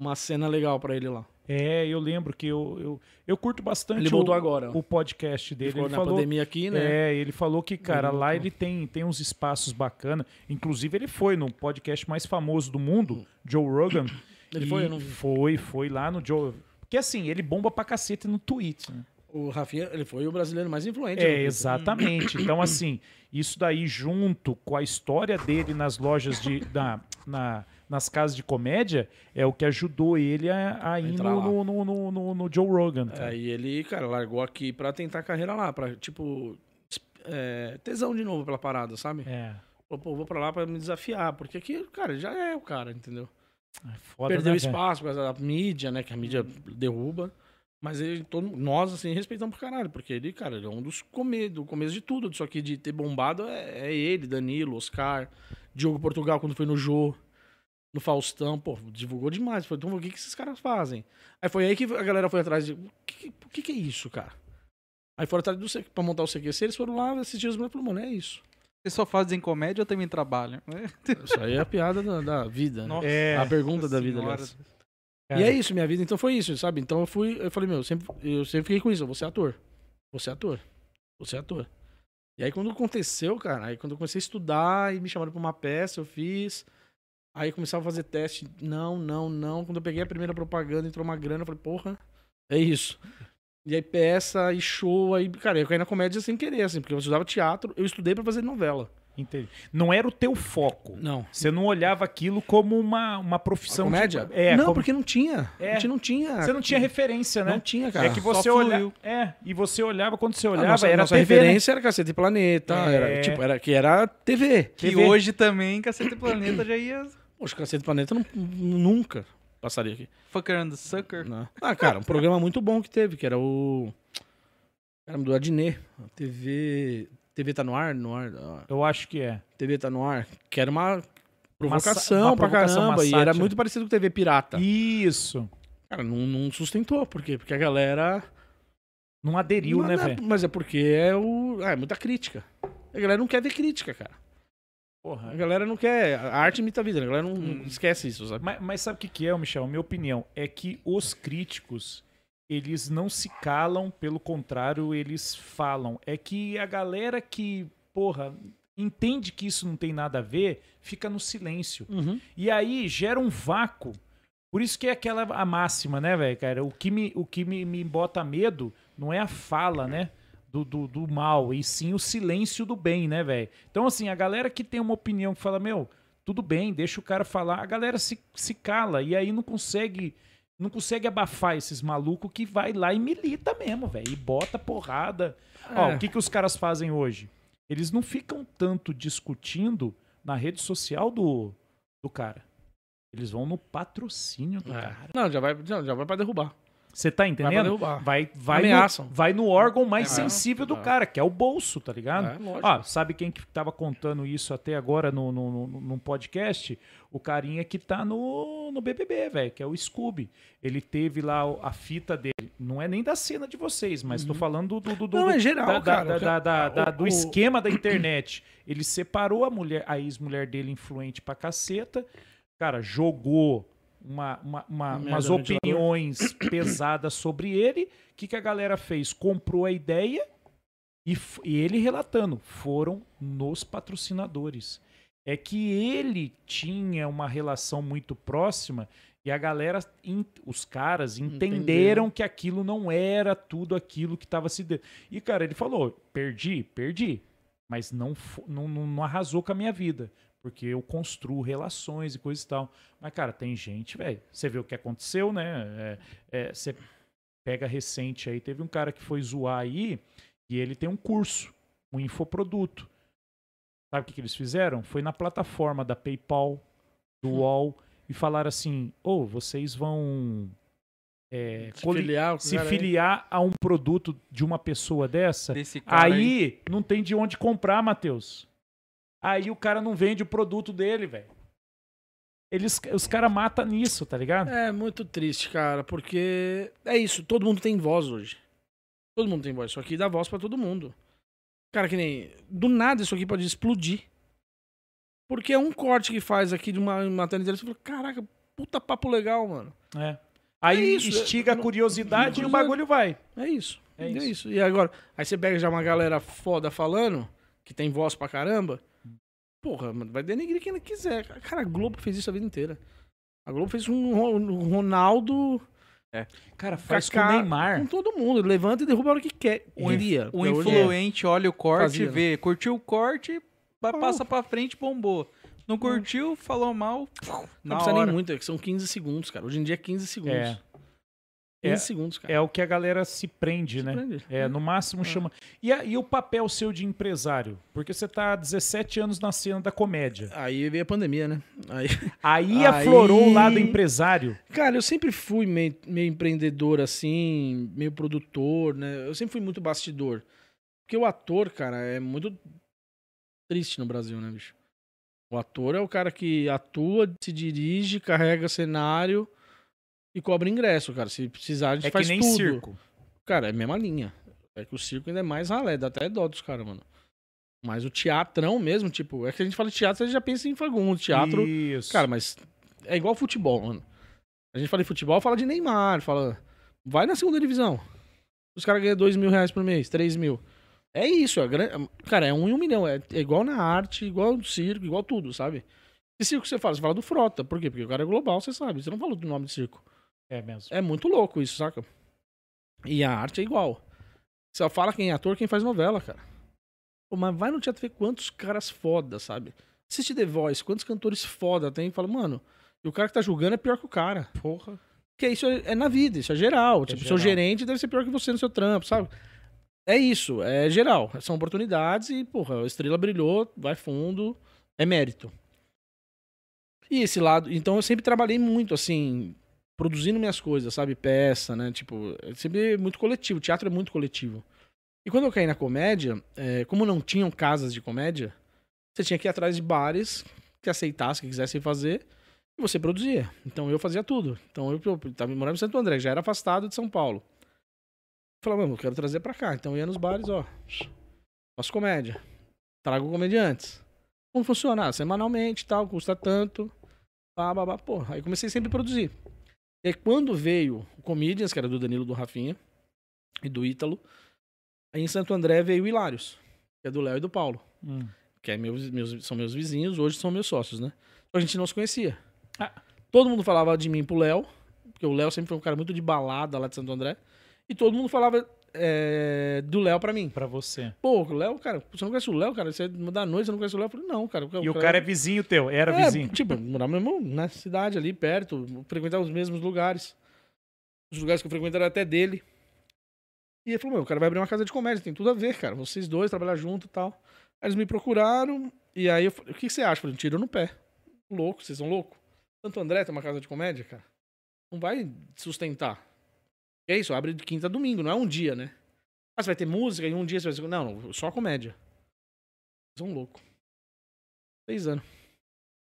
[SPEAKER 2] uma cena legal pra ele lá.
[SPEAKER 1] É, eu lembro que eu, eu, eu curto bastante
[SPEAKER 2] Ele
[SPEAKER 1] o-
[SPEAKER 2] voltou agora.
[SPEAKER 1] o podcast dele.
[SPEAKER 2] ele ficou
[SPEAKER 1] ele
[SPEAKER 2] na
[SPEAKER 1] falou,
[SPEAKER 2] pandemia aqui, né?
[SPEAKER 1] É, ele falou que, cara,
[SPEAKER 2] Ele
[SPEAKER 1] lá
[SPEAKER 2] voltou.
[SPEAKER 1] ele tem, tem uns espaços bacanas. Inclusive, ele foi no podcast mais famoso do mundo, Joe Rogan.
[SPEAKER 2] Ele
[SPEAKER 1] E
[SPEAKER 2] foi, eu não vi.
[SPEAKER 1] Foi, foi lá no Joe. Porque assim, ele bomba pra cacete no Twitter. né?
[SPEAKER 2] O Rafinha, ele foi o brasileiro mais influente.
[SPEAKER 1] É,
[SPEAKER 2] né?
[SPEAKER 1] exatamente. Então, assim, isso daí junto com a história dele nas lojas de. Na, na- nas casas de comédia, é o que ajudou ele a, a ir
[SPEAKER 2] Entrar lá. É.
[SPEAKER 1] no, no, no, no- no Joe Rogan. cara.
[SPEAKER 2] Aí ele, cara, largou aqui pra tentar carreira lá, pra, tipo, é, tesão de novo pela parada, sabe?
[SPEAKER 1] É.
[SPEAKER 2] Falou, pô, vou pra lá pra me desafiar, porque aqui, cara, já é o cara, entendeu?
[SPEAKER 1] Ah, Foda,
[SPEAKER 2] Perdeu
[SPEAKER 1] né, velho?
[SPEAKER 2] espaço por causa da mídia, né? Que a mídia derruba. Mas ele, todo, nós, assim, respeitamos pro caralho, porque ele, cara, ele é um dos come, do começo de tudo. Só que de ter bombado é, é ele, Danilo, Oscar, Diogo Portugal, quando foi no Jô, no Faustão, pô, divulgou demais. Foi, então, o que, que esses caras fazem? Aí foi aí que a galera foi atrás de. O que, que- o que, que é isso, cara? Aí foram atrás do, C- pra montar o CQC, eles foram lá assistir os moleques e falaram, mano, é isso.
[SPEAKER 3] Vocês só fazem comédia ou também trabalham?
[SPEAKER 2] Isso aí é a piada da, da vida, né?
[SPEAKER 1] É.
[SPEAKER 2] a pergunta da vida,
[SPEAKER 3] Senhora.
[SPEAKER 2] aliás.
[SPEAKER 1] Cara.
[SPEAKER 2] E é isso, minha vida então foi isso, sabe? Então eu fui, eu falei, meu, eu sempre, eu sempre fiquei com isso, eu vou ser ator. Vou ser ator. Vou ser ator. E aí quando aconteceu, cara, aí quando eu comecei a estudar e me chamaram pra uma peça, eu fiz. Aí eu começava a fazer teste. Não, não, não. Quando eu peguei a primeira propaganda, entrou uma grana, eu falei, porra, é isso. E aí peça e show, aí, cara, eu caí na comédia sem querer, assim, porque eu estudava teatro, eu estudei pra fazer novela.
[SPEAKER 1] Entendi. Não era o teu foco.
[SPEAKER 2] Não.
[SPEAKER 1] Você não olhava aquilo como uma, uma profissão. de-
[SPEAKER 2] comédia?
[SPEAKER 1] é,
[SPEAKER 2] não,
[SPEAKER 1] como-
[SPEAKER 2] porque não tinha.
[SPEAKER 1] É.
[SPEAKER 2] A gente não tinha.
[SPEAKER 1] você não tinha referência, né?
[SPEAKER 2] Não tinha, cara.
[SPEAKER 1] É que você
[SPEAKER 3] Só
[SPEAKER 1] olhava.
[SPEAKER 3] fluiu.
[SPEAKER 1] É, e você olhava, quando você
[SPEAKER 2] A
[SPEAKER 1] olhava,
[SPEAKER 2] nossa,
[SPEAKER 1] era
[SPEAKER 2] nossa
[SPEAKER 1] TV, né?
[SPEAKER 2] referência era Cacete e Planeta,
[SPEAKER 1] É.
[SPEAKER 2] era, tipo, era, que era TV.
[SPEAKER 3] Que
[SPEAKER 1] TV.
[SPEAKER 3] hoje também, Cacete e Planeta já ia
[SPEAKER 2] Poxa, Cacete e Planeta não- nunca passaria aqui.
[SPEAKER 3] fucker and the sucker.
[SPEAKER 2] Não. Ah, cara, um programa muito bom que teve, que era o... Caramba, do Adnet. TV... TV Tá No Ar? No ar ah,
[SPEAKER 1] Eu acho que é.
[SPEAKER 2] TV Tá No Ar. Que era uma
[SPEAKER 1] sa-
[SPEAKER 2] provocação
[SPEAKER 1] uma
[SPEAKER 2] pra
[SPEAKER 1] provocação,
[SPEAKER 2] caramba.
[SPEAKER 1] uma
[SPEAKER 2] E era
[SPEAKER 1] sátira.
[SPEAKER 2] muito parecido com TV Pirata.
[SPEAKER 1] Isso.
[SPEAKER 2] Cara, não, não sustentou. Por quê? Porque a galera
[SPEAKER 1] Não aderiu,
[SPEAKER 2] Mas
[SPEAKER 1] né,
[SPEAKER 2] não é-
[SPEAKER 1] velho?
[SPEAKER 2] Mas é porque é o. Ah, é muita crítica. A galera não quer ver crítica, cara. A
[SPEAKER 1] Porra.
[SPEAKER 2] galera não quer. A arte imita a vida, né? a galera não, não
[SPEAKER 1] Uhum.
[SPEAKER 3] Hum.
[SPEAKER 2] esquece isso, sabe?
[SPEAKER 1] Mas, mas sabe o que, que é, Michel? Minha opinião é que os críticos, eles não se calam, pelo contrário, eles falam. É que a galera que, porra, entende que isso não tem nada a ver, fica no silêncio.
[SPEAKER 2] Uhum.
[SPEAKER 1] E aí gera um vácuo. Por isso que é aquela a máxima, né, velho, cara? O que, me, o que me, me bota medo não é a fala, né? Do, do, do mal, e sim o silêncio do bem, né, velho? Então, assim, a galera que tem uma opinião que fala, meu, tudo bem, deixa o cara falar, a galera se, se cala e aí não consegue não consegue abafar esses malucos que vai lá e milita mesmo, velho, e bota porrada. Ó,
[SPEAKER 2] É.
[SPEAKER 1] o que, que os caras fazem hoje? Eles não ficam tanto discutindo na rede social do, do cara. Eles vão no patrocínio do cara.
[SPEAKER 2] É. Não, já vai, não, já vai pra derrubar.
[SPEAKER 1] Você tá
[SPEAKER 2] Vai pra
[SPEAKER 1] entendendo?
[SPEAKER 2] derrubar.
[SPEAKER 1] Vai, vai,
[SPEAKER 2] Ameaçam.
[SPEAKER 1] no, vai no órgão mais
[SPEAKER 2] É,
[SPEAKER 1] sensível do
[SPEAKER 2] é.
[SPEAKER 1] cara, que é o bolso, tá ligado?
[SPEAKER 2] É, lógico.
[SPEAKER 1] Ah, sabe quem que tava contando isso até agora no, no, no, num podcast? O carinha que tá no, no BBB, velho, que é o Scooby. Ele teve lá o- a fita dele. Não é nem da cena de vocês, mas tô falando do... do, do
[SPEAKER 2] Uhum. Não,
[SPEAKER 1] do-
[SPEAKER 2] é geral,
[SPEAKER 1] da- da-
[SPEAKER 2] cara.
[SPEAKER 1] da- da- da-
[SPEAKER 2] O-
[SPEAKER 1] do
[SPEAKER 2] o-
[SPEAKER 1] esquema da internet. Ele separou a mulher, a ex-mulher dele influente pra caceta. Cara, jogou uma- uma- uma-
[SPEAKER 2] Merda
[SPEAKER 1] umas
[SPEAKER 2] no ventilador.
[SPEAKER 1] opiniões <coughs> pesadas sobre ele. O que, que a galera fez? Comprou a ideia e, f- e ele relatando. Foram nos patrocinadores. É que ele tinha uma relação muito próxima e a galera, en- os caras entenderam,
[SPEAKER 2] Entenderam.
[SPEAKER 1] que aquilo não era tudo aquilo que estava se dando. E, cara, ele falou: perdi, perdi, mas não, fo- não, não, não arrasou com a minha vida. Porque eu construo relações e coisa e tal. Mas, cara, tem gente, velho. Você vê o que aconteceu, né? É, é, você pega recente aí, teve um cara que foi zoar aí e ele tem um curso, um infoproduto. Sabe o que, que eles fizeram? Foi na plataforma da PayPal, do UOL, e falaram assim: ô, vocês vão é,
[SPEAKER 2] Se
[SPEAKER 1] coli-
[SPEAKER 2] filiar, o
[SPEAKER 1] se
[SPEAKER 2] cara aí.
[SPEAKER 1] filiar a um produto de uma pessoa dessa?
[SPEAKER 3] Desse cara
[SPEAKER 1] Aí, não tem de onde comprar, Matheus. Aí o cara não vende o produto dele, velho. Eles, os caras matam nisso, tá ligado?
[SPEAKER 2] É muito triste, cara, porque é isso, todo mundo tem voz hoje. Todo mundo tem voz, isso aqui dá voz pra todo mundo. Cara, que nem. Do nada isso aqui pode explodir. Porque é um corte que faz aqui de uma matéria inteira, você fala, caraca, puta papo legal, mano.
[SPEAKER 1] É. Aí
[SPEAKER 2] É isso,
[SPEAKER 1] instiga
[SPEAKER 2] é-
[SPEAKER 1] a curiosidade e o
[SPEAKER 2] curiosidade.
[SPEAKER 1] bagulho vai.
[SPEAKER 2] É isso.
[SPEAKER 1] É
[SPEAKER 2] É,
[SPEAKER 1] isso.
[SPEAKER 2] isso. E agora, aí você pega já uma galera foda falando, que tem voz pra caramba. Porra, mano, vai denigrir quem ela quiser. Cara, a Globo fez isso a vida inteira. A Globo fez um Ro- um Ronaldo
[SPEAKER 1] Cara, faz
[SPEAKER 2] Kaká-
[SPEAKER 1] com o Neymar.
[SPEAKER 2] Com todo mundo. Levanta e derruba a hora que quer.
[SPEAKER 3] O
[SPEAKER 2] Queria. É
[SPEAKER 3] O
[SPEAKER 2] Hoje
[SPEAKER 3] influente olha o corte,
[SPEAKER 2] Fazia, né?
[SPEAKER 3] vê, curtiu o corte, pa-
[SPEAKER 2] Oh.
[SPEAKER 3] passa pra frente, bombou. Não curtiu, falou mal,
[SPEAKER 2] Não
[SPEAKER 3] na
[SPEAKER 2] precisa
[SPEAKER 3] hora.
[SPEAKER 2] nem muito, é que são 15 segundos, cara. Hoje em dia é 15 segundos.
[SPEAKER 1] É.
[SPEAKER 2] 15
[SPEAKER 1] É-
[SPEAKER 2] segundos, cara.
[SPEAKER 1] É o que a galera se prende, né?
[SPEAKER 2] Surpreende.
[SPEAKER 1] É, no máximo chama. E, a- e o papel seu de empresário? Porque você tá há 17 anos na cena da comédia.
[SPEAKER 2] Aí veio a pandemia, né? Aí...
[SPEAKER 1] Aí,
[SPEAKER 2] Aí-
[SPEAKER 1] aflorou o lado empresário.
[SPEAKER 2] Cara, eu sempre fui meio, meio empreendedor, assim, meio produtor, né? Eu sempre fui muito bastidor. Porque o ator, cara, é muito triste no Brasil, né, bicho? O ator é o cara que atua, se dirige, carrega cenário e cobra ingresso, cara. Se precisar, a gente
[SPEAKER 1] É que
[SPEAKER 2] faz
[SPEAKER 1] nem
[SPEAKER 2] tudo.
[SPEAKER 1] circo.
[SPEAKER 2] Cara, é a mesma linha. É que o circo ainda é mais ralé, dá até dó dos caras, mano. Mas o teatrão mesmo, tipo, é que a gente fala de teatro, você já pensa em Fagundes, teatro.
[SPEAKER 1] Isso.
[SPEAKER 2] Cara, mas é igual futebol, mano. A gente fala de futebol, fala de Neymar, fala. Vai na segunda divisão. Os caras ganham dois mil reais por mês, três mil. É isso, é gran- cara, é um em um milhão. É, é igual na arte, igual no circo, igual tudo, sabe? E circo que você fala? Você fala do Frota. Por quê? Porque o cara é global, você sabe. Você não falou do nome de circo.
[SPEAKER 1] É mesmo.
[SPEAKER 2] É muito louco isso, saca? E a arte é igual. Só fala quem é ator, quem faz novela, cara. Pô, mas vai no teatro ver quantos caras foda, sabe? Assiste The Voice, quantos cantores foda tem e fala, mano, e o cara que tá julgando é pior que o cara.
[SPEAKER 1] Porra.
[SPEAKER 2] Porque isso é, é na vida, isso é geral. tipo, seu
[SPEAKER 1] geral.
[SPEAKER 2] gerente deve ser pior que você no seu trampo, sabe? É isso, é geral. São oportunidades e, porra, a estrela brilhou, vai fundo, é mérito. E esse lado, então eu sempre trabalhei muito, assim, produzindo minhas coisas, sabe? Peça, né? Tipo, é sempre muito coletivo. Teatro é muito coletivo. E quando eu caí na comédia, é, como não tinham casas de comédia, você tinha que ir atrás de bares que aceitassem, que quisessem fazer, e você produzia. Então eu fazia tudo. Então eu, eu tava morando em Santo André, já era afastado de São Paulo. Falava, mano, eu quero trazer pra cá. Então eu ia nos bares, ó. Faço comédia. Trago comediantes. Como funciona? Ah, semanalmente e tal, custa tanto. Pá, pá, pá. Pô, aí comecei sempre a produzir. E aí quando veio o Comedians, que era do Danilo do Rafinha e do Ítalo, aí em Santo André veio o Hilários, que é do Léo e do Paulo.
[SPEAKER 1] Hum.
[SPEAKER 2] Que é meus, meus- são meus vizinhos, hoje são meus sócios, né? A gente não se conhecia.
[SPEAKER 1] Ah.
[SPEAKER 2] Todo mundo falava de mim pro Léo, porque o Léo sempre foi um cara muito de balada lá de Santo André. E todo mundo falava eh, do Léo pra mim.
[SPEAKER 1] Pra você.
[SPEAKER 2] Pô, o Léo, cara, você não conhece o Léo, cara? Você é da noite, você não conhece o Léo? Eu falei, não, cara.
[SPEAKER 1] E o cara é vizinho teu, era
[SPEAKER 2] Então, é,
[SPEAKER 1] vizinho.
[SPEAKER 2] Tipo, morar na mesma na cidade ali, perto, frequentar os mesmos lugares. Os lugares que eu frequentava até dele. E ele falou, meu, o cara vai abrir uma casa de comédia, tem tudo a ver, cara. Vocês dois, trabalhar junto e tal. Aí eles me procuraram, e aí eu falei, o que que você acha? Eu falei, "Um tiro no pé. Louco, vocês são loucos. Santo André tem uma casa de comédia, cara. Não vai sustentar. É isso, abre de quinta a domingo, não é um dia, né? Ah, você vai ter música e um dia você vai... Não, não só comédia. Vocês são loucos. Seis anos.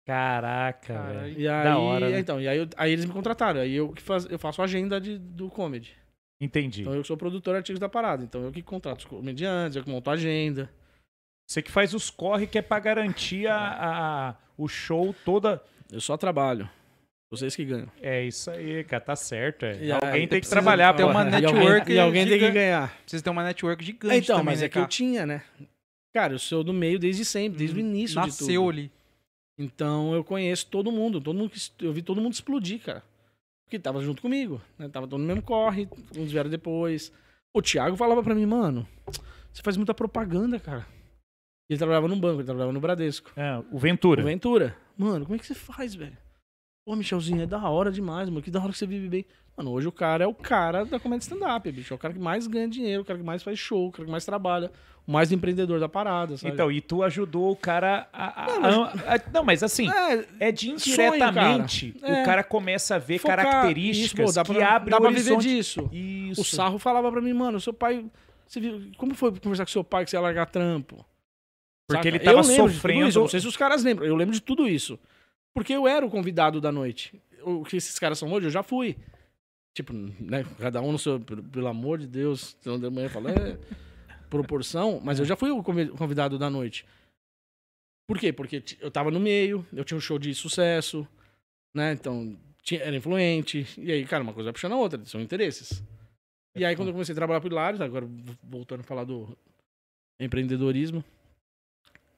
[SPEAKER 1] Caraca,
[SPEAKER 3] Cara,
[SPEAKER 1] velho.
[SPEAKER 2] E aí,
[SPEAKER 1] Da hora, né?
[SPEAKER 2] então, e aí, eu- aí eles me contrataram. Aí eu que faz, eu faço a agenda de, do comedy.
[SPEAKER 1] Entendi.
[SPEAKER 2] Então eu sou produtor artigos da parada. Então eu que contrato os comediantes, eu que monto a agenda.
[SPEAKER 1] Você que faz os corre que é pra garantir a, a- o show toda.
[SPEAKER 2] Eu só trabalho. Vocês que ganham.
[SPEAKER 1] É isso aí, cara, tá certo. é.
[SPEAKER 2] E aí
[SPEAKER 1] Alguém tem que
[SPEAKER 2] precisa-
[SPEAKER 1] trabalhar
[SPEAKER 3] ter
[SPEAKER 1] pra-
[SPEAKER 2] <laughs>
[SPEAKER 3] uma
[SPEAKER 2] E
[SPEAKER 3] net-
[SPEAKER 2] alguém-
[SPEAKER 3] network
[SPEAKER 2] E alguém tem que
[SPEAKER 3] gigante.
[SPEAKER 2] ganhar.
[SPEAKER 3] Vocês têm uma network gigante
[SPEAKER 2] É, então,
[SPEAKER 3] também,
[SPEAKER 2] mas
[SPEAKER 3] né,
[SPEAKER 2] é que eu
[SPEAKER 3] cara?
[SPEAKER 2] tinha, né? Cara, eu sou do meio desde sempre, desde o
[SPEAKER 1] Hum,
[SPEAKER 2] início
[SPEAKER 3] Nasceu
[SPEAKER 2] de tudo.
[SPEAKER 3] ali.
[SPEAKER 2] Então eu conheço todo mundo, todo mundo que est- eu vi todo mundo explodir, cara. Porque tava junto comigo, né? Tava todo no mesmo corre, uns vieram depois. O Thiago falava pra mim, mano, você faz muita propaganda, cara. Ele trabalhava num banco, ele trabalhava no Bradesco.
[SPEAKER 1] Ah, o
[SPEAKER 2] O
[SPEAKER 1] Ventura.
[SPEAKER 2] Ventura. Mano, como é que você faz, velho? Pô, Michelzinho, é da hora demais, mano. Que da hora que você vive bem. Mano, hoje o cara é o cara da comédia stand-up, bicho. É o cara que mais ganha dinheiro, o cara que mais faz show, o cara que mais trabalha, o mais empreendedor da parada, sabe?
[SPEAKER 1] Então, e tu ajudou o cara a. a-
[SPEAKER 2] Não,
[SPEAKER 1] a- a- não, mas assim,
[SPEAKER 2] é,
[SPEAKER 1] é de
[SPEAKER 2] sonho, cara.
[SPEAKER 1] indiretamente
[SPEAKER 2] É.
[SPEAKER 1] o cara começa a ver
[SPEAKER 2] Focar.
[SPEAKER 1] características
[SPEAKER 2] Isso, pô, dá
[SPEAKER 1] que
[SPEAKER 2] pra-
[SPEAKER 1] abrem
[SPEAKER 2] dá
[SPEAKER 1] o
[SPEAKER 2] pra viver
[SPEAKER 1] horizonte.
[SPEAKER 2] disso.
[SPEAKER 1] Isso.
[SPEAKER 2] O Sarro falava pra mim, mano, seu pai. Você viu, como foi conversar com seu pai que você ia largar trampo?
[SPEAKER 1] Porque ele
[SPEAKER 2] Saca?
[SPEAKER 1] tava
[SPEAKER 2] Eu lembro de tudo
[SPEAKER 1] sofrendo.
[SPEAKER 2] isso, eu não sei se os caras lembram. Eu lembro de tudo isso. Porque eu era o convidado da noite. O que esses caras são hoje, eu já fui. Tipo, né? Cada um no seu. Pelo, pelo amor de Deus, senão de manhã fala, é proporção, mas eu já fui o convi- convidado da noite. Por quê? Porque ti- eu tava no meio, eu tinha um show de sucesso, né? Então, tinha- era influente. E aí, cara, uma coisa vai puxando a outra, são interesses. E aí, quando eu comecei a trabalhar pro Hilários, agora v- voltando a falar do empreendedorismo.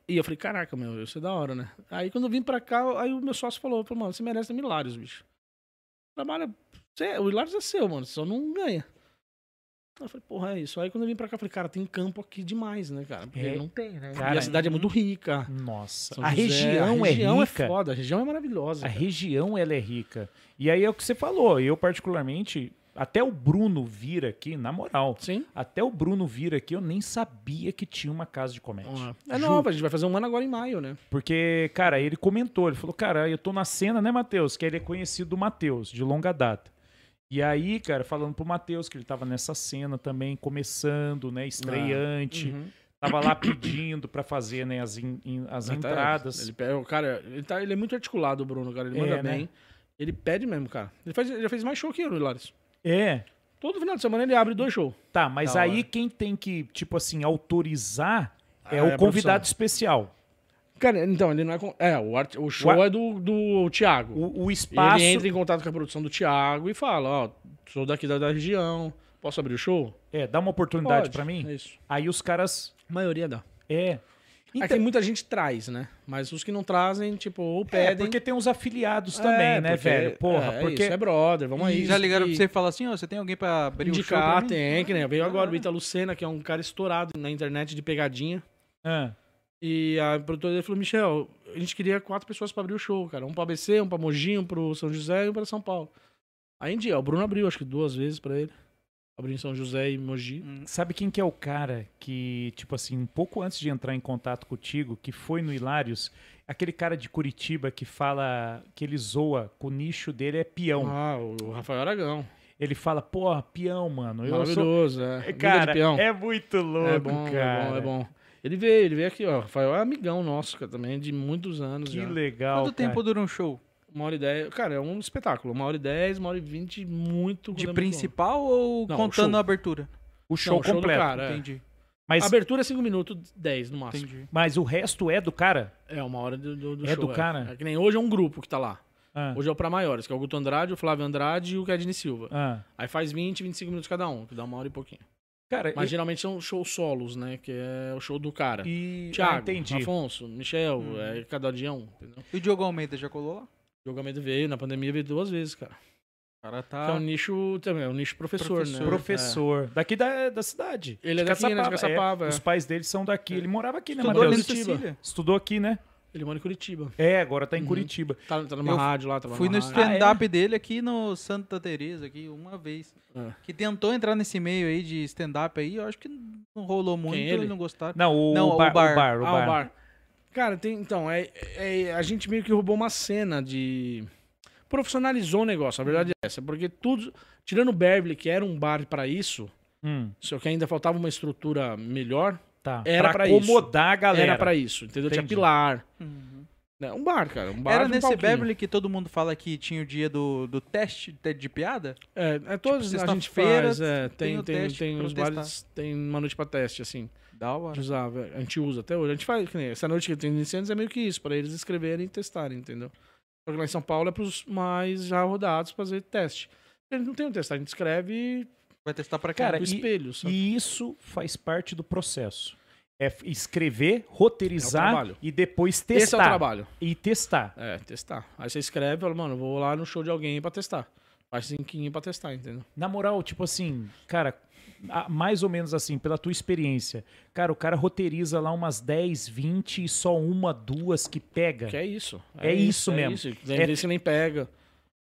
[SPEAKER 2] E eu falei, caraca, meu, isso é da hora, né? Aí quando eu vim pra cá, aí o meu sócio falou, falou mano, você merece ter Hilários, bicho. Trabalha. você- o Hilários é seu, mano, você só não ganha. Então eu falei, porra, é isso. Aí quando eu vim pra cá, eu falei, cara, tem campo aqui demais, né, cara? Porque
[SPEAKER 1] É,
[SPEAKER 2] não tem, né?
[SPEAKER 1] cara,
[SPEAKER 2] e a cidade é muito rica.
[SPEAKER 1] Nossa.
[SPEAKER 2] São
[SPEAKER 1] A
[SPEAKER 2] José,
[SPEAKER 1] região,
[SPEAKER 2] a região
[SPEAKER 1] é
[SPEAKER 2] é
[SPEAKER 1] rica.
[SPEAKER 2] foda, a região é maravilhosa.
[SPEAKER 1] A
[SPEAKER 2] cara.
[SPEAKER 1] região ela é rica. E aí é o que você falou. Eu, particularmente, até o Bruno vir aqui, na moral,
[SPEAKER 2] Sim.
[SPEAKER 1] até o Bruno vir aqui, eu nem sabia que tinha uma casa de comédia.
[SPEAKER 2] É
[SPEAKER 1] Ju-
[SPEAKER 2] nova, a gente vai fazer um ano agora em maio, né?
[SPEAKER 1] Porque, cara, ele comentou, ele falou, cara, eu tô na cena, né, Matheus? Que ele é conhecido do Matheus, de longa data. E aí, cara, falando pro Matheus que ele tava nessa cena também, começando, né, estreante.
[SPEAKER 2] Uhum.
[SPEAKER 1] Tava lá pedindo pra fazer, né, as, in- in- as
[SPEAKER 2] Até-
[SPEAKER 1] entradas.
[SPEAKER 2] tá, Ele, pe- o cara, ele, tá, ele é muito articulado, o Bruno, cara. Ele
[SPEAKER 1] É,
[SPEAKER 2] manda
[SPEAKER 1] né?
[SPEAKER 2] bem. Ele pede mesmo, cara. Ele, faz, ele já fez mais show que eu, Hilaris.
[SPEAKER 1] É,
[SPEAKER 2] Todo final de semana ele abre dois shows.
[SPEAKER 1] Tá, mas
[SPEAKER 2] Da
[SPEAKER 1] aí
[SPEAKER 2] hora.
[SPEAKER 1] quem tem que, tipo assim, autorizar é
[SPEAKER 2] Ah,
[SPEAKER 1] o
[SPEAKER 2] é a
[SPEAKER 1] convidado especial.
[SPEAKER 2] Cara, então, ele não é. com- É, o, art- o show
[SPEAKER 1] Ua-
[SPEAKER 2] é do, do Thiago.
[SPEAKER 1] O, o
[SPEAKER 2] Ele
[SPEAKER 1] espaço.
[SPEAKER 2] entra em contato com a produção do Thiago e fala: Ó, sou daqui da, da região, posso abrir o show?
[SPEAKER 1] É, dá uma oportunidade
[SPEAKER 2] Pode.
[SPEAKER 1] pra mim.
[SPEAKER 2] É isso.
[SPEAKER 1] Aí os caras.
[SPEAKER 2] A maioria dá.
[SPEAKER 1] É.
[SPEAKER 2] Então,
[SPEAKER 1] Então,
[SPEAKER 2] muita gente traz, né? Mas os que não trazem, tipo, ou
[SPEAKER 1] é,
[SPEAKER 2] pedem.
[SPEAKER 1] porque tem uns afiliados também,
[SPEAKER 2] É,
[SPEAKER 1] né,
[SPEAKER 2] porque-
[SPEAKER 1] velho? Porra,
[SPEAKER 2] é,
[SPEAKER 1] porque.
[SPEAKER 2] Isso é brother, vamos aí.
[SPEAKER 3] E já ligaram
[SPEAKER 2] E-
[SPEAKER 3] pra você e falaram assim, ó, você tem alguém pra abrir o show
[SPEAKER 2] indicar,
[SPEAKER 3] pra mim?
[SPEAKER 2] ah, tem, que nem veio agora o Ítalo Lucena, que é um cara estourado na internet de pegadinha.
[SPEAKER 1] Ah,
[SPEAKER 2] E a produtora dele falou: Michel, a gente queria quatro pessoas pra abrir o show, cara. Um pra ABC, um pra Mogi, um pro São José e um pra São Paulo. Aí em dia, o Bruno abriu, acho que duas vezes pra ele. Abriu em São José e Mogi.
[SPEAKER 3] Hum.
[SPEAKER 1] sabe quem que é o cara que, tipo assim, um pouco antes de entrar em contato contigo, que foi no Hilários, aquele cara de Curitiba que fala, que ele zoa, que o nicho dele é peão.
[SPEAKER 2] Ah, o Rafael Aragão.
[SPEAKER 1] Ele fala, porra, peão, mano. Eu <laughs> sou
[SPEAKER 2] Maravilhoso, é.
[SPEAKER 1] É,
[SPEAKER 2] Amiga de
[SPEAKER 1] Cara,
[SPEAKER 2] peão.
[SPEAKER 1] é muito louco,
[SPEAKER 2] É bom,
[SPEAKER 1] cara.
[SPEAKER 2] é bom, é bom. Ele veio, ele veio aqui, ó. Rafael é amigão nosso, cara, também, de muitos anos.
[SPEAKER 1] Que
[SPEAKER 2] já.
[SPEAKER 1] legal.
[SPEAKER 3] Quanto tempo dura um show?
[SPEAKER 2] Uma hora e dez. Cara, é um espetáculo. Uma hora e dez, uma hora e vinte, muito.
[SPEAKER 3] De
[SPEAKER 2] muito bom.
[SPEAKER 3] principal ou
[SPEAKER 2] Não,
[SPEAKER 3] contando
[SPEAKER 2] show.
[SPEAKER 3] a abertura?
[SPEAKER 1] O show
[SPEAKER 2] o show do
[SPEAKER 1] completo.
[SPEAKER 2] cara, é.
[SPEAKER 3] Entendi,
[SPEAKER 1] Mas,
[SPEAKER 2] Abertura é 5 minutos, 10 no máximo.
[SPEAKER 3] entendi.
[SPEAKER 1] mas o resto é do cara?
[SPEAKER 2] É uma hora do, do, do
[SPEAKER 1] É
[SPEAKER 2] show.
[SPEAKER 1] do cara?
[SPEAKER 2] É que nem hoje é um grupo que tá lá.
[SPEAKER 1] Ah,
[SPEAKER 2] Hoje é o Pra Maiores, que é o Guto Andrade, o Flávio Andrade e o Kedney Silva.
[SPEAKER 1] ah.
[SPEAKER 2] Aí faz 20, 25 minutos cada um, que dá uma hora e pouquinho.
[SPEAKER 1] Cara,
[SPEAKER 2] Mas geralmente são shows solos, né? Que é o show do cara.
[SPEAKER 1] e... e- ah,
[SPEAKER 2] Thiago,
[SPEAKER 1] entendi.
[SPEAKER 2] Afonso, Michel,
[SPEAKER 3] Hum.
[SPEAKER 2] é, cada dia é um, entendeu?
[SPEAKER 3] E o Diogo Almeida já colou lá?
[SPEAKER 2] O jogamento veio, na pandemia veio duas vezes, cara.
[SPEAKER 3] O cara
[SPEAKER 2] Que é
[SPEAKER 3] tá...
[SPEAKER 2] um nicho também, é um nicho professor, né?
[SPEAKER 1] Professor. Daqui da, da cidade.
[SPEAKER 2] Ele é
[SPEAKER 1] de
[SPEAKER 2] daqui, né, de Caçapava,
[SPEAKER 1] é.
[SPEAKER 2] é.
[SPEAKER 1] Os pais dele são daqui. Ele morava aqui, né,
[SPEAKER 3] Estudou ali no
[SPEAKER 1] Matheus?
[SPEAKER 2] Curitiba.
[SPEAKER 3] Cecília.
[SPEAKER 1] Estudou aqui, né?
[SPEAKER 2] É. Ele mora em Curitiba.
[SPEAKER 1] É, agora tá em
[SPEAKER 2] Uhum.
[SPEAKER 1] Curitiba.
[SPEAKER 2] Tá, tá numa
[SPEAKER 3] Eu
[SPEAKER 2] rádio lá, tava
[SPEAKER 3] Fui no
[SPEAKER 2] numa rádio.
[SPEAKER 3] stand-up dele aqui no Santa Teresa aqui uma vez.
[SPEAKER 2] É.
[SPEAKER 3] Que tentou entrar nesse meio aí de stand-up aí, eu acho que não rolou muito,
[SPEAKER 2] ele?
[SPEAKER 3] eles não gostaram.
[SPEAKER 1] Não, o,
[SPEAKER 3] Não, o
[SPEAKER 1] bar, o
[SPEAKER 3] bar.
[SPEAKER 1] bar. O
[SPEAKER 2] Ah,
[SPEAKER 1] bar.
[SPEAKER 2] o bar. Cara, tem, então, é, é- a gente meio que roubou uma cena de. Profissionalizou o negócio, a verdade é essa. Porque tudo. Tirando o Beverly, que era um bar pra isso,
[SPEAKER 1] Hum,
[SPEAKER 2] só que ainda faltava uma estrutura melhor,
[SPEAKER 1] tá.
[SPEAKER 2] Era pra isso.
[SPEAKER 1] acomodar a galera.
[SPEAKER 2] era pra isso, entendeu? Tinha
[SPEAKER 1] Entendi.
[SPEAKER 2] pilar.
[SPEAKER 3] Uhum.
[SPEAKER 2] né? Um bar, cara. Um bar
[SPEAKER 3] Era
[SPEAKER 2] de um
[SPEAKER 3] nesse
[SPEAKER 2] palquinho.
[SPEAKER 3] Beverly que todo mundo fala que tinha o dia do, do teste de- de piada?
[SPEAKER 2] É, é todos
[SPEAKER 3] Tipo,
[SPEAKER 2] a gente
[SPEAKER 3] sexta-feira
[SPEAKER 2] faz, é,
[SPEAKER 3] tem
[SPEAKER 2] tem,
[SPEAKER 3] o
[SPEAKER 2] tem, tem,
[SPEAKER 3] teste pra
[SPEAKER 2] os
[SPEAKER 3] testar.
[SPEAKER 2] bares, tem uma noite pra teste, assim.
[SPEAKER 3] Da
[SPEAKER 2] A
[SPEAKER 3] hora.
[SPEAKER 2] gente usava, a gente usa até hoje. A gente faz, que nem essa noite que tem iniciantes é meio que isso, pra eles escreverem e testarem, entendeu? Porque lá em São Paulo é pros mais já rodados fazer teste. Eles não tem um teste, a gente escreve
[SPEAKER 3] Vai testar pra
[SPEAKER 1] Cara,
[SPEAKER 3] cara.
[SPEAKER 2] no
[SPEAKER 1] e-
[SPEAKER 2] espelho, sabe?
[SPEAKER 1] E isso faz parte do processo. É f- escrever,
[SPEAKER 2] É o
[SPEAKER 1] roteirizar
[SPEAKER 2] trabalho.
[SPEAKER 1] e depois testar.
[SPEAKER 2] Esse é o trabalho.
[SPEAKER 1] E testar.
[SPEAKER 2] É, testar. Aí você escreve e fala, mano, eu vou lá no show de alguém pra testar. Faz cinquinho pra testar, entendeu?
[SPEAKER 1] Na moral, tipo assim, cara, a- mais ou menos assim, pela tua experiência. Cara, o cara roteiriza lá umas 10, 20 e só uma, duas que pega.
[SPEAKER 2] Que é isso.
[SPEAKER 1] É isso mesmo.
[SPEAKER 2] Tem
[SPEAKER 1] É-
[SPEAKER 2] vezes que nem pega.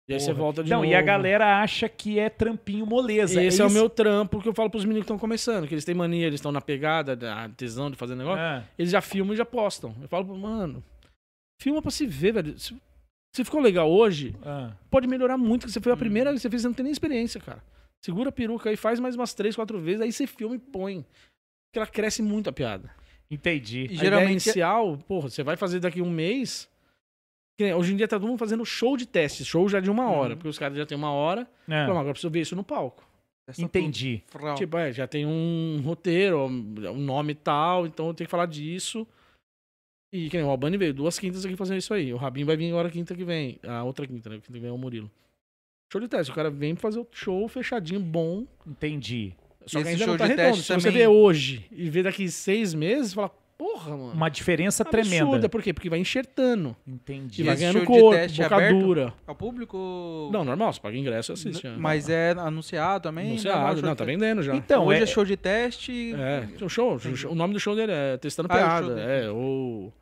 [SPEAKER 2] E aí você
[SPEAKER 1] Porra.
[SPEAKER 2] volta de
[SPEAKER 1] Não,
[SPEAKER 2] novo.
[SPEAKER 1] e a galera acha que é trampinho moleza.
[SPEAKER 2] Esse é, o
[SPEAKER 1] isso-
[SPEAKER 2] meu trampo que eu falo pros meninos que estão começando, que eles têm mania, eles estão na pegada, da tesão de fazer negócio.
[SPEAKER 1] Ah,
[SPEAKER 2] Eles já filmam e já postam. Eu falo, mano, filma pra se ver, velho. Se, se ficou legal hoje,
[SPEAKER 1] ah.
[SPEAKER 2] pode melhorar muito, porque você
[SPEAKER 3] Uhum.
[SPEAKER 2] foi a primeira vez que você fez, você não tem nem experiência, cara. Segura a peruca aí, faz mais umas três, quatro vezes, aí você filma e põe. Porque ela cresce muito a piada.
[SPEAKER 1] Entendi.
[SPEAKER 3] E
[SPEAKER 2] A
[SPEAKER 3] geralmente- é
[SPEAKER 2] ideia inicial, porra, você vai fazer daqui um mês. que nem- Hoje em dia tá todo mundo fazendo show de teste, show já de uma hora,
[SPEAKER 3] Uhum. É.
[SPEAKER 2] porque os caras já tem uma hora.
[SPEAKER 1] Ah,
[SPEAKER 2] Fala, "Mas agora preciso ver isso no palco.
[SPEAKER 3] Testa
[SPEAKER 1] entendi.
[SPEAKER 3] tudo. Frau.
[SPEAKER 2] Tipo, é, já tem um roteiro, um um nome e tal, então eu tenho que falar disso. E que nem o Albani veio duas quintas aqui fazendo isso aí. O Rabin vai vir agora quinta que vem. A outra quinta, né? Quinta que vem é o Murilo. Show de teste. O cara vem fazer o show fechadinho, bom.
[SPEAKER 1] Entendi.
[SPEAKER 2] Só
[SPEAKER 3] Esse
[SPEAKER 2] que ainda
[SPEAKER 3] show
[SPEAKER 2] não tá
[SPEAKER 3] de
[SPEAKER 2] redondo.
[SPEAKER 3] teste
[SPEAKER 2] Se você
[SPEAKER 3] também-
[SPEAKER 2] vê hoje e vê daqui seis meses, fala, porra, mano.
[SPEAKER 1] Uma diferença
[SPEAKER 2] Absurda.
[SPEAKER 1] tremenda.
[SPEAKER 2] Por quê? Porque vai enxertando.
[SPEAKER 1] Entendi.
[SPEAKER 2] E
[SPEAKER 3] E
[SPEAKER 2] vai
[SPEAKER 3] esse
[SPEAKER 2] ganhando
[SPEAKER 3] show de
[SPEAKER 2] corpo,
[SPEAKER 3] teste é
[SPEAKER 2] boca
[SPEAKER 3] aberto?
[SPEAKER 2] dura.
[SPEAKER 3] Ao público...
[SPEAKER 2] Não, normal. Você paga ingresso e assiste. né?
[SPEAKER 3] Mas é anunciado também? normal,
[SPEAKER 2] Anunciado.
[SPEAKER 3] show
[SPEAKER 2] Não,
[SPEAKER 3] de
[SPEAKER 2] tá
[SPEAKER 3] teste.
[SPEAKER 2] vendendo já.
[SPEAKER 1] Então,
[SPEAKER 3] Hoje
[SPEAKER 1] é-
[SPEAKER 3] é, show de teste.
[SPEAKER 2] É, o show, o show- o nome do show dele é Testando
[SPEAKER 3] Ah, é o
[SPEAKER 2] Piada,
[SPEAKER 3] show dele.
[SPEAKER 2] é, ou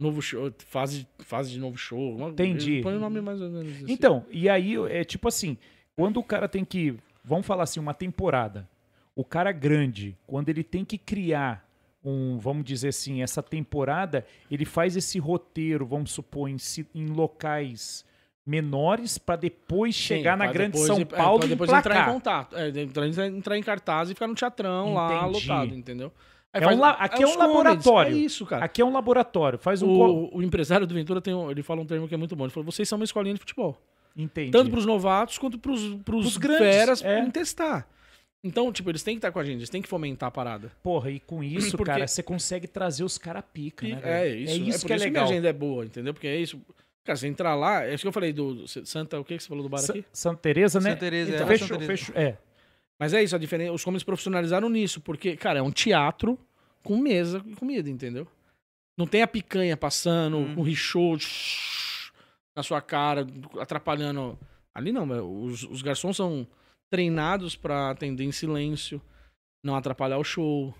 [SPEAKER 2] novo show, fase, fase de novo show. alguma-
[SPEAKER 1] Entendi.
[SPEAKER 2] Põe o nome mais ou menos assim.
[SPEAKER 1] Então, e aí é tipo assim, quando o cara tem que, vamos falar assim, uma temporada, o cara grande, quando ele tem que criar um, vamos dizer assim, essa temporada, ele faz esse roteiro, vamos supor, em, si- em locais menores para depois
[SPEAKER 2] Sim,
[SPEAKER 1] chegar na
[SPEAKER 2] pra
[SPEAKER 1] grande
[SPEAKER 2] depois-
[SPEAKER 1] São
[SPEAKER 2] é, pra
[SPEAKER 1] Paulo e
[SPEAKER 2] depois
[SPEAKER 1] emplacar.
[SPEAKER 2] entrar em contato, é, de- entrar, em- entrar em cartaz e ficar no teatrão lá
[SPEAKER 1] Entendi.
[SPEAKER 2] lotado, entendeu? Aí
[SPEAKER 1] É um la- aqui é
[SPEAKER 2] os
[SPEAKER 1] um
[SPEAKER 2] comedies,
[SPEAKER 1] laboratório.
[SPEAKER 2] É isso, cara.
[SPEAKER 1] Aqui é um laboratório, faz um co-
[SPEAKER 2] o, o empresário do Ventura tem um- ele fala um termo que é muito bom. Ele falou: vocês são uma escolinha de futebol.
[SPEAKER 1] Entendi.
[SPEAKER 2] Tanto pros novatos quanto pros, pros,
[SPEAKER 1] Pros grandes,
[SPEAKER 2] grandes, feras
[SPEAKER 1] é.
[SPEAKER 2] em testar. Então, tipo, eles têm que estar com a gente, eles têm que fomentar a parada.
[SPEAKER 1] Porra, e com isso,
[SPEAKER 2] Porque-
[SPEAKER 1] cara, você consegue trazer os cara pica, né?
[SPEAKER 2] É
[SPEAKER 1] velho?
[SPEAKER 2] isso, é
[SPEAKER 1] é isso que é
[SPEAKER 2] que minha
[SPEAKER 1] legal.
[SPEAKER 2] agenda é boa, entendeu? Porque é isso. Cara, você entrar lá, é isso que eu falei do do Santa, o que que você falou do bar
[SPEAKER 1] Sa-
[SPEAKER 2] aqui?
[SPEAKER 1] Santa Teresa, né?
[SPEAKER 3] Santa Teresa,
[SPEAKER 1] Então,
[SPEAKER 3] é,
[SPEAKER 1] fechou,
[SPEAKER 3] Santa Teresa.
[SPEAKER 1] fechou, é.
[SPEAKER 2] Mas é isso, a diferença, os comediantes profissionalizaram nisso, porque, cara, é um teatro com mesa e comida, entendeu? Não tem a picanha passando,
[SPEAKER 1] Uhum.
[SPEAKER 3] Hum.
[SPEAKER 2] o richô shhh, na sua cara, atrapalhando. Ali não, meu, os, os garçons são treinados pra atender em silêncio, não atrapalhar o show.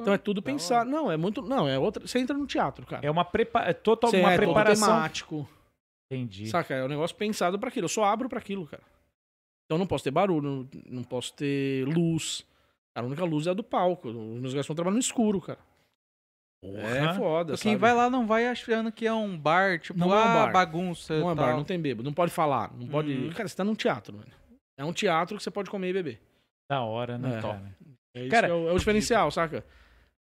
[SPEAKER 2] Então é tudo
[SPEAKER 3] Da hora.
[SPEAKER 2] pensar. Não, é muito. Não, é outra. Você entra no teatro, cara.
[SPEAKER 1] Ah, É uma, prepa... é total...
[SPEAKER 2] Você
[SPEAKER 1] uma
[SPEAKER 2] é todo
[SPEAKER 1] preparação.
[SPEAKER 2] temático.
[SPEAKER 1] Entendi.
[SPEAKER 2] Saca? É um negócio pensado pra aquilo. Eu só abro pra aquilo, cara. Então não posso ter barulho, não- não posso ter luz. A única luz é a do palco. Os meus garçons trabalham no escuro, cara. É foda,
[SPEAKER 3] Quem
[SPEAKER 2] sabe?
[SPEAKER 3] Assim, vai lá não vai achando que é um bar, tipo,
[SPEAKER 2] Não é um
[SPEAKER 3] ah,
[SPEAKER 2] bar.
[SPEAKER 3] bagunça.
[SPEAKER 2] Não é
[SPEAKER 3] tal.
[SPEAKER 2] bar, não tem bêbado. Não pode falar, não pode...
[SPEAKER 3] Uhum.
[SPEAKER 2] Cara, você tá num teatro, mano. É um teatro que você pode comer e beber.
[SPEAKER 1] Da hora, né,
[SPEAKER 2] É.
[SPEAKER 1] cara?
[SPEAKER 2] É isso
[SPEAKER 1] Cara,
[SPEAKER 2] que é o, é o diferencial, saca?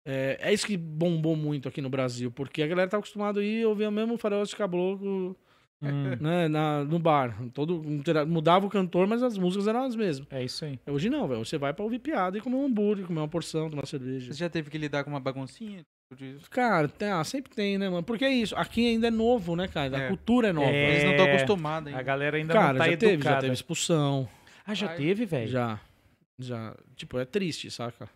[SPEAKER 2] É, é isso que bombou muito aqui no Brasil, porque a galera tá acostumada a ir ouvir o mesmo faroeste caboclo
[SPEAKER 1] Hum,
[SPEAKER 2] né, na- no bar. Todo, mudava o cantor, mas as músicas eram as mesmas.
[SPEAKER 1] É isso aí.
[SPEAKER 2] Hoje não, velho. Você vai pra ouvir piada e comer um hambúrguer, comer uma porção, tomar cerveja.
[SPEAKER 3] Você já teve que lidar com uma baguncinha? Tipo, de-
[SPEAKER 2] Cara, tem- ah, sempre tem, né, mano? Porque é isso. Aqui ainda é novo, né, cara? A
[SPEAKER 3] É.
[SPEAKER 2] cultura é nova.
[SPEAKER 1] É,
[SPEAKER 3] Eles não estão acostumados
[SPEAKER 1] A
[SPEAKER 3] ainda.
[SPEAKER 1] galera ainda
[SPEAKER 2] Cara,
[SPEAKER 1] não tá
[SPEAKER 2] já
[SPEAKER 1] educada.
[SPEAKER 2] teve, já teve expulsão.
[SPEAKER 1] Ah, já
[SPEAKER 3] Ai,
[SPEAKER 1] teve, velho?
[SPEAKER 2] Já. Já. Tipo, é triste, saca?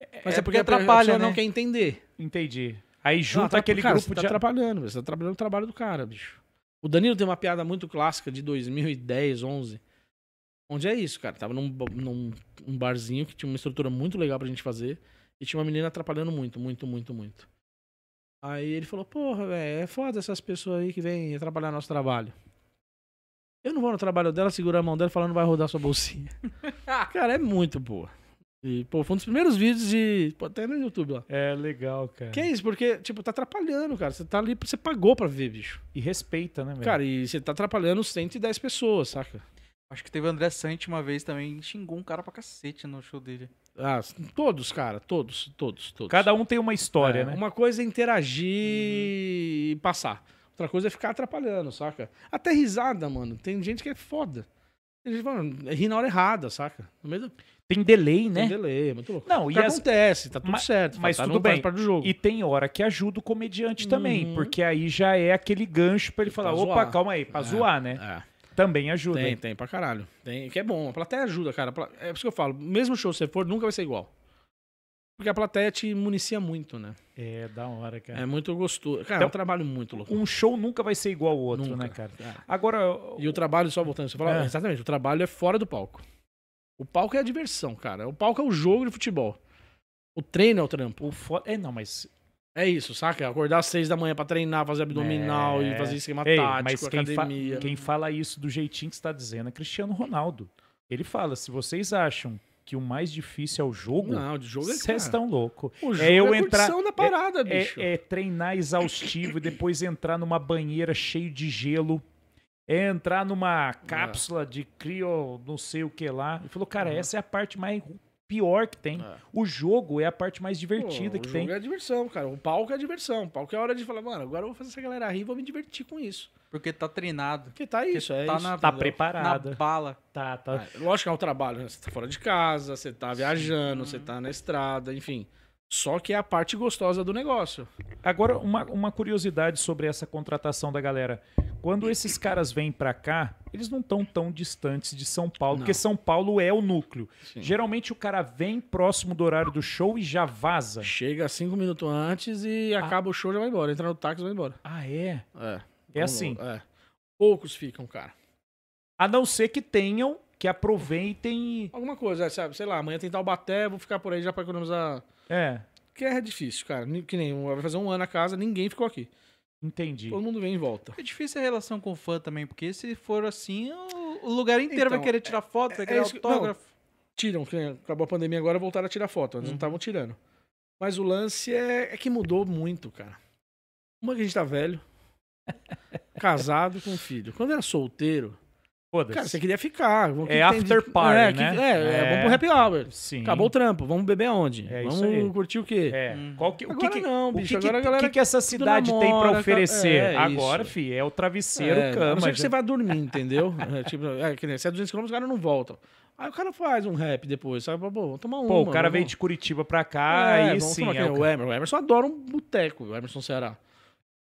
[SPEAKER 3] é porque
[SPEAKER 2] a pe- a
[SPEAKER 3] atrapalha,
[SPEAKER 2] pessoa não
[SPEAKER 3] né?
[SPEAKER 2] quer entender.
[SPEAKER 1] Entendi. Aí junta
[SPEAKER 2] Não, atrapa-
[SPEAKER 1] aquele
[SPEAKER 2] cara,
[SPEAKER 1] grupo
[SPEAKER 2] você tá
[SPEAKER 1] de...
[SPEAKER 2] atrapalhando, velho. você tá atrapalhando o trabalho do cara, bicho. O Danilo tem uma piada muito clássica de 2010, 11, onde é isso, cara. Tava num, ba- num um barzinho que tinha uma estrutura muito legal pra gente fazer e tinha uma menina atrapalhando muito, muito, muito, muito. Aí ele falou, porra, velho, é foda essas pessoas aí que vêm atrapalhar nosso trabalho. Eu não vou no trabalho dela, segurar a mão dela e falar, não vai rodar
[SPEAKER 1] <laughs>
[SPEAKER 2] sua bolsinha. cara, é muito boa. E, pô, foi um dos primeiros vídeos de... Pô, até no YouTube lá.
[SPEAKER 1] É legal, cara.
[SPEAKER 2] Que é isso, porque, tipo, tá atrapalhando, cara. Você tá ali, você pagou pra ver, bicho.
[SPEAKER 1] E respeita, né, velho?
[SPEAKER 2] Cara, e você tá atrapalhando 110 pessoas, saca?
[SPEAKER 3] Acho que teve o André Sante uma vez também, xingou um cara pra cacete no show dele.
[SPEAKER 2] Ah, todos, cara, todos, todos, todos.
[SPEAKER 1] Cada um tem uma história,
[SPEAKER 2] É,
[SPEAKER 1] né?
[SPEAKER 2] Uma coisa é interagir e passar. Outra coisa é ficar atrapalhando, saca? Até risada, mano. Tem gente que é foda. Tem gente, que, mano, ri na hora errada, saca? No meio do
[SPEAKER 1] Tem delay,
[SPEAKER 2] tem
[SPEAKER 1] né?
[SPEAKER 2] delay, é muito louco.
[SPEAKER 1] Não,
[SPEAKER 2] O
[SPEAKER 1] e,
[SPEAKER 2] que
[SPEAKER 1] as-
[SPEAKER 2] acontece, tá tudo
[SPEAKER 1] Ma-
[SPEAKER 2] certo.
[SPEAKER 1] mas
[SPEAKER 2] tá,
[SPEAKER 1] tudo
[SPEAKER 2] não faz
[SPEAKER 1] bem.
[SPEAKER 2] Parte do jogo.
[SPEAKER 1] e tem hora que ajuda o comediante também,
[SPEAKER 2] Uhum.
[SPEAKER 1] porque aí já é aquele gancho pra ele
[SPEAKER 2] Pra
[SPEAKER 1] falar, opa,
[SPEAKER 2] zoar."
[SPEAKER 1] calma aí, pra
[SPEAKER 2] É.
[SPEAKER 1] zoar, né?
[SPEAKER 2] É.
[SPEAKER 1] Também ajuda.
[SPEAKER 2] Tem, tem pra caralho. Tem, que é bom. A plateia ajuda, cara. A pla- É por isso que eu falo, mesmo show que você for, nunca vai ser igual. Porque a plateia te municia muito, né?
[SPEAKER 1] É, da hora, cara.
[SPEAKER 2] É muito gostoso. Cara,
[SPEAKER 1] Então-
[SPEAKER 2] é um trabalho muito louco.
[SPEAKER 1] Um show nunca vai ser igual ao outro,
[SPEAKER 2] Nunca.
[SPEAKER 1] né, cara?
[SPEAKER 2] É.
[SPEAKER 1] Agora,
[SPEAKER 2] E o trabalho, só voltando, você fala,
[SPEAKER 1] É.
[SPEAKER 2] exatamente, o trabalho é fora do palco. O palco é a diversão, cara. O palco é o jogo de futebol. O treino é o trampo.
[SPEAKER 1] o fo... É, não, mas...
[SPEAKER 2] É isso, saca? Acordar às seis da manhã pra treinar, fazer abdominal
[SPEAKER 1] É.
[SPEAKER 2] e fazer esquema
[SPEAKER 1] Ei,
[SPEAKER 2] tático,
[SPEAKER 1] mas quem, fa-
[SPEAKER 2] academia. né?
[SPEAKER 1] quem fala isso do jeitinho que você tá dizendo é Cristiano Ronaldo. Ele fala, se vocês acham que o mais difícil é o jogo,
[SPEAKER 2] Não, o jogo é
[SPEAKER 1] vocês
[SPEAKER 2] cara,
[SPEAKER 1] estão loucos.
[SPEAKER 2] O jogo
[SPEAKER 1] é eu
[SPEAKER 2] a
[SPEAKER 1] entrar-
[SPEAKER 2] curtição da parada, bicho.
[SPEAKER 1] É, é treinar exaustivo e depois entrar numa banheira cheio de gelo. É entrar numa cápsula de crio, não sei o que lá. Ele falou, cara,
[SPEAKER 2] Aham.
[SPEAKER 1] essa é a parte mais pior que tem.
[SPEAKER 2] É.
[SPEAKER 1] O jogo é a parte mais
[SPEAKER 2] Pô,
[SPEAKER 1] divertida
[SPEAKER 2] o
[SPEAKER 1] que
[SPEAKER 2] jogo
[SPEAKER 1] tem.
[SPEAKER 2] é a diversão, cara. O palco é a diversão. O palco é a hora de falar, mano, agora eu vou fazer essa galera rir e vou me divertir com isso.
[SPEAKER 3] Porque tá treinado.
[SPEAKER 2] Porque tá
[SPEAKER 3] Porque
[SPEAKER 2] isso, é
[SPEAKER 3] tá
[SPEAKER 2] isso.
[SPEAKER 3] na,
[SPEAKER 1] Tá
[SPEAKER 3] na
[SPEAKER 1] preparada.
[SPEAKER 3] bala.
[SPEAKER 1] Tá, tá.
[SPEAKER 2] Ah, Lógico que é um trabalho, né? Você tá fora de casa, você tá viajando, você tá na estrada, enfim. Só que é a parte gostosa do negócio.
[SPEAKER 1] Agora, uma, uma curiosidade sobre essa contratação da galera. Quando esses caras vêm pra cá, eles não estão tão distantes de São Paulo,
[SPEAKER 2] Não.
[SPEAKER 1] porque São Paulo é o núcleo. Geralmente o cara vem próximo do horário do show e já vaza.
[SPEAKER 2] Chega cinco minutos antes e acaba o show já vai embora. Entra no táxi e vai embora.
[SPEAKER 1] Ah, é?
[SPEAKER 2] É.
[SPEAKER 1] É assim.
[SPEAKER 2] É. Poucos ficam, cara.
[SPEAKER 1] A não ser que tenham, que aproveitem. e-
[SPEAKER 2] Alguma coisa, é, sabe? Sei lá, amanhã tem Taubaté, vou ficar por aí já pra economizar.
[SPEAKER 1] É,
[SPEAKER 2] Que é difícil, cara. Ni- Que nem vai fazer um ano a casa, ninguém ficou aqui.
[SPEAKER 1] entendi.
[SPEAKER 2] Todo mundo vem em volta.
[SPEAKER 3] É difícil a relação com o fã também, porque se for assim, o o lugar inteiro vai
[SPEAKER 2] Então,
[SPEAKER 3] querer tirar foto, vai
[SPEAKER 2] é
[SPEAKER 3] querer
[SPEAKER 2] isso que- não.
[SPEAKER 3] autógrafo.
[SPEAKER 2] tiram, que nem acabou a pandemia agora, voltaram a tirar foto.
[SPEAKER 1] Uhum.
[SPEAKER 2] Eles não estavam tirando. Mas o lance é, é que mudou muito, cara. Uma que a gente
[SPEAKER 1] <laughs>
[SPEAKER 2] tá velho, casado com filho. Quando era solteiro, cara, você
[SPEAKER 1] Foda-se.
[SPEAKER 2] queria ficar. Vamos-
[SPEAKER 1] É
[SPEAKER 2] que tem
[SPEAKER 1] after
[SPEAKER 2] de-
[SPEAKER 1] party,
[SPEAKER 2] é, que-
[SPEAKER 1] né?
[SPEAKER 2] é, é,
[SPEAKER 1] É.
[SPEAKER 2] vamos pro happy hour.
[SPEAKER 1] Sim.
[SPEAKER 2] Acabou o trampo, vamos beber aonde?
[SPEAKER 1] É
[SPEAKER 2] vamos
[SPEAKER 1] isso aí.
[SPEAKER 2] curtir o quê?
[SPEAKER 1] É.
[SPEAKER 3] Hum.
[SPEAKER 1] Qual que, o que
[SPEAKER 2] Agora
[SPEAKER 1] que,
[SPEAKER 2] não,
[SPEAKER 1] o
[SPEAKER 2] bicho,
[SPEAKER 1] que que-
[SPEAKER 2] agora a galera
[SPEAKER 1] o que que essa cidade tem
[SPEAKER 2] namora,
[SPEAKER 1] pra
[SPEAKER 2] ca-
[SPEAKER 1] oferecer?
[SPEAKER 2] é, é
[SPEAKER 1] Agora,
[SPEAKER 2] isso.
[SPEAKER 1] fi, tá- é o né? travesseiro,
[SPEAKER 2] É, a
[SPEAKER 1] cama.
[SPEAKER 2] não ser que
[SPEAKER 1] já-
[SPEAKER 2] você
[SPEAKER 1] <laughs>
[SPEAKER 2] vai dormir, entendeu? é, tipo, é, que nem, se é 200 km, os caras não voltam. Aí o cara faz um rap depois, sabe? Pô, vamos tomar um.
[SPEAKER 1] Pô, o cara veio de Curitiba pra cá, aí
[SPEAKER 2] vamos
[SPEAKER 1] sim.
[SPEAKER 2] tomar, que
[SPEAKER 1] é
[SPEAKER 2] nem
[SPEAKER 1] o
[SPEAKER 2] o, Emerson, o Emerson adora um boteco, o Emerson Ceará.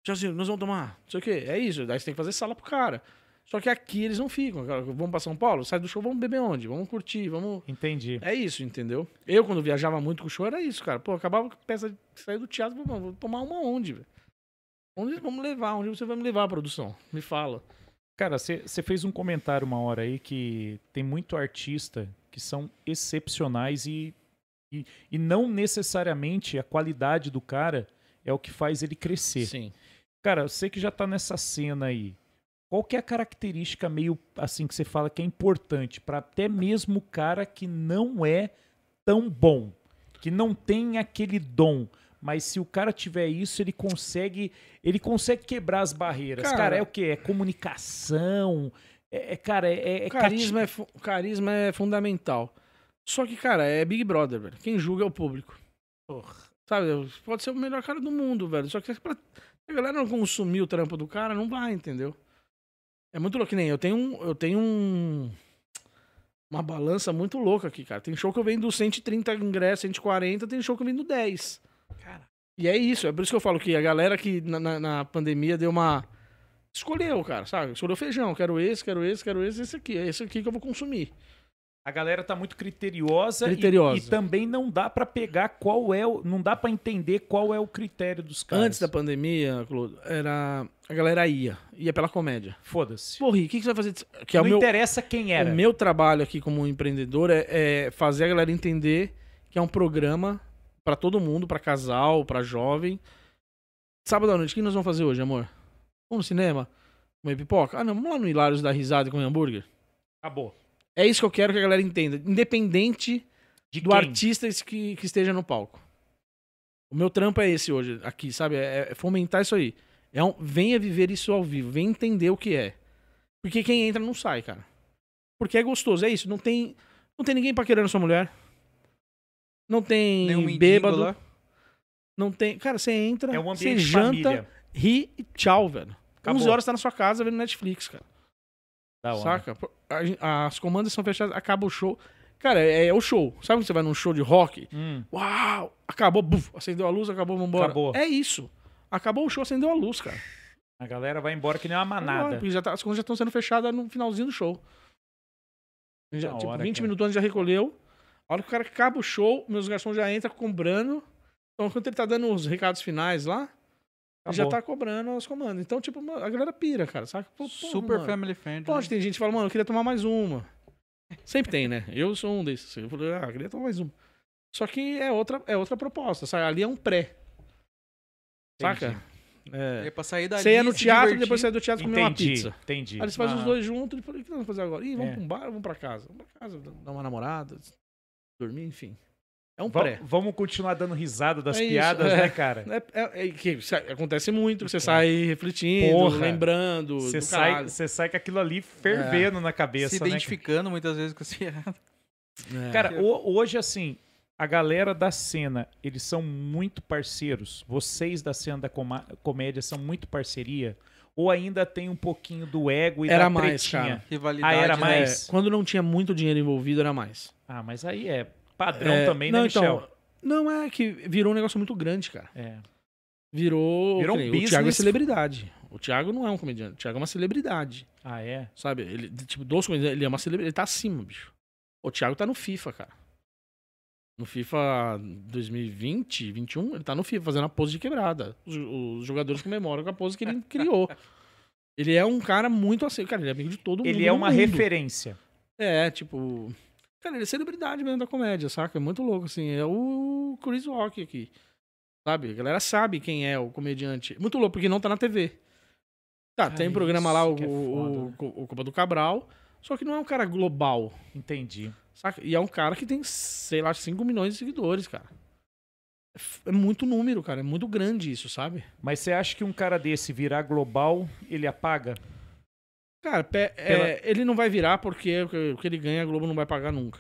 [SPEAKER 2] Jazinho, nós vamos tomar, não sei o quê. É isso, daí você tem que fazer sala pro cara. Só que aqui eles não ficam. cara, Vamos pra São Paulo, sai do show, vamos beber onde? Vamos curtir, vamos...
[SPEAKER 1] Entendi.
[SPEAKER 2] É isso, entendeu? Eu, quando viajava muito com o show, era isso, cara. Pô, acabava que peça de sair do teatro, falava, mano, vou tomar uma onde, velho? Onde vamos levar? Onde você vai me levar, produção? Me fala.
[SPEAKER 1] Cara, você fez um comentário uma hora aí que tem muito artista que são excepcionais e, e, e não necessariamente a qualidade do cara é o que faz ele crescer.
[SPEAKER 2] Sim.
[SPEAKER 1] Cara, você que já tá nessa cena aí, qual que é a característica meio assim que você fala que é importante pra até mesmo o cara que não é tão bom, que não tem aquele dom, mas se o cara tiver isso, ele consegue, ele consegue quebrar as barreiras. Cara,
[SPEAKER 2] Cara,
[SPEAKER 1] é o quê? É comunicação, é, é, cara, é, é
[SPEAKER 2] O carisma, é fu- o carisma é fundamental. Só que, cara, é Big Brother, velho. Quem julga é o público. Sabe, é pode ser o melhor cara do mundo, velho. Só que pra... se a galera não consumir o trampo do cara, não vai, entendeu? É muito louco, que nem eu tenho um. Eu tenho um. Uma balança muito louca aqui, cara. Tem show que eu vendo 130 ingressos, 140, tem show que eu vendo 10.
[SPEAKER 3] Cara.
[SPEAKER 2] E é isso, é por isso que eu falo que a galera que na, na- na pandemia deu uma. Escolheu, cara, sabe? Escolheu feijão. Quero esse, quero esse, quero esse, esse aqui. É esse aqui que eu vou consumir.
[SPEAKER 1] A galera tá muito criteriosa, e-
[SPEAKER 2] Criteriosa.
[SPEAKER 1] E, também não dá pra pegar qual é, o, não dá pra entender qual é o critério dos caras.
[SPEAKER 2] Antes da pandemia, Clodo, era. A galera ia. Ia pela comédia.
[SPEAKER 1] foda-se.
[SPEAKER 2] Porra, e o que, que você vai fazer? disso? Que é o
[SPEAKER 1] não
[SPEAKER 2] meu,
[SPEAKER 1] interessa quem era.
[SPEAKER 2] O meu trabalho aqui como empreendedor é, é fazer a galera entender que é um programa pra todo mundo, pra casal, pra jovem. Sábado à noite, o que nós vamos fazer hoje, amor? Vamos no cinema? Comer pipoca? Ah, não, vamos lá no Hilários dar risada e comer hambúrguer?
[SPEAKER 1] Acabou.
[SPEAKER 2] É isso que eu quero que a galera entenda, independente
[SPEAKER 1] De
[SPEAKER 2] do
[SPEAKER 1] quem?
[SPEAKER 2] artista es- que, que esteja no palco. O meu trampo é esse hoje, aqui, sabe? É, é fomentar isso aí. É um- venha viver isso ao vivo, venha entender o que é. Porque quem entra não sai, cara. Porque é gostoso, é isso. Não tem, não tem ninguém paquerando sua mulher. Não tem
[SPEAKER 3] Nenhum né, um mendigo
[SPEAKER 2] bêbado.
[SPEAKER 3] lá.
[SPEAKER 2] Não tem. Cara, você entra,
[SPEAKER 1] É um
[SPEAKER 2] você
[SPEAKER 1] ambiente de
[SPEAKER 2] janta,
[SPEAKER 1] família.
[SPEAKER 2] ri e tchau, velho.
[SPEAKER 1] Acabou.
[SPEAKER 2] 11 horas você tá na sua casa vendo Netflix, cara.
[SPEAKER 1] Da hora.
[SPEAKER 2] Saca? Pô, a gen- as comandas são fechadas, acaba o show. Cara, é, é o show. Sabe quando você vai num show de rock?
[SPEAKER 1] Hum,
[SPEAKER 2] Uau! Acabou, buf, acendeu a luz, acabou, vambora.
[SPEAKER 1] Acabou.
[SPEAKER 2] É isso. Acabou o show, acendeu a luz, cara.
[SPEAKER 1] a galera vai embora que nem uma
[SPEAKER 2] Vambora,
[SPEAKER 1] manada.
[SPEAKER 2] Porque já tá- as coisas já estão sendo fechadas no finalzinho do show. Já,
[SPEAKER 1] Da
[SPEAKER 2] tipo,
[SPEAKER 1] hora,
[SPEAKER 2] 20
[SPEAKER 1] cara.
[SPEAKER 2] minutos antes já recolheu. A hora que o cara acaba o show, meus garçons já entram cobrando. Então, quando ele tá dando os recados finais lá, ele já
[SPEAKER 1] Acabou.
[SPEAKER 2] tá cobrando as comandas. Então, tipo, mano, a galera pira, cara, saca? Pô, porra,
[SPEAKER 3] Super
[SPEAKER 2] mano.
[SPEAKER 3] family friendly.
[SPEAKER 2] Lógico, tem gente que fala, mano, eu queria tomar mais uma. Sempre tem, né? Eu sou um desses. Eu falei, ah, eu queria tomar mais uma. Só que é outra, é outra proposta, sabe? Ali é um pré. Saca? É.
[SPEAKER 3] É pra sair dali,
[SPEAKER 2] Você ia no
[SPEAKER 3] se
[SPEAKER 2] teatro,
[SPEAKER 3] divertir.
[SPEAKER 2] depois você ia do teatro comer uma
[SPEAKER 1] Entendi,
[SPEAKER 2] pizza.
[SPEAKER 1] entendi.
[SPEAKER 2] Aí eles fazem os
[SPEAKER 3] Ah.
[SPEAKER 2] dois juntos, e falam, o que nós vamos fazer agora? Ih, vamos
[SPEAKER 1] É.
[SPEAKER 2] pra um bar ou vamos pra casa? Vamos pra casa, dar uma namorada, dormir, enfim. É um
[SPEAKER 1] Va-
[SPEAKER 2] pré.
[SPEAKER 1] Vamos continuar dando risada das
[SPEAKER 2] É isso,
[SPEAKER 1] piadas,
[SPEAKER 2] é.
[SPEAKER 1] né, cara?
[SPEAKER 2] É, é- é que isso acontece muito, você sai refletindo,
[SPEAKER 1] É. Porra.
[SPEAKER 2] lembrando.
[SPEAKER 1] Você
[SPEAKER 2] do
[SPEAKER 1] sai,
[SPEAKER 2] caralho.
[SPEAKER 1] você sai com aquilo ali fervendo na cabeça,
[SPEAKER 3] Se
[SPEAKER 1] né? cara?
[SPEAKER 3] identificando muitas vezes com esse errado.
[SPEAKER 2] É.
[SPEAKER 1] Cara, ho- hoje, assim, a galera da cena, eles são muito parceiros. Vocês da cena da coma- comédia são muito parceria. Ou ainda tem um pouquinho do ego e
[SPEAKER 2] Era
[SPEAKER 1] da
[SPEAKER 2] mais,
[SPEAKER 1] tretinha?
[SPEAKER 2] cara.
[SPEAKER 3] <laughs> Rivalidade.
[SPEAKER 1] Ah, era
[SPEAKER 3] né?
[SPEAKER 1] mais?
[SPEAKER 2] É, quando não tinha muito dinheiro envolvido, era mais.
[SPEAKER 1] Ah, mas aí é padrão
[SPEAKER 2] É,
[SPEAKER 1] também, né, Michel?
[SPEAKER 2] não, é que virou um negócio muito grande, cara.
[SPEAKER 1] É.
[SPEAKER 2] Virou.
[SPEAKER 1] Virou um
[SPEAKER 2] que nem,
[SPEAKER 1] business.
[SPEAKER 2] O Thiago é celebridade. O Thiago não é um comediante. O Thiago é uma celebridade.
[SPEAKER 1] Ah, é?
[SPEAKER 2] Sabe? Ele, tipo, dos comediantes, ele é uma celebridade. Ele tá acima, bicho. O Thiago tá no FIFA, cara. No FIFA 2020, 21, ele tá no FIFA fazendo a pose de quebrada. Os, os jogadores comemoram com a pose que ele
[SPEAKER 1] <laughs>
[SPEAKER 2] criou. Ele é um cara muito assim, cara, ele é amigo de todo mundo.
[SPEAKER 1] Ele é
[SPEAKER 2] no
[SPEAKER 1] uma
[SPEAKER 2] mundo.
[SPEAKER 1] referência.
[SPEAKER 2] É, tipo. Cara, ele é celebridade mesmo da comédia, saca? É muito louco, assim. É o Chris Rock aqui. Sabe? A galera sabe quem é o comediante. Muito louco, porque não tá na TV. Tá,
[SPEAKER 1] Cara,
[SPEAKER 2] tem um programa lá, o,
[SPEAKER 1] isso que é foda,
[SPEAKER 2] o-
[SPEAKER 1] né?
[SPEAKER 2] o Copa do Cabral. Só que não é um cara global,
[SPEAKER 1] Entendi.
[SPEAKER 2] saca? E é um cara que tem, sei lá, 5 milhões de seguidores, cara. É f- É muito número, cara. É muito grande isso, sabe?
[SPEAKER 1] Mas você acha que um cara desse virar global, ele apaga?
[SPEAKER 2] Cara, pe- é, ele não vai virar porque o que ele ganha a Globo não vai pagar nunca.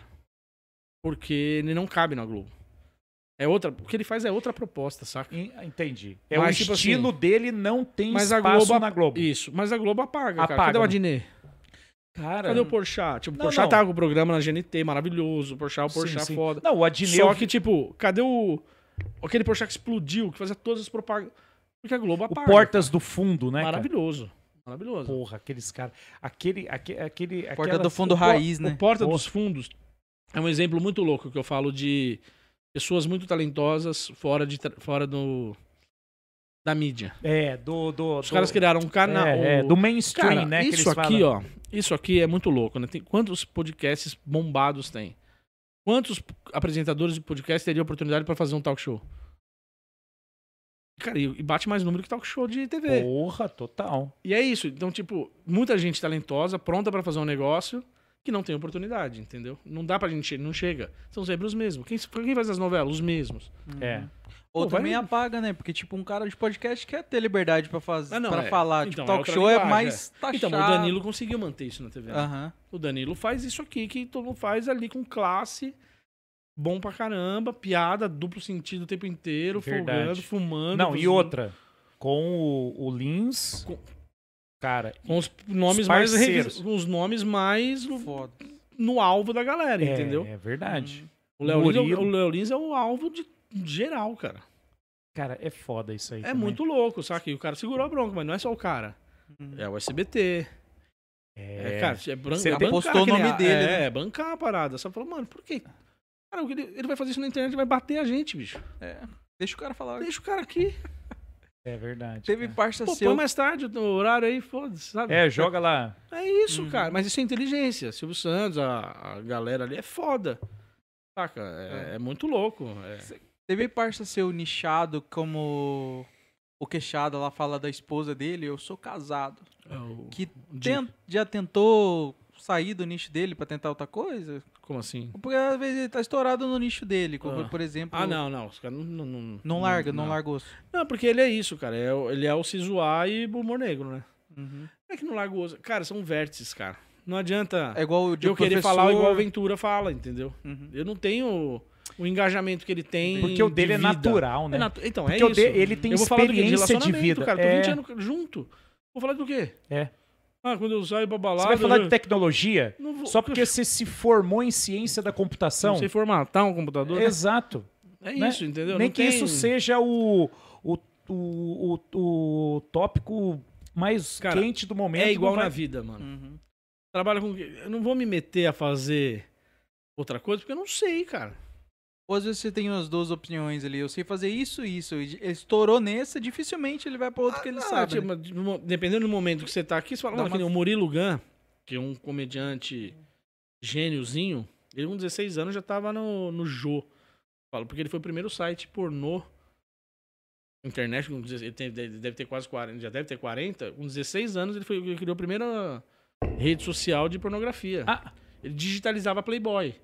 [SPEAKER 2] Porque ele não cabe na Globo. É outra, o que ele faz é outra proposta, saca?
[SPEAKER 1] En- Entendi. É
[SPEAKER 2] Mas,
[SPEAKER 1] o
[SPEAKER 2] tipo
[SPEAKER 1] estilo dele não tem
[SPEAKER 2] Mas a
[SPEAKER 1] espaço
[SPEAKER 2] Globo-
[SPEAKER 1] na Globo.
[SPEAKER 2] Isso, mas a Globo apaga, cara.
[SPEAKER 1] Apaga,
[SPEAKER 2] Cadê o
[SPEAKER 1] né?
[SPEAKER 2] Adnet?
[SPEAKER 1] Cara,
[SPEAKER 2] Cadê o Porchat? Tipo, o
[SPEAKER 1] Não,
[SPEAKER 2] Porchat
[SPEAKER 1] não.
[SPEAKER 2] tá com o programa na GNT, maravilhoso. O Porchat, o Porchat
[SPEAKER 1] sim, sim.
[SPEAKER 2] foda.
[SPEAKER 1] Não, o Adneu...
[SPEAKER 2] Só que, tipo, cadê o... Aquele Porchat que explodiu, que fazia todas as propagandas. Porque a Globo
[SPEAKER 1] o
[SPEAKER 2] apaga.
[SPEAKER 1] Portas do Fundo, né, cara?
[SPEAKER 2] Maravilhoso. Maravilhoso.
[SPEAKER 1] Porra, aqueles caras. Aquele. aquele, aquele
[SPEAKER 3] Porta
[SPEAKER 1] aquela-
[SPEAKER 3] do fundo
[SPEAKER 1] o po-
[SPEAKER 3] raiz, né?
[SPEAKER 2] O Porta
[SPEAKER 1] Boa.
[SPEAKER 2] dos Fundos é um exemplo muito louco que eu falo de pessoas muito talentosas fora, de, tra- fora do, da mídia.
[SPEAKER 1] É, do. do
[SPEAKER 2] Os caras criaram um canal.
[SPEAKER 1] É, é, do mainstream,
[SPEAKER 2] Cara,
[SPEAKER 1] né?
[SPEAKER 2] isso
[SPEAKER 1] que eles
[SPEAKER 2] aqui,
[SPEAKER 1] falam.
[SPEAKER 2] ó. Isso aqui é muito louco, né? Tem, quantos podcasts bombados tem? Quantos p- apresentadores de podcast teriam oportunidade pra fazer um talk show? Cara, e e bate mais número que talk show de TV.
[SPEAKER 1] Porra, total.
[SPEAKER 2] E é isso. Então, tipo, muita gente talentosa, pronta pra fazer um negócio, que não tem oportunidade, entendeu? Não dá pra gente, não chega. São sempre os mesmos. Quem, quem faz as novelas? Os mesmos.
[SPEAKER 3] Uhum.
[SPEAKER 1] É.
[SPEAKER 3] Ou
[SPEAKER 2] Pô, vai
[SPEAKER 3] também
[SPEAKER 2] no-
[SPEAKER 3] apaga, né? Porque, tipo, um cara de podcast quer ter liberdade pra, fazer,
[SPEAKER 2] Ah, não,
[SPEAKER 3] pra
[SPEAKER 2] é.
[SPEAKER 3] falar.
[SPEAKER 2] Então,
[SPEAKER 3] tipo,
[SPEAKER 2] é
[SPEAKER 3] talk
[SPEAKER 2] outra
[SPEAKER 3] show é
[SPEAKER 2] linguagem,
[SPEAKER 3] mais taxado.
[SPEAKER 2] Então, o Danilo conseguiu manter isso na TV.
[SPEAKER 1] Ah.
[SPEAKER 2] né?
[SPEAKER 3] Aham.
[SPEAKER 2] O Danilo faz isso aqui que todo mundo faz ali com classe, bom pra caramba, piada, duplo sentido o tempo inteiro,
[SPEAKER 1] Verdade.
[SPEAKER 2] folgando, fumando.
[SPEAKER 1] Não, e
[SPEAKER 2] fazendo-
[SPEAKER 1] outra. Com o, o Lins.
[SPEAKER 2] Com-
[SPEAKER 1] Cara,
[SPEAKER 2] Com os nomes
[SPEAKER 1] Os
[SPEAKER 2] mais
[SPEAKER 1] parceiros.
[SPEAKER 2] revi- com os nomes mais no,
[SPEAKER 3] Foda.
[SPEAKER 2] no alvo da galera,
[SPEAKER 1] é,
[SPEAKER 2] entendeu?
[SPEAKER 1] É verdade.
[SPEAKER 2] O Léo Lins é o-
[SPEAKER 1] Murilo.
[SPEAKER 2] o Léo Lins é o alvo de geral, cara.
[SPEAKER 1] Cara, é foda isso aí.
[SPEAKER 2] É
[SPEAKER 1] também.
[SPEAKER 2] muito louco, saca? E o cara segurou a bronca, mas não é só o cara.
[SPEAKER 3] Hum.
[SPEAKER 2] É o SBT. É,
[SPEAKER 1] É,
[SPEAKER 2] cara, é bran-
[SPEAKER 1] Você
[SPEAKER 2] é bancar
[SPEAKER 3] postou o
[SPEAKER 2] aquele-
[SPEAKER 3] nome dele,
[SPEAKER 2] É,
[SPEAKER 3] né?
[SPEAKER 2] é, bancar a parada. Só falou, mano, por quê? Cara, ele, ele vai fazer isso na internet, vai bater a gente, bicho.
[SPEAKER 3] Deixa o cara falar.
[SPEAKER 2] Deixa o cara aqui.
[SPEAKER 1] é verdade.
[SPEAKER 3] Teve
[SPEAKER 1] cara.
[SPEAKER 3] parça
[SPEAKER 2] Pô, põe
[SPEAKER 3] É seu.
[SPEAKER 2] mais tarde o horário aí, foda-se, sabe?
[SPEAKER 1] É, joga lá.
[SPEAKER 2] É isso,
[SPEAKER 3] Uhum.
[SPEAKER 2] cara. Mas isso é inteligência. Silvio Santos, a, a galera ali é foda. Saca? É, é muito louco. É.
[SPEAKER 3] Teve parça seu nichado como o queixada lá fala da esposa dele, eu sou casado. Que
[SPEAKER 2] Dico.
[SPEAKER 3] ten- já tentou sair do nicho dele pra tentar outra coisa?
[SPEAKER 2] Como assim?
[SPEAKER 3] Porque às vezes ele tá estourado no nicho dele, como
[SPEAKER 2] Ah.
[SPEAKER 3] por exemplo.
[SPEAKER 2] Ah, não, não. Os caras não, não, não.
[SPEAKER 3] Não larga, não, larga o osso.
[SPEAKER 2] Não, porque ele é isso, cara. É o- ele é o Cizuá e o humor negro, né?
[SPEAKER 3] Uhum.
[SPEAKER 2] Não é que não larga o osso. Cara, são vértices, cara. Não adianta
[SPEAKER 3] É igual o de
[SPEAKER 2] eu querer
[SPEAKER 3] professor.
[SPEAKER 2] falar igual o Ventura fala, entendeu?
[SPEAKER 3] Uhum.
[SPEAKER 2] Eu não tenho o engajamento que ele tem.
[SPEAKER 1] Porque o
[SPEAKER 2] de
[SPEAKER 1] dele é
[SPEAKER 2] vida.
[SPEAKER 1] natural,
[SPEAKER 2] É
[SPEAKER 1] né?
[SPEAKER 2] natu- Então,
[SPEAKER 1] Porque
[SPEAKER 2] é
[SPEAKER 1] o
[SPEAKER 2] isso.
[SPEAKER 1] de- ele tem
[SPEAKER 2] eu vou falar do quê?
[SPEAKER 1] experiência de,
[SPEAKER 2] relacionamento,
[SPEAKER 1] vida.
[SPEAKER 2] Cara, tô
[SPEAKER 1] é...
[SPEAKER 2] 20 anos junto. Vou falar do quê?
[SPEAKER 1] É.
[SPEAKER 2] Ah, quando eu saio pra balada...
[SPEAKER 1] Você vai falar
[SPEAKER 2] eu-
[SPEAKER 1] de tecnologia?
[SPEAKER 2] não vou-
[SPEAKER 1] Só porque você se formou em ciência da computação?
[SPEAKER 2] Não sei formatar um computador. né?
[SPEAKER 1] Exato.
[SPEAKER 2] É
[SPEAKER 1] né?
[SPEAKER 2] isso, entendeu?
[SPEAKER 1] Nem
[SPEAKER 2] Não
[SPEAKER 1] que
[SPEAKER 2] tem-
[SPEAKER 1] isso seja o, o, o, o, o tópico mais
[SPEAKER 2] Cara,
[SPEAKER 1] quente do momento.
[SPEAKER 2] É igual
[SPEAKER 1] não vai-
[SPEAKER 2] na vida, mano.
[SPEAKER 3] Uhum.
[SPEAKER 2] Trabalha com... o quê? Eu não vou me meter a fazer outra coisa, porque eu não sei, cara.
[SPEAKER 3] Ou às vezes você tem as duas opiniões ali. Eu sei fazer isso e isso. E ele estourou nessa, dificilmente ele vai pra outro que ele
[SPEAKER 2] Ah,
[SPEAKER 3] sabe.
[SPEAKER 2] tipo,
[SPEAKER 3] né?
[SPEAKER 2] de- mo- Dependendo do momento que você tá aqui, você fala,
[SPEAKER 3] Dá
[SPEAKER 2] mano, que
[SPEAKER 3] uma-
[SPEAKER 2] nem o Murilo Gun, que é um comediante gêniozinho, ele com 16 anos já tava no, no Jô. Falo, porque ele foi o primeiro site pornô internet, com 16 ele tem- deve deve ter quase 40, já deve ter 40, com 16 anos ele, foi, ele criou a primeira rede social de pornografia.
[SPEAKER 1] Ah.
[SPEAKER 2] Ele digitalizava Playboy.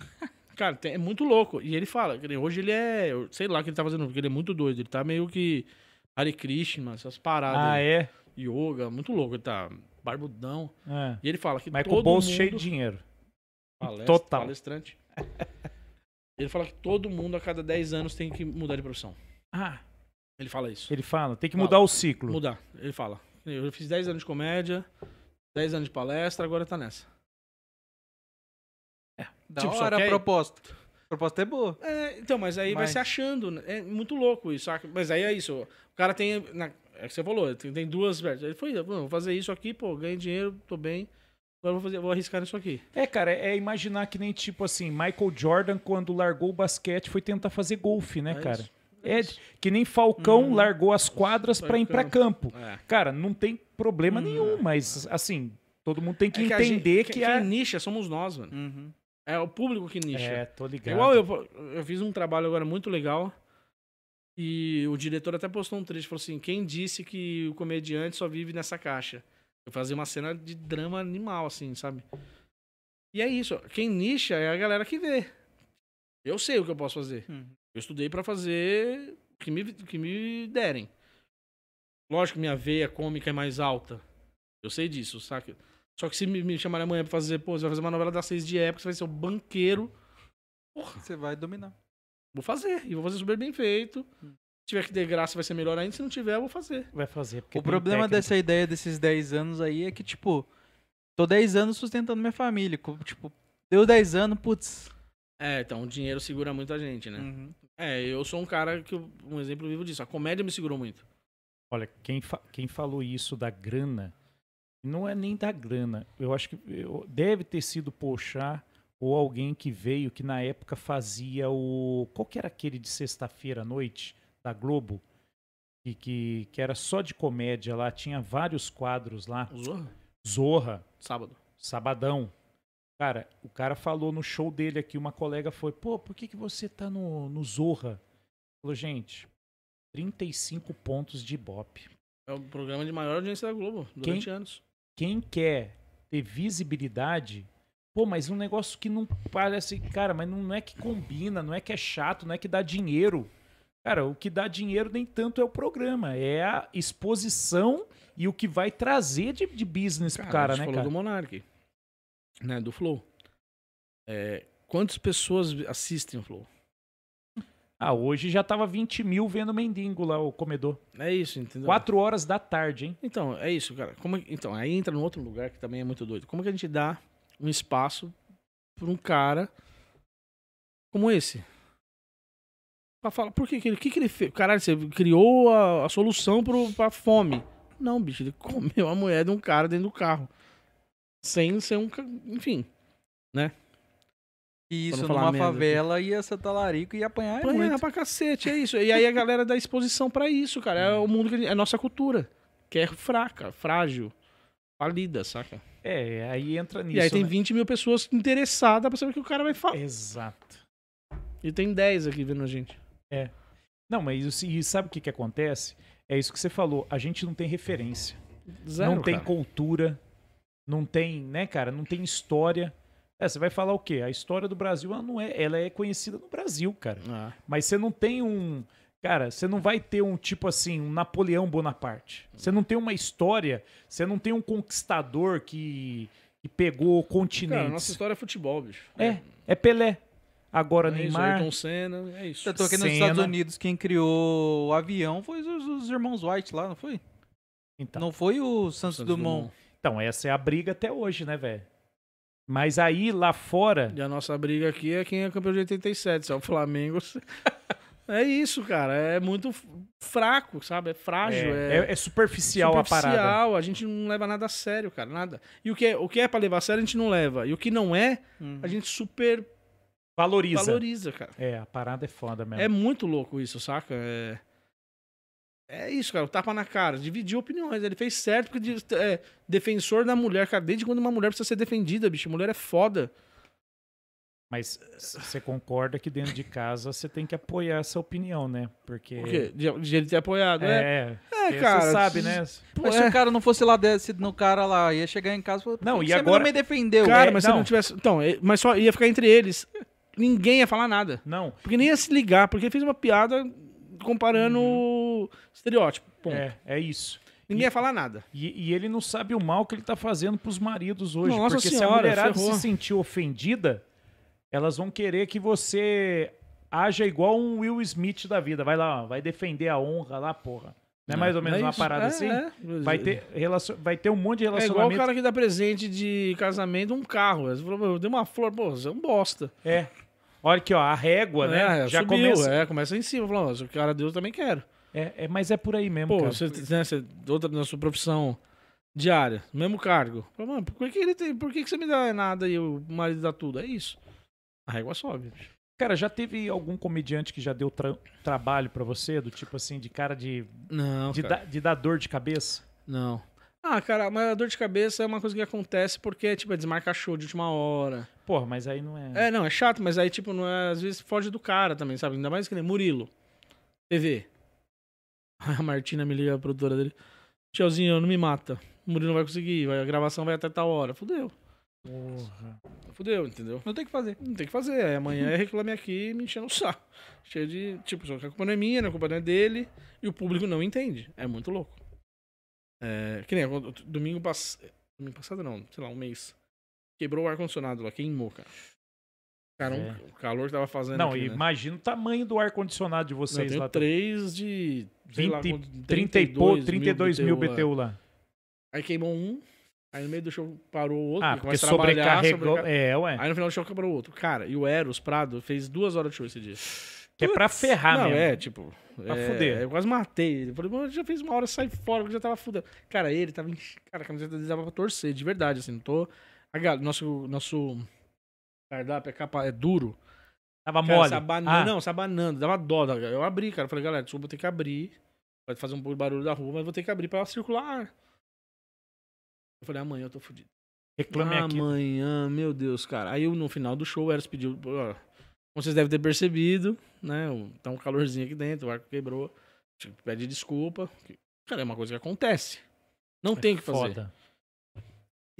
[SPEAKER 2] <laughs> Cara, tem- é muito louco. E ele fala, que nem hoje ele é, eu sei lá o que ele tá fazendo, porque ele é muito doido, ele tá meio que Hare Krishna, essas paradas,
[SPEAKER 1] Ah, é?
[SPEAKER 2] yoga, muito louco, ele tá barbudão.
[SPEAKER 1] É.
[SPEAKER 2] E ele fala que
[SPEAKER 1] Mas com
[SPEAKER 2] todo
[SPEAKER 1] o bolso
[SPEAKER 2] mundo...
[SPEAKER 1] cheio de dinheiro.
[SPEAKER 2] Palestra,
[SPEAKER 1] Total.
[SPEAKER 2] Palestrante. <laughs> Ele fala que todo mundo a cada 10 anos tem que mudar de profissão.
[SPEAKER 1] Ah,
[SPEAKER 2] Ele fala isso.
[SPEAKER 1] ele fala, tem que
[SPEAKER 2] Fala.
[SPEAKER 1] mudar o ciclo.
[SPEAKER 2] Mudar. Ele fala. Eu fiz 10 anos de comédia, 10 anos de palestra, agora tá nessa.
[SPEAKER 3] da
[SPEAKER 2] tipo, só
[SPEAKER 3] hora
[SPEAKER 2] que
[SPEAKER 3] a
[SPEAKER 2] aí-
[SPEAKER 3] proposta. A proposta é boa.
[SPEAKER 2] É, então, mas aí vai
[SPEAKER 3] Mas-
[SPEAKER 2] se achando. né? É muito louco isso, saca? Mas aí é isso. O cara tem. na- é o que você falou, tem, tem duas vertentes. Ele foi, "Mano, vou fazer isso aqui, pô, ganho dinheiro, tô bem. Agora vou, fazer, vou arriscar nisso aqui.
[SPEAKER 1] É, cara, é imaginar que nem tipo assim, Michael Jordan, quando largou o basquete, foi tentar fazer golfe, né,
[SPEAKER 2] É
[SPEAKER 1] cara?
[SPEAKER 2] isso. Uhum.
[SPEAKER 1] É que nem Falcão largou as quadras
[SPEAKER 2] Vai
[SPEAKER 1] pra ir pra campo.
[SPEAKER 2] É.
[SPEAKER 1] Cara, não tem problema nenhum, mas assim, todo mundo tem que
[SPEAKER 2] Uhum. É a gente-
[SPEAKER 1] entender que,
[SPEAKER 2] quem,
[SPEAKER 1] é.
[SPEAKER 2] quem nicha somos nós, mano.
[SPEAKER 3] Uhum.
[SPEAKER 2] É o público que nicha.
[SPEAKER 1] É, tô
[SPEAKER 2] É
[SPEAKER 1] ligado.
[SPEAKER 2] Igual eu, eu fiz um trabalho agora muito legal e o diretor até postou um trecho, falou assim, quem disse que o comediante só vive nessa caixa? Eu fazia uma cena de drama animal, assim, sabe? E é isso, ó, quem nicha é a galera que vê. Eu sei o que eu posso fazer.
[SPEAKER 3] Uhum.
[SPEAKER 2] Eu estudei pra fazer o que me, o que me derem. Lógico que minha veia cômica é mais alta. Eu sei disso, saca? Só que se me, me chamarem amanhã pra fazer, pô, você vai fazer uma novela das seis de época, você vai ser o banqueiro.
[SPEAKER 3] Você vai dominar.
[SPEAKER 2] Vou fazer. E vou fazer super bem feito. Se tiver que ter graça, vai ser melhor ainda. Se não tiver, eu vou fazer.
[SPEAKER 1] Vai fazer.
[SPEAKER 2] um
[SPEAKER 1] porque
[SPEAKER 3] o
[SPEAKER 1] tem
[SPEAKER 3] problema
[SPEAKER 1] técnica.
[SPEAKER 3] dessa ideia desses 10 anos aí é que, tipo, tô 10 anos sustentando minha família. co- Tipo, deu 10 anos, putz.
[SPEAKER 2] É, então, o dinheiro segura muita gente, né?
[SPEAKER 3] Uhum.
[SPEAKER 2] É, eu sou um cara que. eu- Um exemplo vivo disso. A comédia me segurou muito.
[SPEAKER 1] Olha, quem, fa- quem falou isso da grana, não é nem da grana. Eu acho que eu- deve ter sido Pochá ou alguém que veio que na época fazia o. Qual que era aquele de sexta-feira à noite da Globo? Que, que, que era só de comédia lá, tinha vários quadros lá.
[SPEAKER 2] Usou?
[SPEAKER 1] Zorra,
[SPEAKER 2] Sábado.
[SPEAKER 1] Sabadão. Cara, o cara falou no show dele aqui, uma colega foi, pô, por que, que você tá no, no Zorra? Falou, gente, 35 pontos de Ibope.
[SPEAKER 2] É o programa de maior audiência da Globo durante anos.
[SPEAKER 1] quem quer ter visibilidade, pô, mas um negócio que não parece, cara, mas não é que combina, não é que é chato, não é que dá dinheiro. Cara, o que dá dinheiro nem tanto é o programa, é a exposição e o que vai trazer de, de business pro
[SPEAKER 2] a
[SPEAKER 1] cara,
[SPEAKER 2] gente
[SPEAKER 1] né,
[SPEAKER 2] falou
[SPEAKER 1] cara?
[SPEAKER 2] do Monark. Né? Do Flow. É, quantas pessoas vi- assistem o Flow?
[SPEAKER 1] Ah, hoje já tava 20 mil vendo mendigo lá, o comedor.
[SPEAKER 2] É isso, entendeu?
[SPEAKER 1] Quatro horas da tarde, hein?
[SPEAKER 2] Então, é isso, cara. Como, então, aí entra num outro lugar que também é muito doido. Como que a gente dá um espaço pra um cara como esse? Pra falar, por que que ele, que que ele fez? Caralho, você criou a, a solução pro, pra fome. Não, bicho, ele <laughs> comeu a mulher de um cara dentro do carro. Sem ser um. ca- Enfim.
[SPEAKER 3] E isso
[SPEAKER 2] Pra não falar
[SPEAKER 3] numa
[SPEAKER 2] merda aqui.
[SPEAKER 3] favela ia ser talarico e ia apanhar,
[SPEAKER 2] Apanhar
[SPEAKER 3] É muito.
[SPEAKER 2] pra cacete, é isso. E aí a galera dá exposição pra isso, cara. É o mundo que a gente- é a nossa cultura. Que é fraca, frágil, falida, saca?
[SPEAKER 1] É, aí entra nisso.
[SPEAKER 2] e aí tem
[SPEAKER 1] né?
[SPEAKER 2] 20 mil pessoas interessadas pra saber o que o cara vai falar.
[SPEAKER 1] Exato.
[SPEAKER 2] E tem 10 aqui vendo a gente.
[SPEAKER 1] Não, mas isso, e sabe o que, que acontece? É isso que você falou. A gente não tem referência.
[SPEAKER 2] Zero,
[SPEAKER 1] não tem
[SPEAKER 2] cara.
[SPEAKER 1] cultura, não tem, né, cara, não tem história. É, você vai falar o quê? A história do Brasil ela não é, ela é conhecida no Brasil, cara.
[SPEAKER 2] Ah,
[SPEAKER 1] Mas você não tem um, cara, você não vai ter um tipo assim, um Napoleão Bonaparte. Você não tem uma história, você não tem um conquistador que, que pegou
[SPEAKER 2] cara, nossa
[SPEAKER 1] continentes.
[SPEAKER 2] história é futebol, bicho.
[SPEAKER 1] É, é Pelé. Agora
[SPEAKER 2] é isso,
[SPEAKER 1] Neymar.
[SPEAKER 2] Ayrton Senna, é isso.
[SPEAKER 3] Tanto que nos
[SPEAKER 1] Senna.
[SPEAKER 3] Estados Unidos quem criou o avião foi os, os irmãos White lá, não foi?
[SPEAKER 2] Tá.
[SPEAKER 1] Então,
[SPEAKER 3] Não foi o Santos,
[SPEAKER 2] Santos
[SPEAKER 3] Dumont.
[SPEAKER 1] então, essa é a briga até hoje, né, velho? Mas aí lá fora,
[SPEAKER 2] E a nossa briga aqui é quem é campeão de 87, se é o
[SPEAKER 1] <laughs>
[SPEAKER 2] Flamengo. se- é isso, cara. É muito f- fraco, sabe? É frágil.
[SPEAKER 1] é, é- é superficial, a parada.
[SPEAKER 2] Superficial, a gente não leva nada a sério, cara, nada. E o que é, o que é pra levar a sério, a gente não leva. E o que não é,
[SPEAKER 3] Hum.
[SPEAKER 2] a gente super
[SPEAKER 1] Valoriza.
[SPEAKER 2] valoriza, cara.
[SPEAKER 1] É, a parada é foda mesmo.
[SPEAKER 2] É muito louco isso, saca? É, é isso, cara, o tapa na cara, dividir opiniões. Ele fez certo porque diz- é defensor da mulher, cara. Desde quando uma mulher precisa ser defendida, bicho? Mulher é foda.
[SPEAKER 1] Mas c- você concorda que dentro de casa você tem que apoiar essa opinião, né? Porque.
[SPEAKER 2] Por quê? De, de ele ter apoiado, é.
[SPEAKER 1] É, é,
[SPEAKER 2] É,
[SPEAKER 1] porque
[SPEAKER 2] cara.
[SPEAKER 1] Você sabe, né?
[SPEAKER 2] pô,
[SPEAKER 3] Mas se
[SPEAKER 2] é.
[SPEAKER 3] o cara não fosse lá, desse no cara lá, ia chegar em casa e falar,
[SPEAKER 1] Não,
[SPEAKER 3] "Por que
[SPEAKER 1] e
[SPEAKER 3] você
[SPEAKER 1] agora-
[SPEAKER 3] não me defendeu.
[SPEAKER 2] Cara,
[SPEAKER 1] é,
[SPEAKER 2] mas se
[SPEAKER 1] não.
[SPEAKER 2] não tivesse. Então, é- mas só ia ficar entre eles. Ninguém ia falar nada.
[SPEAKER 1] Não.
[SPEAKER 2] Porque nem ia se ligar, porque fez uma piada comparando o estereótipo. Ponto.
[SPEAKER 1] Uhum. É, é isso.
[SPEAKER 2] Ninguém ia falar nada.
[SPEAKER 1] E, e ele não sabe o mal que ele tá fazendo pros maridos hoje.
[SPEAKER 2] Nossa
[SPEAKER 1] porque se a
[SPEAKER 2] senhora,
[SPEAKER 1] mulherada
[SPEAKER 2] ferrou.
[SPEAKER 1] se sentir ofendida, elas vão querer que você haja igual um Will Smith da vida. Vai lá, ó, vai defender a honra lá, porra. Não é mais ou menos uma
[SPEAKER 2] isso.
[SPEAKER 1] parada
[SPEAKER 2] É,
[SPEAKER 1] assim?
[SPEAKER 2] é.
[SPEAKER 1] Vai, ter relacion... vai ter um monte de
[SPEAKER 2] É igual o
[SPEAKER 1] relacionamento.
[SPEAKER 2] cara que dá presente de casamento um carro. Você falou, "Meu, eu dei uma flor, pô, você é um bosta.
[SPEAKER 1] É. Olha aqui, ó, a régua, né?
[SPEAKER 2] É,
[SPEAKER 1] Já
[SPEAKER 2] subiu,
[SPEAKER 1] começa.
[SPEAKER 2] é, começa em cima. Falou, "Ó, se o cara deu, eu também quero.
[SPEAKER 1] É, é, mas é por aí mesmo,
[SPEAKER 2] Pô,
[SPEAKER 1] cara.
[SPEAKER 2] você, né, você- outra na sua profissão diária, mesmo cargo. Falou, mano, por que, ele tem, por que, que você me dá nada e o marido dá tudo? É isso. A régua sobe. bicho.
[SPEAKER 1] Cara, já teve algum comediante que já deu tra- trabalho pra você? Do tipo assim, de cara de,
[SPEAKER 2] Não,
[SPEAKER 1] de,
[SPEAKER 2] cara.
[SPEAKER 1] dar- de dar dor de cabeça?
[SPEAKER 2] Não. Ah, cara, mas a dor de cabeça é uma coisa que acontece porque, tipo, é desmarcar show de última hora.
[SPEAKER 1] Porra, mas aí não é.
[SPEAKER 2] É, não, é chato, mas aí, tipo, não é- às vezes foge do cara também, sabe? Ainda mais que nem Murilo. TV. <laughs> A Martina me liga, a produtora dele. Tiozinho, não me mata. O Murilo não vai conseguir, vai- a gravação vai até tal hora. Fudeu.
[SPEAKER 1] Porra.
[SPEAKER 2] Fudeu, entendeu?
[SPEAKER 3] Não tem o que fazer.
[SPEAKER 2] Não tem o que fazer. Aí amanhã é reclame aqui e me enchendo o saco. Cheio de. Tipo, só que a culpa não é minha, a culpa não é dele. E o público não entende. É muito louco. É, que nem eu- domingo passado. Domingo passado não, sei lá, um mês. Quebrou o ar-condicionado lá, queimou, cara. Cara, um-
[SPEAKER 1] É.
[SPEAKER 2] o calor que tava fazendo.
[SPEAKER 1] Não,
[SPEAKER 2] aqui, né?
[SPEAKER 1] imagina o tamanho do ar-condicionado de
[SPEAKER 2] Não, eu
[SPEAKER 1] vocês
[SPEAKER 2] tenho
[SPEAKER 1] lá.
[SPEAKER 2] três de. sei lá,
[SPEAKER 1] 20,
[SPEAKER 2] quanto-
[SPEAKER 1] 30 e pouco,
[SPEAKER 2] 32
[SPEAKER 1] 32 mil
[SPEAKER 2] BTU lá.
[SPEAKER 1] BTU lá.
[SPEAKER 2] Aí queimou um, aí no meio do show parou o outro.
[SPEAKER 1] Ah,
[SPEAKER 2] vai
[SPEAKER 1] porque
[SPEAKER 2] trabalhar,
[SPEAKER 1] sobrecarregou.
[SPEAKER 2] sobrecar-
[SPEAKER 1] É, ué.
[SPEAKER 2] Aí no final do show quebrou o outro. Cara, e o Eros Prado fez duas horas de show esse dia.
[SPEAKER 1] Que é pra ferrar
[SPEAKER 2] não,
[SPEAKER 1] mesmo.
[SPEAKER 2] é, tipo.
[SPEAKER 1] Pra
[SPEAKER 2] é,
[SPEAKER 1] fuder.
[SPEAKER 2] Eu quase matei ele. Falei, mano, já fez uma hora, sai fora, que eu já tava fudendo. Cara, ele tava. enche- Cara, a camiseta dele dava pra torcer, de verdade, assim, não tô. A gal- Nosso, nosso cardápio é, capa... é duro.
[SPEAKER 1] Tava
[SPEAKER 2] Cara,
[SPEAKER 1] mole.
[SPEAKER 2] sabanando,
[SPEAKER 1] Ah,
[SPEAKER 2] não, sabanando, dava dó. da- Eu abri, cara. Falei, galera, desculpa, vou ter que abrir. Vai fazer um pouco de barulho da rua, mas vou ter que abrir pra circular. ar." Eu falei, amanhã eu tô fudido.
[SPEAKER 1] reclame aqui.
[SPEAKER 2] Ah, Amanhã, meu Deus, cara. Aí eu, no final do show, o Eros pediu. ó, como vocês devem ter percebido, né? o- Tá um calorzinho aqui dentro, o arco quebrou. Tipo, Pede desculpa. que- Cara, é uma coisa que acontece. Não tem o que fazer.
[SPEAKER 1] Foda.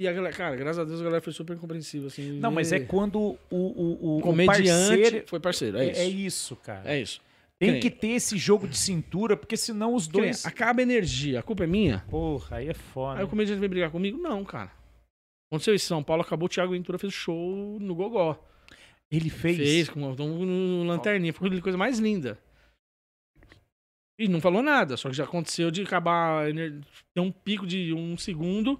[SPEAKER 2] E a galera, cara, graças a Deus a galera foi super compreensiva. Assim,
[SPEAKER 1] Não, mas é
[SPEAKER 2] e-
[SPEAKER 1] quando o, o, o-
[SPEAKER 2] o
[SPEAKER 1] o
[SPEAKER 2] comediante
[SPEAKER 1] parceiro.
[SPEAKER 2] foi parceiro. É,
[SPEAKER 1] É,
[SPEAKER 2] isso.
[SPEAKER 1] é isso, cara.
[SPEAKER 2] É isso.
[SPEAKER 1] Tem
[SPEAKER 2] Quem?
[SPEAKER 1] que ter esse jogo de cintura, porque senão os
[SPEAKER 2] Que nem,
[SPEAKER 1] dois.
[SPEAKER 2] Acaba a energia, a culpa é minha.
[SPEAKER 1] Porra, aí é foda.
[SPEAKER 2] Aí o comediante vem brigar comigo? Não, cara. Aconteceu isso em São Paulo, acabou o Thiago Ventura, fez show no Gogó.
[SPEAKER 1] Ele fez.
[SPEAKER 2] Fez, com então, no, no lanterninha. Ficou a coisa mais linda. E não falou nada, só que já aconteceu de acabar. a ener- Ter um pico de um segundo.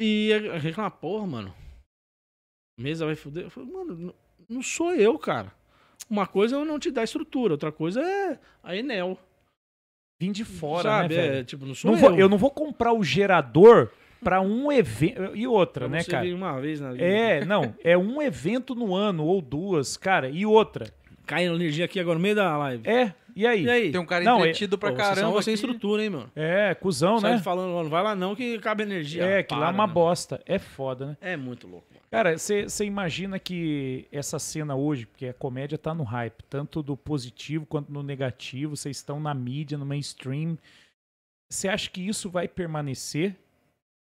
[SPEAKER 2] E a- a reclamar, porra, mano. Mesa vai foder. Eu falei, mano, não- não sou eu, cara. Uma coisa é eu não te dar estrutura, outra coisa é a Enel.
[SPEAKER 1] Vim de fora,
[SPEAKER 2] sabe?
[SPEAKER 1] né,
[SPEAKER 2] É,
[SPEAKER 1] velho?
[SPEAKER 2] tipo, não sou
[SPEAKER 1] Não vou-
[SPEAKER 2] eu.
[SPEAKER 1] eu não vou comprar o gerador pra um evento. E outra,
[SPEAKER 2] Pra
[SPEAKER 1] né,
[SPEAKER 2] você
[SPEAKER 1] cara?
[SPEAKER 2] vir uma vez na vida.
[SPEAKER 1] É, não. É um evento no ano ou duas, cara. E outra.
[SPEAKER 2] Caindo energia aqui agora no meio da live.
[SPEAKER 1] É, e aí?
[SPEAKER 2] E aí?
[SPEAKER 3] Tem um cara
[SPEAKER 1] Não, é-
[SPEAKER 3] entretido pra
[SPEAKER 2] Pô, vocês são
[SPEAKER 3] caramba.
[SPEAKER 2] sem
[SPEAKER 3] aqui.
[SPEAKER 2] estrutura, hein, mano?
[SPEAKER 1] É, cusão,
[SPEAKER 2] Sai
[SPEAKER 1] né?
[SPEAKER 2] falando, "Ó, não vai lá não que acaba a energia.
[SPEAKER 1] É,
[SPEAKER 2] Ah,
[SPEAKER 1] que lá é
[SPEAKER 2] para,
[SPEAKER 1] uma
[SPEAKER 2] né?
[SPEAKER 1] bosta. É foda, né?
[SPEAKER 2] É muito louco, mano.
[SPEAKER 1] Cara, você imagina que essa cena hoje, porque a comédia tá no hype, tanto do positivo quanto no negativo, vocês estão na mídia, no mainstream. Você acha que isso vai permanecer?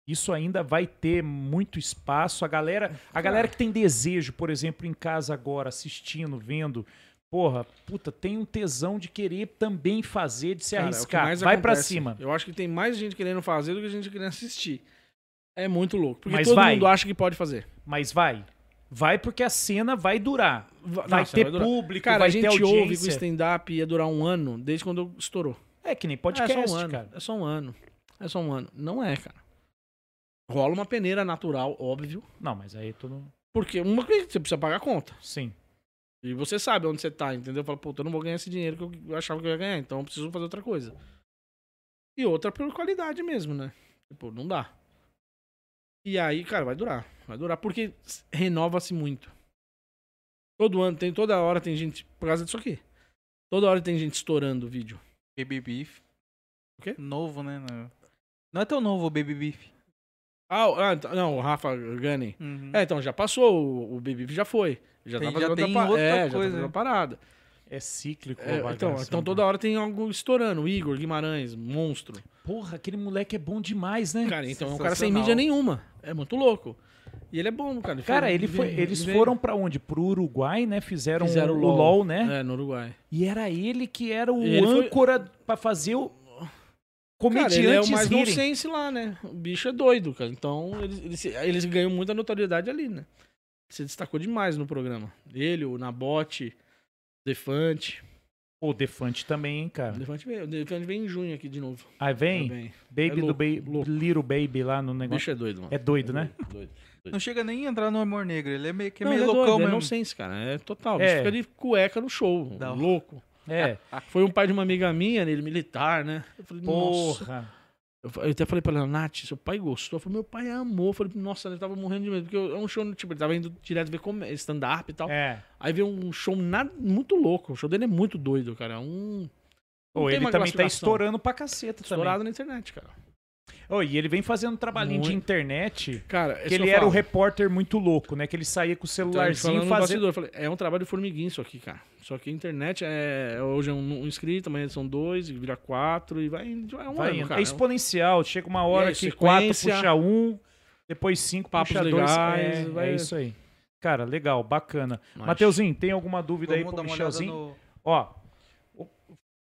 [SPEAKER 1] Isso ainda vai ter muito espaço. A galera, a galera que tem desejo, por exemplo, em casa agora, assistindo, vendo, porra, puta, tem um tesão de querer também fazer, de se
[SPEAKER 2] Cara, é o que
[SPEAKER 1] arriscar.
[SPEAKER 2] mais
[SPEAKER 1] vai pra
[SPEAKER 2] acontece.
[SPEAKER 1] cima.
[SPEAKER 2] Eu acho que tem mais gente querendo fazer do que gente querendo assistir. É muito louco. Porque
[SPEAKER 1] Mas
[SPEAKER 2] todo
[SPEAKER 1] vai.
[SPEAKER 2] mundo acha que pode fazer.
[SPEAKER 1] Mas vai. Vai porque a cena vai durar.
[SPEAKER 2] Va-
[SPEAKER 1] Vai
[SPEAKER 2] Nossa,
[SPEAKER 1] ter
[SPEAKER 2] durar.
[SPEAKER 1] público,
[SPEAKER 2] Cara,
[SPEAKER 1] vai
[SPEAKER 2] a gente
[SPEAKER 1] ter audiência.
[SPEAKER 2] ouve que o stand-up ia durar um ano desde quando estourou.
[SPEAKER 1] É que nem podcast,
[SPEAKER 2] é só um ano,
[SPEAKER 1] cara.
[SPEAKER 2] É só um ano. É só um ano. Não é, cara. Rola uma peneira natural, óbvio.
[SPEAKER 1] Não, mas aí tu não.
[SPEAKER 2] Porque uma coisa que você precisa pagar a conta.
[SPEAKER 1] Sim.
[SPEAKER 2] E você sabe onde você tá, entendeu? Fala, puta, eu não vou ganhar esse dinheiro que eu- eu achava que eu ia ganhar, então eu preciso fazer outra coisa. E outra por qualidade mesmo, né? Tipo, não dá. E aí, cara, vai durar. Vai durar porque s- renova-se muito. Todo ano tem, toda hora tem gente, por causa disso aqui. Toda hora tem gente estourando o vídeo.
[SPEAKER 3] Baby Beef.
[SPEAKER 2] O quê?
[SPEAKER 3] Novo, né? Não- Não é tão novo o Baby Beef.
[SPEAKER 2] Ah, o- ah, então- não, o Rafa Gunning.
[SPEAKER 3] Uhum.
[SPEAKER 2] É, então já passou, o, o Baby já foi. Já
[SPEAKER 3] Tem-
[SPEAKER 2] tá
[SPEAKER 3] já
[SPEAKER 2] fazendo
[SPEAKER 3] tem
[SPEAKER 2] pa-
[SPEAKER 3] outra
[SPEAKER 2] é, já tá
[SPEAKER 3] coisa,
[SPEAKER 2] fazendo
[SPEAKER 3] né?
[SPEAKER 2] outra parada.
[SPEAKER 1] É cíclico.
[SPEAKER 2] É,
[SPEAKER 1] a
[SPEAKER 2] então,
[SPEAKER 1] bagaça,
[SPEAKER 2] então
[SPEAKER 1] né?
[SPEAKER 2] toda hora tem algo estourando. O Igor Guimarães, monstro.
[SPEAKER 1] Porra, aquele moleque é bom demais, né?
[SPEAKER 2] Cara, então é um cara sem
[SPEAKER 3] Sensacional.
[SPEAKER 2] mídia nenhuma. É muito louco. E ele é bom, cara.
[SPEAKER 1] Cara,
[SPEAKER 2] foi-
[SPEAKER 1] ele foi,
[SPEAKER 2] veio-
[SPEAKER 1] eles
[SPEAKER 2] veio-
[SPEAKER 1] foram pra onde? Pro Uruguai, né? Fizeram,
[SPEAKER 2] Fizeram
[SPEAKER 1] o
[SPEAKER 2] o
[SPEAKER 1] LOL,
[SPEAKER 2] LOL.
[SPEAKER 1] né?
[SPEAKER 2] É, no Uruguai.
[SPEAKER 1] E era ele que era o
[SPEAKER 2] Ele foi-
[SPEAKER 1] âncora pra fazer o
[SPEAKER 2] Cara,
[SPEAKER 1] comediante
[SPEAKER 2] ele é o mais
[SPEAKER 1] rirem.
[SPEAKER 2] nonsense lá, né? O bicho é doido, cara. Então, eles, eles, eles ganham muita notoriedade ali, né? Se destacou demais no programa. Ele, o Nabote, o Defante.
[SPEAKER 1] Pô, o Defante também, hein,
[SPEAKER 2] O
[SPEAKER 1] cara.
[SPEAKER 2] Defante veio, o Defante veio em junho aqui de novo.
[SPEAKER 1] Aí vem
[SPEAKER 2] Também.
[SPEAKER 1] Baby do
[SPEAKER 2] é louco,
[SPEAKER 1] ba
[SPEAKER 2] louco.
[SPEAKER 1] Little Baby lá no
[SPEAKER 2] O
[SPEAKER 1] negócio.
[SPEAKER 2] bicho é doido, mano.
[SPEAKER 1] É doido, né?
[SPEAKER 2] Doido.
[SPEAKER 3] Não chega nem a entrar no Amor Negro. Ele é meio que é
[SPEAKER 2] Não,
[SPEAKER 3] meio
[SPEAKER 2] ele é
[SPEAKER 3] loucão
[SPEAKER 2] doido, é
[SPEAKER 3] mesmo.
[SPEAKER 2] nonsense, cara. É total. O
[SPEAKER 1] É.
[SPEAKER 2] bicho fica de cueca no show.
[SPEAKER 3] Dá um-
[SPEAKER 2] Louco.
[SPEAKER 1] É.
[SPEAKER 2] Foi um pai de uma amiga minha, ele militar, né? Eu falei, nossa.
[SPEAKER 1] Porra.
[SPEAKER 2] Eu fa- eu até falei pra ela, Nath, seu pai gostou. Eu falei, meu pai amou. Eu falei, nossa, ele tava morrendo de medo. Porque eu- é um show, tipo, ele tava indo direto ver como- stand-up e tal.
[SPEAKER 1] É.
[SPEAKER 2] Aí veio um show nada, muito louco. O show dele é muito doido, cara. É um. não
[SPEAKER 1] Pô,
[SPEAKER 2] tem
[SPEAKER 1] ele
[SPEAKER 2] uma
[SPEAKER 1] também tá
[SPEAKER 2] classificação.
[SPEAKER 1] estourando pra caceta
[SPEAKER 2] Estourado na internet, cara.
[SPEAKER 1] também. Ô, e ele vem fazendo um trabalhinho de
[SPEAKER 2] Muito.
[SPEAKER 1] internet.
[SPEAKER 2] Cara, é
[SPEAKER 3] É
[SPEAKER 1] Que ele era o repórter muito louco, né? Que ele saía com o
[SPEAKER 2] Então,
[SPEAKER 1] celularzinho
[SPEAKER 2] celularzinho
[SPEAKER 1] fazendo.
[SPEAKER 2] fazendo. Eu falei, é um trabalho de formiguinho isso aqui, cara. Só que a internet é. Hoje é um, um inscrito, amanhã são dois, e vira quatro, e vai. indo, É um
[SPEAKER 1] Vai
[SPEAKER 2] ano,
[SPEAKER 1] indo.
[SPEAKER 2] cara.
[SPEAKER 1] é exponencial. Chega uma
[SPEAKER 2] E
[SPEAKER 1] hora
[SPEAKER 2] aí,
[SPEAKER 1] que quatro
[SPEAKER 2] sequência.
[SPEAKER 1] puxa um, depois cinco
[SPEAKER 2] Papos
[SPEAKER 1] puxa
[SPEAKER 2] legais,
[SPEAKER 1] dois. É,
[SPEAKER 2] vai-
[SPEAKER 1] é isso aí. Cara, legal, bacana.
[SPEAKER 2] Mas-
[SPEAKER 1] Mateuzinho, tem alguma dúvida aí
[SPEAKER 3] Vamos
[SPEAKER 1] pro
[SPEAKER 3] dar uma olhada
[SPEAKER 1] Michelzinho?
[SPEAKER 3] no...
[SPEAKER 1] Ó, o-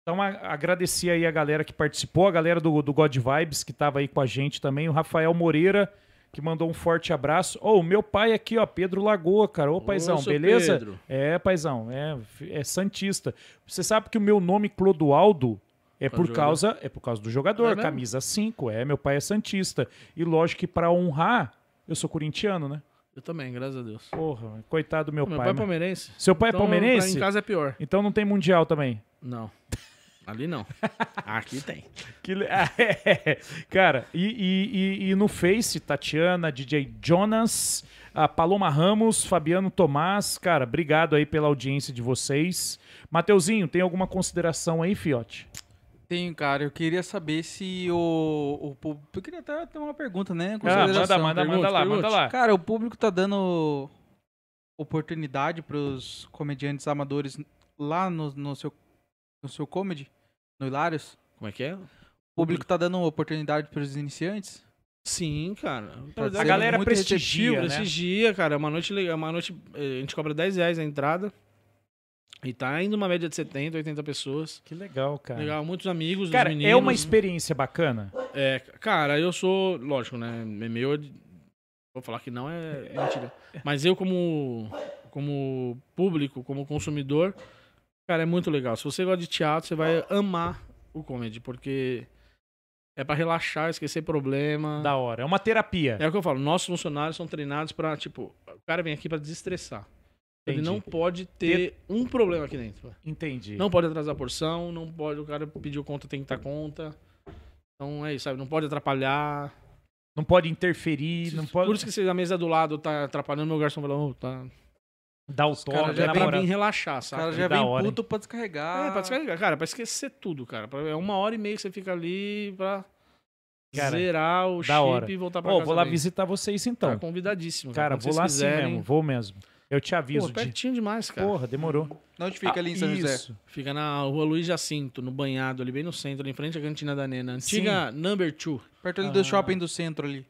[SPEAKER 1] então a- agradecer aí a galera que participou, a galera do, do God Vibes que tava aí com a gente também, o Rafael Moreira, que mandou um forte abraço. Ô, o meu pai aqui, ó, Pedro Lagoa, cara. Ô, paizão,
[SPEAKER 2] seu
[SPEAKER 1] beleza?
[SPEAKER 2] Pedro.
[SPEAKER 1] É, paizão, é, é santista. Você sabe que o meu nome Clodoaldo é por
[SPEAKER 2] Causa do
[SPEAKER 1] causa é por causa do
[SPEAKER 2] É
[SPEAKER 1] jogador,
[SPEAKER 2] mesmo?
[SPEAKER 1] camisa 5, é, meu pai é santista. E lógico que pra honrar, eu sou corintiano, né?
[SPEAKER 2] Eu também, graças a Deus.
[SPEAKER 1] Porra, coitado do meu,
[SPEAKER 2] Meu
[SPEAKER 1] pai.
[SPEAKER 2] pai é
[SPEAKER 1] né?
[SPEAKER 2] palmeirense.
[SPEAKER 1] Seu pai é
[SPEAKER 2] Então, pra-
[SPEAKER 1] palmeirense?
[SPEAKER 2] Em casa é pior.
[SPEAKER 1] Então não tem mundial também.
[SPEAKER 2] Não. Ali não. Aqui tem.
[SPEAKER 1] Que le- <laughs> Ah, é. Cara, e, e- e- e no Face, Tatiana, DJ Jonas, a Paloma Ramos, Fabiano Tomás, cara, obrigado aí pela audiência de vocês. Mateuzinho, tem alguma consideração aí, Fiote?
[SPEAKER 2] Ah,
[SPEAKER 3] Tem, cara. Eu queria saber se o, o público... Eu queria até ter uma pergunta,
[SPEAKER 1] Ah, manda,
[SPEAKER 3] né? Consideração.
[SPEAKER 1] manda, manda
[SPEAKER 2] pergunte,
[SPEAKER 1] lá, manda
[SPEAKER 2] pergunte.
[SPEAKER 1] lá.
[SPEAKER 3] Cara, o público tá dando oportunidade pros comediantes amadores lá no, no seu, no seu comedy, no Hilários?
[SPEAKER 2] Como é que é?
[SPEAKER 3] O público
[SPEAKER 1] Uhum.
[SPEAKER 3] tá dando oportunidade pros iniciantes?
[SPEAKER 2] Sim, cara.
[SPEAKER 3] Pode
[SPEAKER 1] A
[SPEAKER 3] ser.
[SPEAKER 1] galera
[SPEAKER 3] Muito
[SPEAKER 1] prestigia, né?
[SPEAKER 2] prestigia, cara. É uma noite legal. é Uma noite. eh, A gente cobra 10 reais a entrada. E tá indo uma média de 70, 80 pessoas.
[SPEAKER 1] Que legal, cara.
[SPEAKER 2] Legal, muitos amigos,
[SPEAKER 1] Cara,
[SPEAKER 2] dos
[SPEAKER 1] é uma
[SPEAKER 2] meninos. né?
[SPEAKER 1] experiência bacana.
[SPEAKER 2] É, cara, eu sou, lógico, né? É meu. Vou falar que não é mentira. Mas eu, como, como público, como consumidor, cara, é muito legal. Se você gosta de teatro, você vai amar o comedy, porque é pra relaxar, esquecer problema.
[SPEAKER 1] Da hora. É uma terapia.
[SPEAKER 2] É o que eu falo, nossos funcionários são treinados pra, tipo, o cara vem aqui pra desestressar. É, Ele
[SPEAKER 1] Entendi.
[SPEAKER 2] não pode ter um problema aqui dentro.
[SPEAKER 1] Entendi.
[SPEAKER 2] Não pode atrasar a porção, não pode, o cara pediu conta, tem que estar conta. Então é isso, sabe? Não pode atrapalhar.
[SPEAKER 1] Não pode interferir, não
[SPEAKER 2] Por
[SPEAKER 1] pode
[SPEAKER 2] isso que se a mesa do lado tá atrapalhando, meu garçom fala, ô, tá.
[SPEAKER 1] dar o
[SPEAKER 3] caras
[SPEAKER 1] toque,
[SPEAKER 3] já
[SPEAKER 2] É pra
[SPEAKER 1] namorar.
[SPEAKER 2] mim relaxar,
[SPEAKER 3] O cara
[SPEAKER 2] sabe?
[SPEAKER 1] que
[SPEAKER 3] já
[SPEAKER 1] da
[SPEAKER 3] vem
[SPEAKER 1] hora, hein?
[SPEAKER 3] puto pra descarregar.
[SPEAKER 2] É, pra descarregar, cara, pra esquecer tudo, cara. Pra- É uma hora e meia que você fica ali pra
[SPEAKER 1] Cara,
[SPEAKER 2] zerar o
[SPEAKER 1] da
[SPEAKER 2] chip
[SPEAKER 1] hora.
[SPEAKER 2] e voltar pra
[SPEAKER 1] Ô,
[SPEAKER 2] casa.
[SPEAKER 1] vou lá
[SPEAKER 2] bem.
[SPEAKER 1] visitar vocês
[SPEAKER 2] Tá
[SPEAKER 1] então.
[SPEAKER 2] convidadíssimo.
[SPEAKER 1] Cara,
[SPEAKER 2] Quando
[SPEAKER 1] vou
[SPEAKER 2] vocês
[SPEAKER 1] lá
[SPEAKER 2] quiserem.
[SPEAKER 1] sim mesmo, vou mesmo. Eu te
[SPEAKER 2] Pô,
[SPEAKER 1] aviso. de...
[SPEAKER 2] pertinho demais, cara.
[SPEAKER 1] Porra, demorou.
[SPEAKER 3] Não te fica ali em São
[SPEAKER 1] Ah,
[SPEAKER 3] José.
[SPEAKER 1] isso.
[SPEAKER 2] Fica na rua Luiz Jacinto, no banhado, ali bem no centro, ali em frente à cantina da Nena. Antiga Number Two,
[SPEAKER 3] Perto ali
[SPEAKER 1] Ah.
[SPEAKER 3] do shopping do centro ali.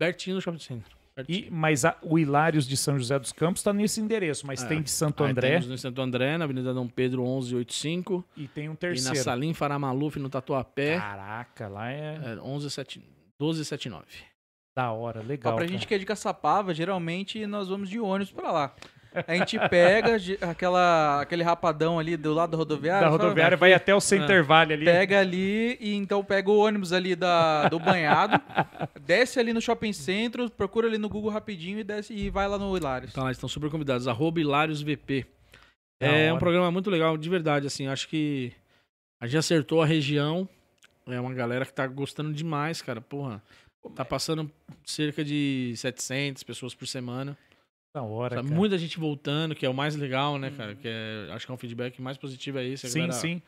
[SPEAKER 2] pertinho do shopping center.
[SPEAKER 1] E,
[SPEAKER 2] Pertinho.
[SPEAKER 1] mas a- o Hilários de São José dos Campos tá nesse endereço, mas
[SPEAKER 2] É.
[SPEAKER 1] tem de Santo
[SPEAKER 2] Aí
[SPEAKER 1] André
[SPEAKER 2] temos no Santo André, na Avenida Dom Pedro 1185.
[SPEAKER 1] e tem um
[SPEAKER 2] E na
[SPEAKER 1] terceiro.
[SPEAKER 2] Salim Faramaluf, no Tatuapé,
[SPEAKER 1] Caraca, lá é,
[SPEAKER 2] é, 1179, 1279.
[SPEAKER 1] da hora, legal.
[SPEAKER 3] Ó, pra
[SPEAKER 1] cara.
[SPEAKER 3] gente que é de Caçapava, geralmente nós vamos de ônibus pra lá. A gente pega ge- <laughs> aquela, aquele rapadão ali do lado da rodoviária.
[SPEAKER 1] da
[SPEAKER 3] fala,
[SPEAKER 1] rodoviária vai até o Center
[SPEAKER 2] Ah.
[SPEAKER 1] Valley ali.
[SPEAKER 3] Pega ali e então pega o ônibus ali da, do banhado,
[SPEAKER 2] <laughs>
[SPEAKER 3] desce ali no shopping centro, procura ali no Google rapidinho e desce e vai lá no Hilários.
[SPEAKER 2] Então lá estão super convidados. Arroba Hilários VP.
[SPEAKER 1] Da
[SPEAKER 2] É
[SPEAKER 1] hora.
[SPEAKER 2] um programa muito legal, de verdade, assim. Acho que a gente acertou a região. É uma galera que tá gostando demais, cara. Porra. Tá passando cerca de 700 pessoas por semana.
[SPEAKER 1] Da hora,
[SPEAKER 2] Tá
[SPEAKER 1] cara.
[SPEAKER 2] muita gente voltando, que é o mais legal, né, cara? Que é- acho que é um feedback mais positivo é esse. a
[SPEAKER 1] Hum. Sim,
[SPEAKER 2] galera
[SPEAKER 1] sim.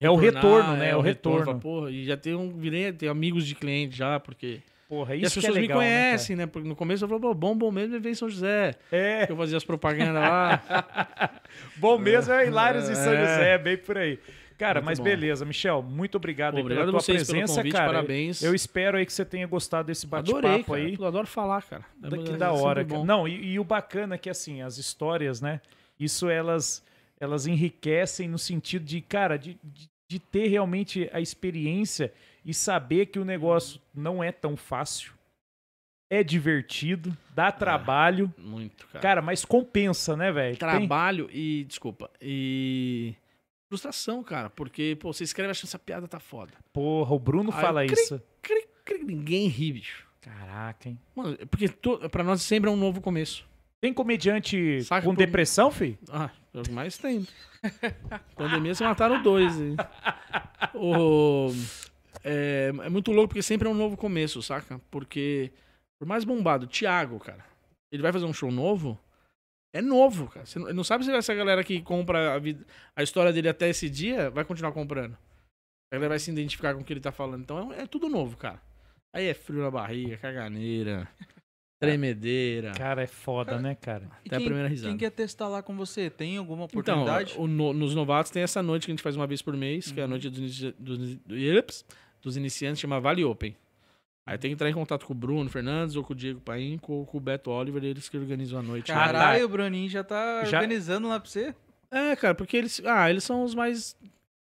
[SPEAKER 1] É o retorno,
[SPEAKER 2] retornar,
[SPEAKER 1] né? É o retorno.
[SPEAKER 2] fala, Porra, e já tem um, virei, tem amigos de cliente já, porque...
[SPEAKER 1] Porra,
[SPEAKER 2] e as
[SPEAKER 1] isso que é
[SPEAKER 2] pessoas me
[SPEAKER 1] legal, né, cara?
[SPEAKER 2] conhecem, né? Porque no começo eu falava, pô, bom, bom mesmo é ver em São José.
[SPEAKER 1] É.
[SPEAKER 2] que eu fazia as propagandas
[SPEAKER 1] <laughs>
[SPEAKER 2] lá.
[SPEAKER 1] Bom mesmo é o Hilários de São
[SPEAKER 2] É.
[SPEAKER 1] José, é bem por aí. Cara,
[SPEAKER 2] Muito
[SPEAKER 1] mas
[SPEAKER 2] bom.
[SPEAKER 1] beleza, Michel, muito obrigado,
[SPEAKER 2] Pô,
[SPEAKER 1] aí
[SPEAKER 2] obrigado a
[SPEAKER 1] pela tua
[SPEAKER 2] vocês pelo
[SPEAKER 1] presença,
[SPEAKER 2] convite,
[SPEAKER 1] cara.
[SPEAKER 2] parabéns.
[SPEAKER 1] Eu espero aí que você tenha gostado desse
[SPEAKER 2] Adorei,
[SPEAKER 1] bate-papo
[SPEAKER 2] cara.
[SPEAKER 1] aí.
[SPEAKER 2] Eu adoro falar, cara.
[SPEAKER 1] Da,
[SPEAKER 2] É
[SPEAKER 1] que
[SPEAKER 2] muito-
[SPEAKER 1] da
[SPEAKER 2] é sempre
[SPEAKER 1] hora.
[SPEAKER 2] bom.
[SPEAKER 1] cara. Não, e, e o bacana é que assim, as histórias, né? Isso elas elas enriquecem no sentido de, cara, de, de, de ter realmente a experiência e saber que o negócio não é tão fácil. É divertido,
[SPEAKER 2] Ah,
[SPEAKER 1] dá trabalho.
[SPEAKER 2] Muito, cara.
[SPEAKER 1] Cara, mas compensa, né, velho? Tem-
[SPEAKER 2] Trabalho e, desculpa, e frustração, cara. Porque, pô, você escreve achando que essa piada tá foda.
[SPEAKER 1] Porra, o Bruno
[SPEAKER 2] Aí Ah, eu
[SPEAKER 1] fala
[SPEAKER 2] cri-
[SPEAKER 1] isso.
[SPEAKER 2] Cri, cri, ninguém ri, bicho.
[SPEAKER 1] Caraca, hein?
[SPEAKER 2] Mano, é porque to, pra nós sempre é um novo começo.
[SPEAKER 1] Tem comediante
[SPEAKER 2] Saca
[SPEAKER 1] com
[SPEAKER 2] todo-
[SPEAKER 1] depressão, fi?
[SPEAKER 2] Ah, é o que mais tem. Pandemia, se mataram dois. hein? O- é, é muito louco porque sempre é um novo começo, saca? Porque, por mais bombado, Thiago, cara, ele vai fazer um show novo, é novo, cara. Você não, não sabe se essa galera que compra a, vida- a história dele até esse dia vai continuar comprando. A galera vai se identificar com o que ele tá falando. Então é um- é, tudo novo, cara. Aí é frio na barriga, caganeira, tremedeira.
[SPEAKER 1] Cara, é foda, né, cara?
[SPEAKER 3] E
[SPEAKER 2] Até a primeira risada.
[SPEAKER 3] Quem quer testar lá com você? Tem alguma
[SPEAKER 2] Então,
[SPEAKER 3] oportunidade?
[SPEAKER 2] o no- nos novatos tem essa noite que a gente faz uma vez por mês,
[SPEAKER 1] Uhum.
[SPEAKER 2] que é a noite dos, inici- dos, ini- do- eps, dos iniciantes, chama Vale Open. Aí tem que entrar em contato com o Bruno Fernandes, ou com o Diego Painco, ou com o Beto Oliver, eles que organizam a noite.
[SPEAKER 1] Cara-
[SPEAKER 3] Caralho, o Bruninho já tá
[SPEAKER 1] Já-
[SPEAKER 3] organizando lá pra você.
[SPEAKER 2] É, cara, porque eles. Ah, eles são os mais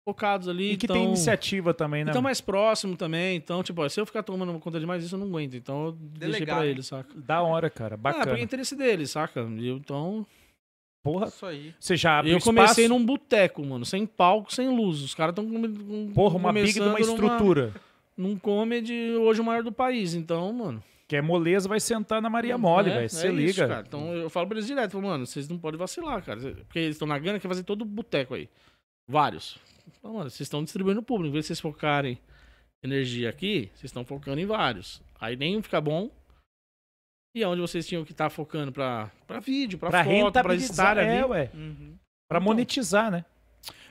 [SPEAKER 2] focados ali.
[SPEAKER 1] E que
[SPEAKER 2] então,
[SPEAKER 1] tem iniciativa também, né?
[SPEAKER 2] Então, mais próximo também. Então, tipo, ó, se eu ficar tomando conta demais disso, eu não aguento. Então, eu deixei
[SPEAKER 3] Delegar,
[SPEAKER 2] pra
[SPEAKER 3] né?
[SPEAKER 2] eles, saca?
[SPEAKER 1] Da hora, cara.
[SPEAKER 2] Ah,
[SPEAKER 1] Bacana.
[SPEAKER 2] porque é interesse deles, saca? E eu, Então,
[SPEAKER 1] Porra,
[SPEAKER 3] Isso aí.
[SPEAKER 1] você já abre um
[SPEAKER 2] eu
[SPEAKER 1] espaço?
[SPEAKER 2] comecei num boteco, mano, sem palco, sem luz. Os caras estão
[SPEAKER 1] Porra, uma big de uma estrutura.
[SPEAKER 2] num comedy hoje o maior do país. Então, mano.
[SPEAKER 1] Que é moleza, vai sentar na Maria Mole,
[SPEAKER 2] é-
[SPEAKER 1] velho.
[SPEAKER 2] é
[SPEAKER 1] Você
[SPEAKER 2] isso,
[SPEAKER 1] liga.
[SPEAKER 2] cara. Então eu falo pra eles direto, falo, mano, vocês não podem vacilar, cara. Porque eles estão na Gana, quer fazer todo o boteco aí. Vários. Então, mano, vocês estão distribuindo o público. Em vez de vocês focarem energia aqui, vocês estão focando em vários. Aí nenhum fica bom. E é onde vocês tinham que estar focando pra, pra vídeo, pra,
[SPEAKER 1] pra
[SPEAKER 2] foto, pra estar
[SPEAKER 1] rentabilizar,
[SPEAKER 2] ali. Um Então.
[SPEAKER 1] é, ué.
[SPEAKER 3] Uhum.
[SPEAKER 1] Pra monetizar, né?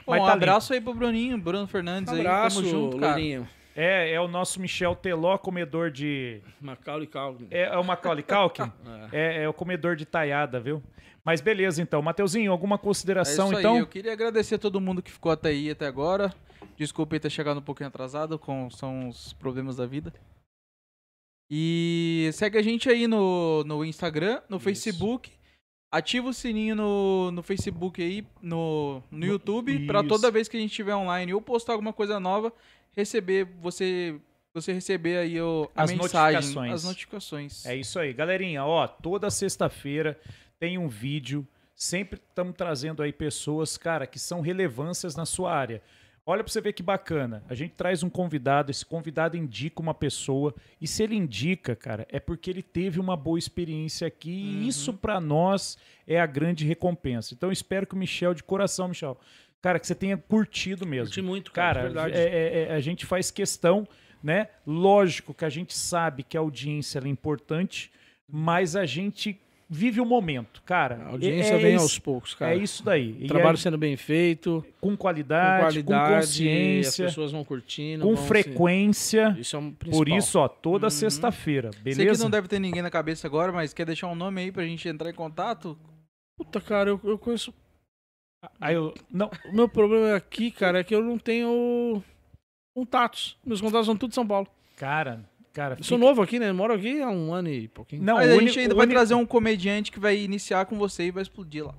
[SPEAKER 3] Bom,
[SPEAKER 1] Mas
[SPEAKER 3] um
[SPEAKER 1] tá
[SPEAKER 3] abraço aí pro Bruninho, Bruno Fernandes aí.
[SPEAKER 2] abraço,
[SPEAKER 3] Tamo junto, cara.
[SPEAKER 2] Lourinho.
[SPEAKER 1] É, é o nosso Michel Teló, comedor de...
[SPEAKER 2] Macaulay Culkin.
[SPEAKER 1] É, é o Macaulay
[SPEAKER 2] <laughs>
[SPEAKER 1] Culkin?
[SPEAKER 2] É.
[SPEAKER 1] é, é o comedor de taiada, viu? Mas beleza, então. Mateuzinho, alguma
[SPEAKER 3] É
[SPEAKER 1] consideração,
[SPEAKER 3] isso aí,
[SPEAKER 1] então?
[SPEAKER 3] eu queria agradecer a todo mundo que ficou até aí até agora. Desculpe ter chegado um pouquinho atrasado, com, são os problemas da vida. E segue a gente aí no, no Instagram, no
[SPEAKER 2] Isso.
[SPEAKER 3] Facebook. Ativa o sininho no, no Facebook aí, no, no YouTube, pra
[SPEAKER 1] isso.
[SPEAKER 3] toda vez que a gente estiver online ou postar alguma coisa nova, receber, você você receber aí o, a
[SPEAKER 1] As
[SPEAKER 3] mensagem,
[SPEAKER 1] notificações.
[SPEAKER 3] as notificações.
[SPEAKER 1] É isso aí, galerinha. Ó, toda sexta-feira tem um vídeo Sempre estamos trazendo aí pessoas, cara, que são relevâncias na sua área. Olha para você ver que bacana. A gente traz um convidado, esse convidado indica uma pessoa, e se ele indica, cara, é porque ele teve uma boa experiência aqui, e isso para nós é a grande recompensa. Então eu espero que o Michel, de coração, Michel, cara, que você tenha curtido mesmo.
[SPEAKER 2] Curti muito, cara.
[SPEAKER 1] Cara,
[SPEAKER 2] de verdade.
[SPEAKER 1] é- é- é- a gente faz questão, né? Lógico que a gente sabe que a audiência ela é importante, mas a gente vive o momento, cara.
[SPEAKER 2] a audiência
[SPEAKER 1] é, é
[SPEAKER 2] vem
[SPEAKER 1] isso,
[SPEAKER 2] aos poucos, cara.
[SPEAKER 1] É isso daí. E
[SPEAKER 2] Trabalho sendo bem feito,
[SPEAKER 1] é com
[SPEAKER 2] com
[SPEAKER 1] qualidade, com,
[SPEAKER 2] qualidade, as
[SPEAKER 1] consciência,
[SPEAKER 2] pessoas vão curtindo.
[SPEAKER 1] com
[SPEAKER 2] vão se-
[SPEAKER 1] frequência.
[SPEAKER 2] Isso é um principal.
[SPEAKER 1] Por isso, ó, toda
[SPEAKER 3] Uhum.
[SPEAKER 1] sexta-feira,
[SPEAKER 3] Sei que
[SPEAKER 1] beleza?
[SPEAKER 3] não deve ter ninguém na cabeça agora, mas quer deixar um nome aí pra gente entrar em contato?
[SPEAKER 2] Puta, cara, eu, eu conheço.
[SPEAKER 1] Aí eu- não,
[SPEAKER 2] O meu problema aqui, cara, é que eu não tenho contatos. Meus contatos são tudo em São Paulo.
[SPEAKER 1] cara, cara,
[SPEAKER 2] Eu sou
[SPEAKER 1] fica-
[SPEAKER 2] novo aqui, né? Moro aqui há um ano e pouquinho.
[SPEAKER 1] Não,
[SPEAKER 3] mas
[SPEAKER 1] o
[SPEAKER 3] a
[SPEAKER 1] uni-
[SPEAKER 3] gente ainda
[SPEAKER 1] o
[SPEAKER 3] vai
[SPEAKER 1] uni-
[SPEAKER 3] trazer um comediante que vai iniciar com você e vai explodir lá.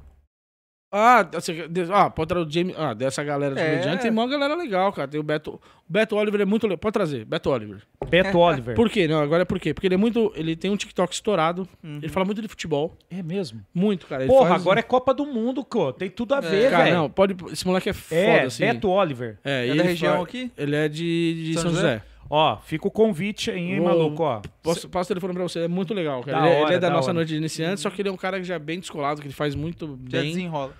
[SPEAKER 2] Ah, você- de- ah, pode trazer o Jamie. Ah, dessa galera de
[SPEAKER 3] É.
[SPEAKER 2] comediante tem uma galera legal, cara. Tem o Beto. O Beto Oliver é muito legal. Pode trazer, Beto Oliver.
[SPEAKER 1] Beto Oliver.
[SPEAKER 2] um- <laughs> Por quê? Não, agora é por quê? Porque ele é muito. Ele tem um TikTok estourado.
[SPEAKER 3] Uhum.
[SPEAKER 2] Ele fala muito de futebol.
[SPEAKER 1] É mesmo.
[SPEAKER 2] Muito, cara. Ele
[SPEAKER 1] Porra,
[SPEAKER 2] faz- um É,
[SPEAKER 1] agora é Copa do Mundo, co. Tem tudo a ver,
[SPEAKER 2] Cara,
[SPEAKER 1] velho.
[SPEAKER 2] não, pode. Esse moleque é foda,
[SPEAKER 1] É,
[SPEAKER 2] assim.
[SPEAKER 1] Beto Oliver.
[SPEAKER 2] É, e
[SPEAKER 3] É
[SPEAKER 2] ele
[SPEAKER 3] da região
[SPEAKER 2] fa-
[SPEAKER 3] aqui?
[SPEAKER 2] Ele é de, de São,
[SPEAKER 3] São
[SPEAKER 2] José.
[SPEAKER 3] José?
[SPEAKER 1] Ó, fica o convite aí, hein,
[SPEAKER 2] Vou-
[SPEAKER 1] maluco, ó.
[SPEAKER 2] Posso, passo o telefone pra você, é muito legal, cara.
[SPEAKER 1] Da
[SPEAKER 2] Ele, é- ele
[SPEAKER 1] hora,
[SPEAKER 2] é da,
[SPEAKER 1] da
[SPEAKER 2] nossa
[SPEAKER 1] hora.
[SPEAKER 2] noite de iniciante, só que ele é um cara que já é bem descolado, que ele faz muito
[SPEAKER 3] Já
[SPEAKER 2] bem.
[SPEAKER 3] desenrola.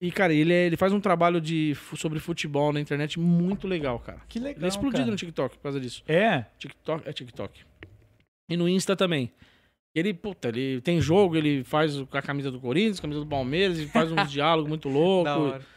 [SPEAKER 2] E, cara, ele, é- ele faz um trabalho de, fu- sobre futebol na internet muito legal, cara.
[SPEAKER 1] Que legal,
[SPEAKER 2] ele é explodido
[SPEAKER 1] cara.
[SPEAKER 2] no TikTok por causa disso.
[SPEAKER 1] É,
[SPEAKER 2] TikTok é TikTok. E no Insta também. Ele, puta, ele tem jogo, ele faz o- com a camisa do Corinthians, camisa do Palmeiras, e
[SPEAKER 1] <laughs>
[SPEAKER 2] faz uns diálogos muito
[SPEAKER 3] Da
[SPEAKER 2] loucos.
[SPEAKER 3] hora.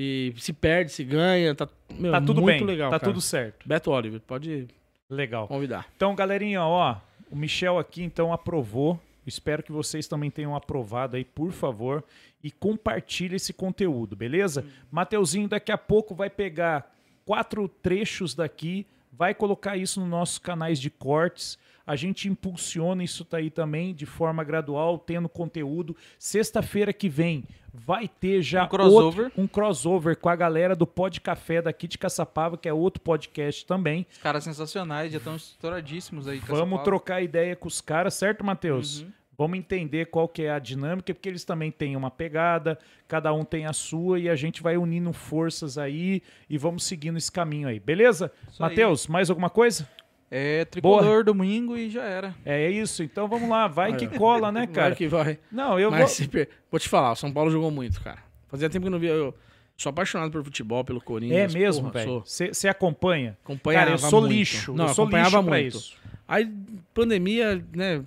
[SPEAKER 2] E se perde, se ganha. Tá, meu,
[SPEAKER 1] tá tudo
[SPEAKER 2] muito
[SPEAKER 1] bem,
[SPEAKER 2] legal,
[SPEAKER 1] tá
[SPEAKER 2] cara.
[SPEAKER 1] tudo certo.
[SPEAKER 2] Beto Oliver, pode
[SPEAKER 1] Legal.
[SPEAKER 2] convidar.
[SPEAKER 1] Então, galerinha, ó, o Michel aqui então aprovou. Espero que vocês também tenham aprovado aí, por favor, e compartilhe esse conteúdo, beleza? Mateuzinho daqui a pouco vai pegar quatro trechos daqui, vai colocar isso nos nossos canais de cortes. A gente impulsiona isso daí também de forma gradual, tendo conteúdo. Sexta-feira que vem vai ter já
[SPEAKER 3] Um crossover.
[SPEAKER 1] outro- um crossover com a galera do Pod Café daqui de Caçapava, que é outro podcast também.
[SPEAKER 3] Os caras sensacionais, já estão estouradíssimos aí. com essa
[SPEAKER 1] Vamos
[SPEAKER 3] palavra.
[SPEAKER 1] trocar ideia com os caras, certo, Matheus?
[SPEAKER 3] Uhum.
[SPEAKER 1] Vamos entender qual que é a dinâmica, porque eles também têm uma pegada, cada um tem a sua e a gente vai unindo forças aí e vamos seguindo esse caminho aí, beleza?
[SPEAKER 3] Isso aí.
[SPEAKER 1] Matheus, mais alguma coisa?
[SPEAKER 3] É tricolor domingo e já era.
[SPEAKER 1] É isso, então vamos lá, vai que cola, né,
[SPEAKER 2] Claro
[SPEAKER 1] cara?
[SPEAKER 2] que vai.
[SPEAKER 1] Não, eu
[SPEAKER 2] Mas
[SPEAKER 1] vou...
[SPEAKER 2] se per- vou te falar, o São Paulo jogou muito, cara. Fazia tempo que eu não via. Eu sou apaixonado por futebol, pelo
[SPEAKER 1] É
[SPEAKER 2] Corinthians.
[SPEAKER 1] mesmo,
[SPEAKER 2] porra,
[SPEAKER 1] velho.
[SPEAKER 2] sou.
[SPEAKER 1] Você acompanha?
[SPEAKER 2] Acompanhava
[SPEAKER 1] cara, eu sou
[SPEAKER 2] muito.
[SPEAKER 1] lixo.
[SPEAKER 2] Não,
[SPEAKER 1] eu sou
[SPEAKER 2] acompanhava
[SPEAKER 1] lixo pra
[SPEAKER 2] muito.
[SPEAKER 1] isso.
[SPEAKER 2] Aí, pandemia, né,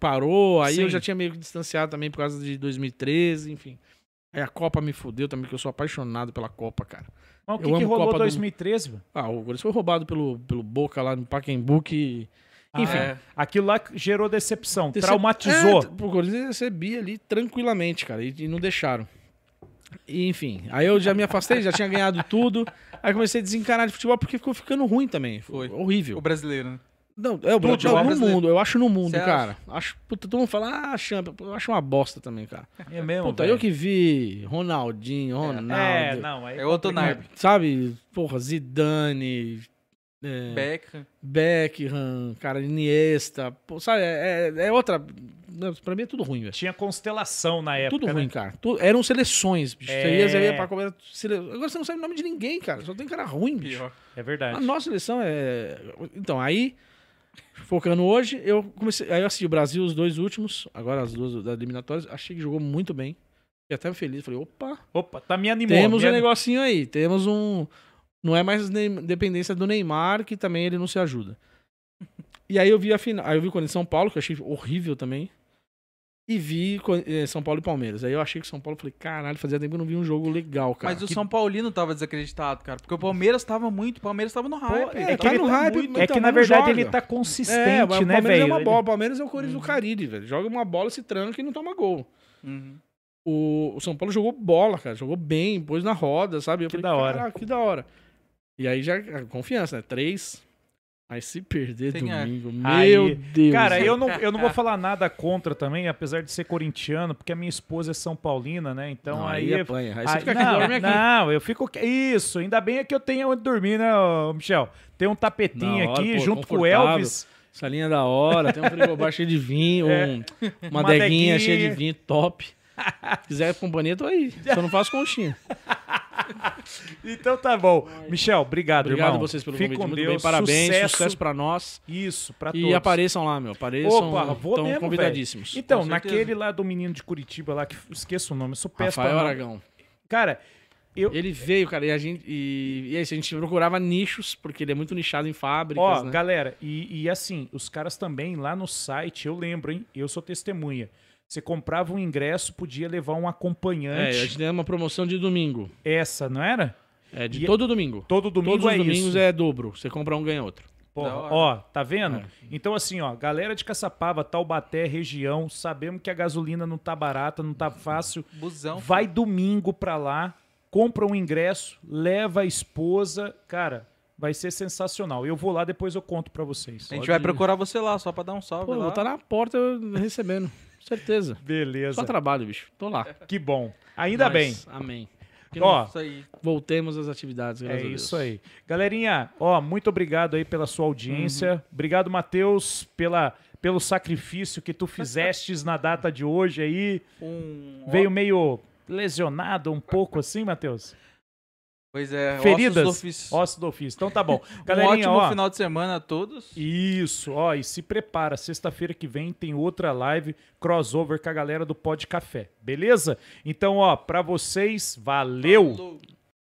[SPEAKER 2] parou. Aí
[SPEAKER 1] Sim.
[SPEAKER 2] eu já tinha meio que distanciado também por causa de 2013, enfim. Aí a Copa me fudeu também, porque eu sou apaixonado pela Copa, cara.
[SPEAKER 1] Mas o
[SPEAKER 2] Eu
[SPEAKER 1] que, que
[SPEAKER 2] amo
[SPEAKER 1] rolou
[SPEAKER 2] Copa do-
[SPEAKER 1] 2013? velho?
[SPEAKER 2] Ah, o Corinthians foi roubado pelo, pelo Boca lá no Pacaembu que...
[SPEAKER 1] Ah,
[SPEAKER 2] Enfim.
[SPEAKER 1] é. Aquilo lá gerou decepção,
[SPEAKER 2] Decep-
[SPEAKER 1] traumatizou.
[SPEAKER 2] É, o Corinthians recebia ali tranquilamente, cara, e, e não deixaram. E, enfim, aí eu já me afastei, já tinha ganhado tudo. Aí comecei a desencanar de futebol porque ficou ficando ruim também. Foi.
[SPEAKER 3] Foi.
[SPEAKER 2] Horrível.
[SPEAKER 3] O brasileiro, né?
[SPEAKER 2] Não, é o
[SPEAKER 3] Tudo,
[SPEAKER 2] não, no
[SPEAKER 3] brasileiro.
[SPEAKER 2] mundo, eu acho no mundo,
[SPEAKER 3] Você acha?
[SPEAKER 2] cara. Acho, puta, todo mundo fala, ah, champa, eu acho uma bosta também, cara.
[SPEAKER 1] É, mesmo,
[SPEAKER 2] Ah, Puta,
[SPEAKER 1] velho.
[SPEAKER 2] eu que vi Ronaldinho, Ronaldo.
[SPEAKER 1] É, não, aí
[SPEAKER 3] É outro naipe.
[SPEAKER 2] Sabe, porra, Zidane, é,
[SPEAKER 3] Beckham.
[SPEAKER 2] Beckham, cara, Iniesta, pô, sabe, é, é- é outra. Pra mim é tudo ruim, velho.
[SPEAKER 1] Tinha constelação na época.
[SPEAKER 2] Tudo
[SPEAKER 1] né?
[SPEAKER 2] ruim, cara. Tu- eram seleções, bicho. Você
[SPEAKER 1] É.
[SPEAKER 2] ia, você ia pra Copa, era sele... Agora você não sabe o nome de ninguém, cara. Só tem cara ruim, bicho.
[SPEAKER 3] Pior.
[SPEAKER 1] É verdade.
[SPEAKER 2] A nossa seleção é. Então, aí, focando hoje, eu comecei. Aí eu assisti o Brasil, os dois últimos, agora as duas das eliminatórias. Achei que jogou muito bem. Fiquei até feliz. Falei, opa,
[SPEAKER 1] Opa, tá me animando.
[SPEAKER 2] temos um negocinho aí. Temos um. Não é mais ne- dependência do Neymar, que também ele não se ajuda. E aí eu vi a final. Aí eu vi quando em São Paulo, que eu achei horrível também. E vi Cor- eh, São Paulo e Palmeiras. Aí eu achei que São Paulo, falei, caralho, fazia tempo que eu não vi um jogo legal, cara.
[SPEAKER 3] Mas o
[SPEAKER 2] Que-
[SPEAKER 3] São Paulino tava desacreditado, cara. Porque o Palmeiras tava muito, o Palmeiras tava no hype.
[SPEAKER 2] é,
[SPEAKER 3] cara.
[SPEAKER 2] tá no hype,
[SPEAKER 1] muito-
[SPEAKER 2] então,
[SPEAKER 1] É que, na
[SPEAKER 2] mas não
[SPEAKER 1] verdade,
[SPEAKER 2] joga.
[SPEAKER 1] ele tá
[SPEAKER 2] É,
[SPEAKER 1] consistente,
[SPEAKER 2] mas o
[SPEAKER 1] né,
[SPEAKER 2] Palmeiras
[SPEAKER 1] velho?
[SPEAKER 2] é uma
[SPEAKER 1] Ele-
[SPEAKER 2] bola. O Palmeiras é o Corinthians do Cariri, velho. Joga uma bola, se tranca e não toma gol.
[SPEAKER 3] Uhum.
[SPEAKER 2] O, o São Paulo jogou bola, cara. Jogou bem, pôs na roda, sabe? Eu
[SPEAKER 1] Que da hora.
[SPEAKER 2] "Caraca, que da hora. E aí já, a confiança, né? Três. Aí se perder
[SPEAKER 3] Tem a-
[SPEAKER 2] domingo,
[SPEAKER 1] Aí-
[SPEAKER 2] meu Deus.
[SPEAKER 1] Cara, eu não, eu não vou falar nada contra também, apesar de ser corintiano, porque a minha esposa é São Paulina, né? Então
[SPEAKER 2] Não,
[SPEAKER 1] aí. é-
[SPEAKER 2] apanha. Aí
[SPEAKER 1] aí-
[SPEAKER 2] você fica aqui,
[SPEAKER 1] não,
[SPEAKER 2] dorme aqui.
[SPEAKER 1] não, eu fico. Isso, ainda bem é que eu tenho onde dormir, né, ô, Michel? Tem um tapetinho
[SPEAKER 2] Da hora,
[SPEAKER 1] aqui
[SPEAKER 2] pô,
[SPEAKER 1] junto com o
[SPEAKER 2] confortável.
[SPEAKER 1] Elvis. <laughs>
[SPEAKER 2] Salinha da hora, tem um frigobar cheio de vinho, um- uma,
[SPEAKER 1] É. Uma
[SPEAKER 2] deguinha
[SPEAKER 1] adeguinha.
[SPEAKER 2] cheia de vinho, top. Se quiser companhia, tô aí. Só não faço
[SPEAKER 1] <laughs>
[SPEAKER 2] conchinha.
[SPEAKER 1] Então tá bom. Michel, obrigado,
[SPEAKER 2] Obrigado
[SPEAKER 1] irmão.
[SPEAKER 2] a vocês pelo
[SPEAKER 1] Fica
[SPEAKER 2] convite.
[SPEAKER 1] Com
[SPEAKER 2] Muito
[SPEAKER 1] Deus.
[SPEAKER 2] bem, parabéns. Sucesso,
[SPEAKER 1] Sucesso.
[SPEAKER 2] pra nós.
[SPEAKER 1] Isso, pra
[SPEAKER 2] e
[SPEAKER 1] todos.
[SPEAKER 2] apareçam lá, meu. Apareçam.
[SPEAKER 1] Opa, vou
[SPEAKER 2] Estão
[SPEAKER 1] mesmo,
[SPEAKER 2] convidadíssimos.
[SPEAKER 1] Então,
[SPEAKER 3] Com certeza.
[SPEAKER 1] naquele lá do menino de Curitiba lá, que esqueço o nome, eu sou péssimo.
[SPEAKER 2] Rafael
[SPEAKER 1] pra nome.
[SPEAKER 2] Aragão.
[SPEAKER 1] Cara, eu,
[SPEAKER 2] Ele veio, cara, e a gente. E, e é isso, a gente procurava nichos, porque ele é muito nichado em fábricas.
[SPEAKER 1] Ó,
[SPEAKER 2] né?
[SPEAKER 1] galera, e, e assim, os caras também lá no site, eu lembro, hein? Eu sou testemunha. Você comprava um ingresso, podia levar um
[SPEAKER 2] É, a gente
[SPEAKER 1] acompanhante.
[SPEAKER 2] tem uma promoção de domingo.
[SPEAKER 1] Essa, não era?
[SPEAKER 2] É de
[SPEAKER 1] E-
[SPEAKER 2] todo domingo.
[SPEAKER 1] Todo domingo
[SPEAKER 2] Todos os
[SPEAKER 1] é
[SPEAKER 2] domingos
[SPEAKER 1] isso.
[SPEAKER 2] é dobro. Você compra um, ganha outro.
[SPEAKER 1] Porra,
[SPEAKER 3] Da hora.
[SPEAKER 1] ó, tá vendo?
[SPEAKER 2] É.
[SPEAKER 1] Então, assim, ó, galera de Caçapava, Taubaté, região, sabemos que a gasolina não tá barata, não tá fácil.
[SPEAKER 3] Busão.
[SPEAKER 1] Vai domingo pra lá, compra um ingresso, leva a esposa. Cara, vai ser sensacional. Eu vou lá, depois eu conto pra vocês.
[SPEAKER 3] A gente
[SPEAKER 2] Pode
[SPEAKER 3] vai
[SPEAKER 2] ir.
[SPEAKER 3] procurar você lá, só pra dar um salve
[SPEAKER 2] Pô, tá eu vou
[SPEAKER 3] lá.
[SPEAKER 2] estar na porta recebendo. <laughs> Certeza.
[SPEAKER 1] Beleza.
[SPEAKER 2] Só trabalho, bicho. Tô lá.
[SPEAKER 1] Que bom. é. Ainda
[SPEAKER 2] Mas,
[SPEAKER 1] bem.
[SPEAKER 2] Amém. Que
[SPEAKER 1] Ó,
[SPEAKER 3] Isso aí.
[SPEAKER 2] Voltemos às atividades,
[SPEAKER 1] É
[SPEAKER 2] graças a Deus.
[SPEAKER 1] isso aí. Galerinha, ó, muito obrigado aí pela sua audiência. Obrigado, Matheus, pela, pelo sacrifício que tu fizestes na data de hoje aí.
[SPEAKER 3] Um...
[SPEAKER 1] Veio meio lesionado um pouco assim, Matheus.
[SPEAKER 3] Pois é, ossos
[SPEAKER 1] Feridas.
[SPEAKER 3] do ofício.
[SPEAKER 1] Ócio do ofício. Então tá bom.
[SPEAKER 3] um
[SPEAKER 1] Galerinha,
[SPEAKER 3] ótimo
[SPEAKER 1] ó.
[SPEAKER 3] final de semana a todos.
[SPEAKER 1] Isso, ó, e se prepara, sexta-feira que vem tem outra live crossover com a galera do Pod Café, beleza? Então, ó, pra vocês, valeu.
[SPEAKER 3] Falou.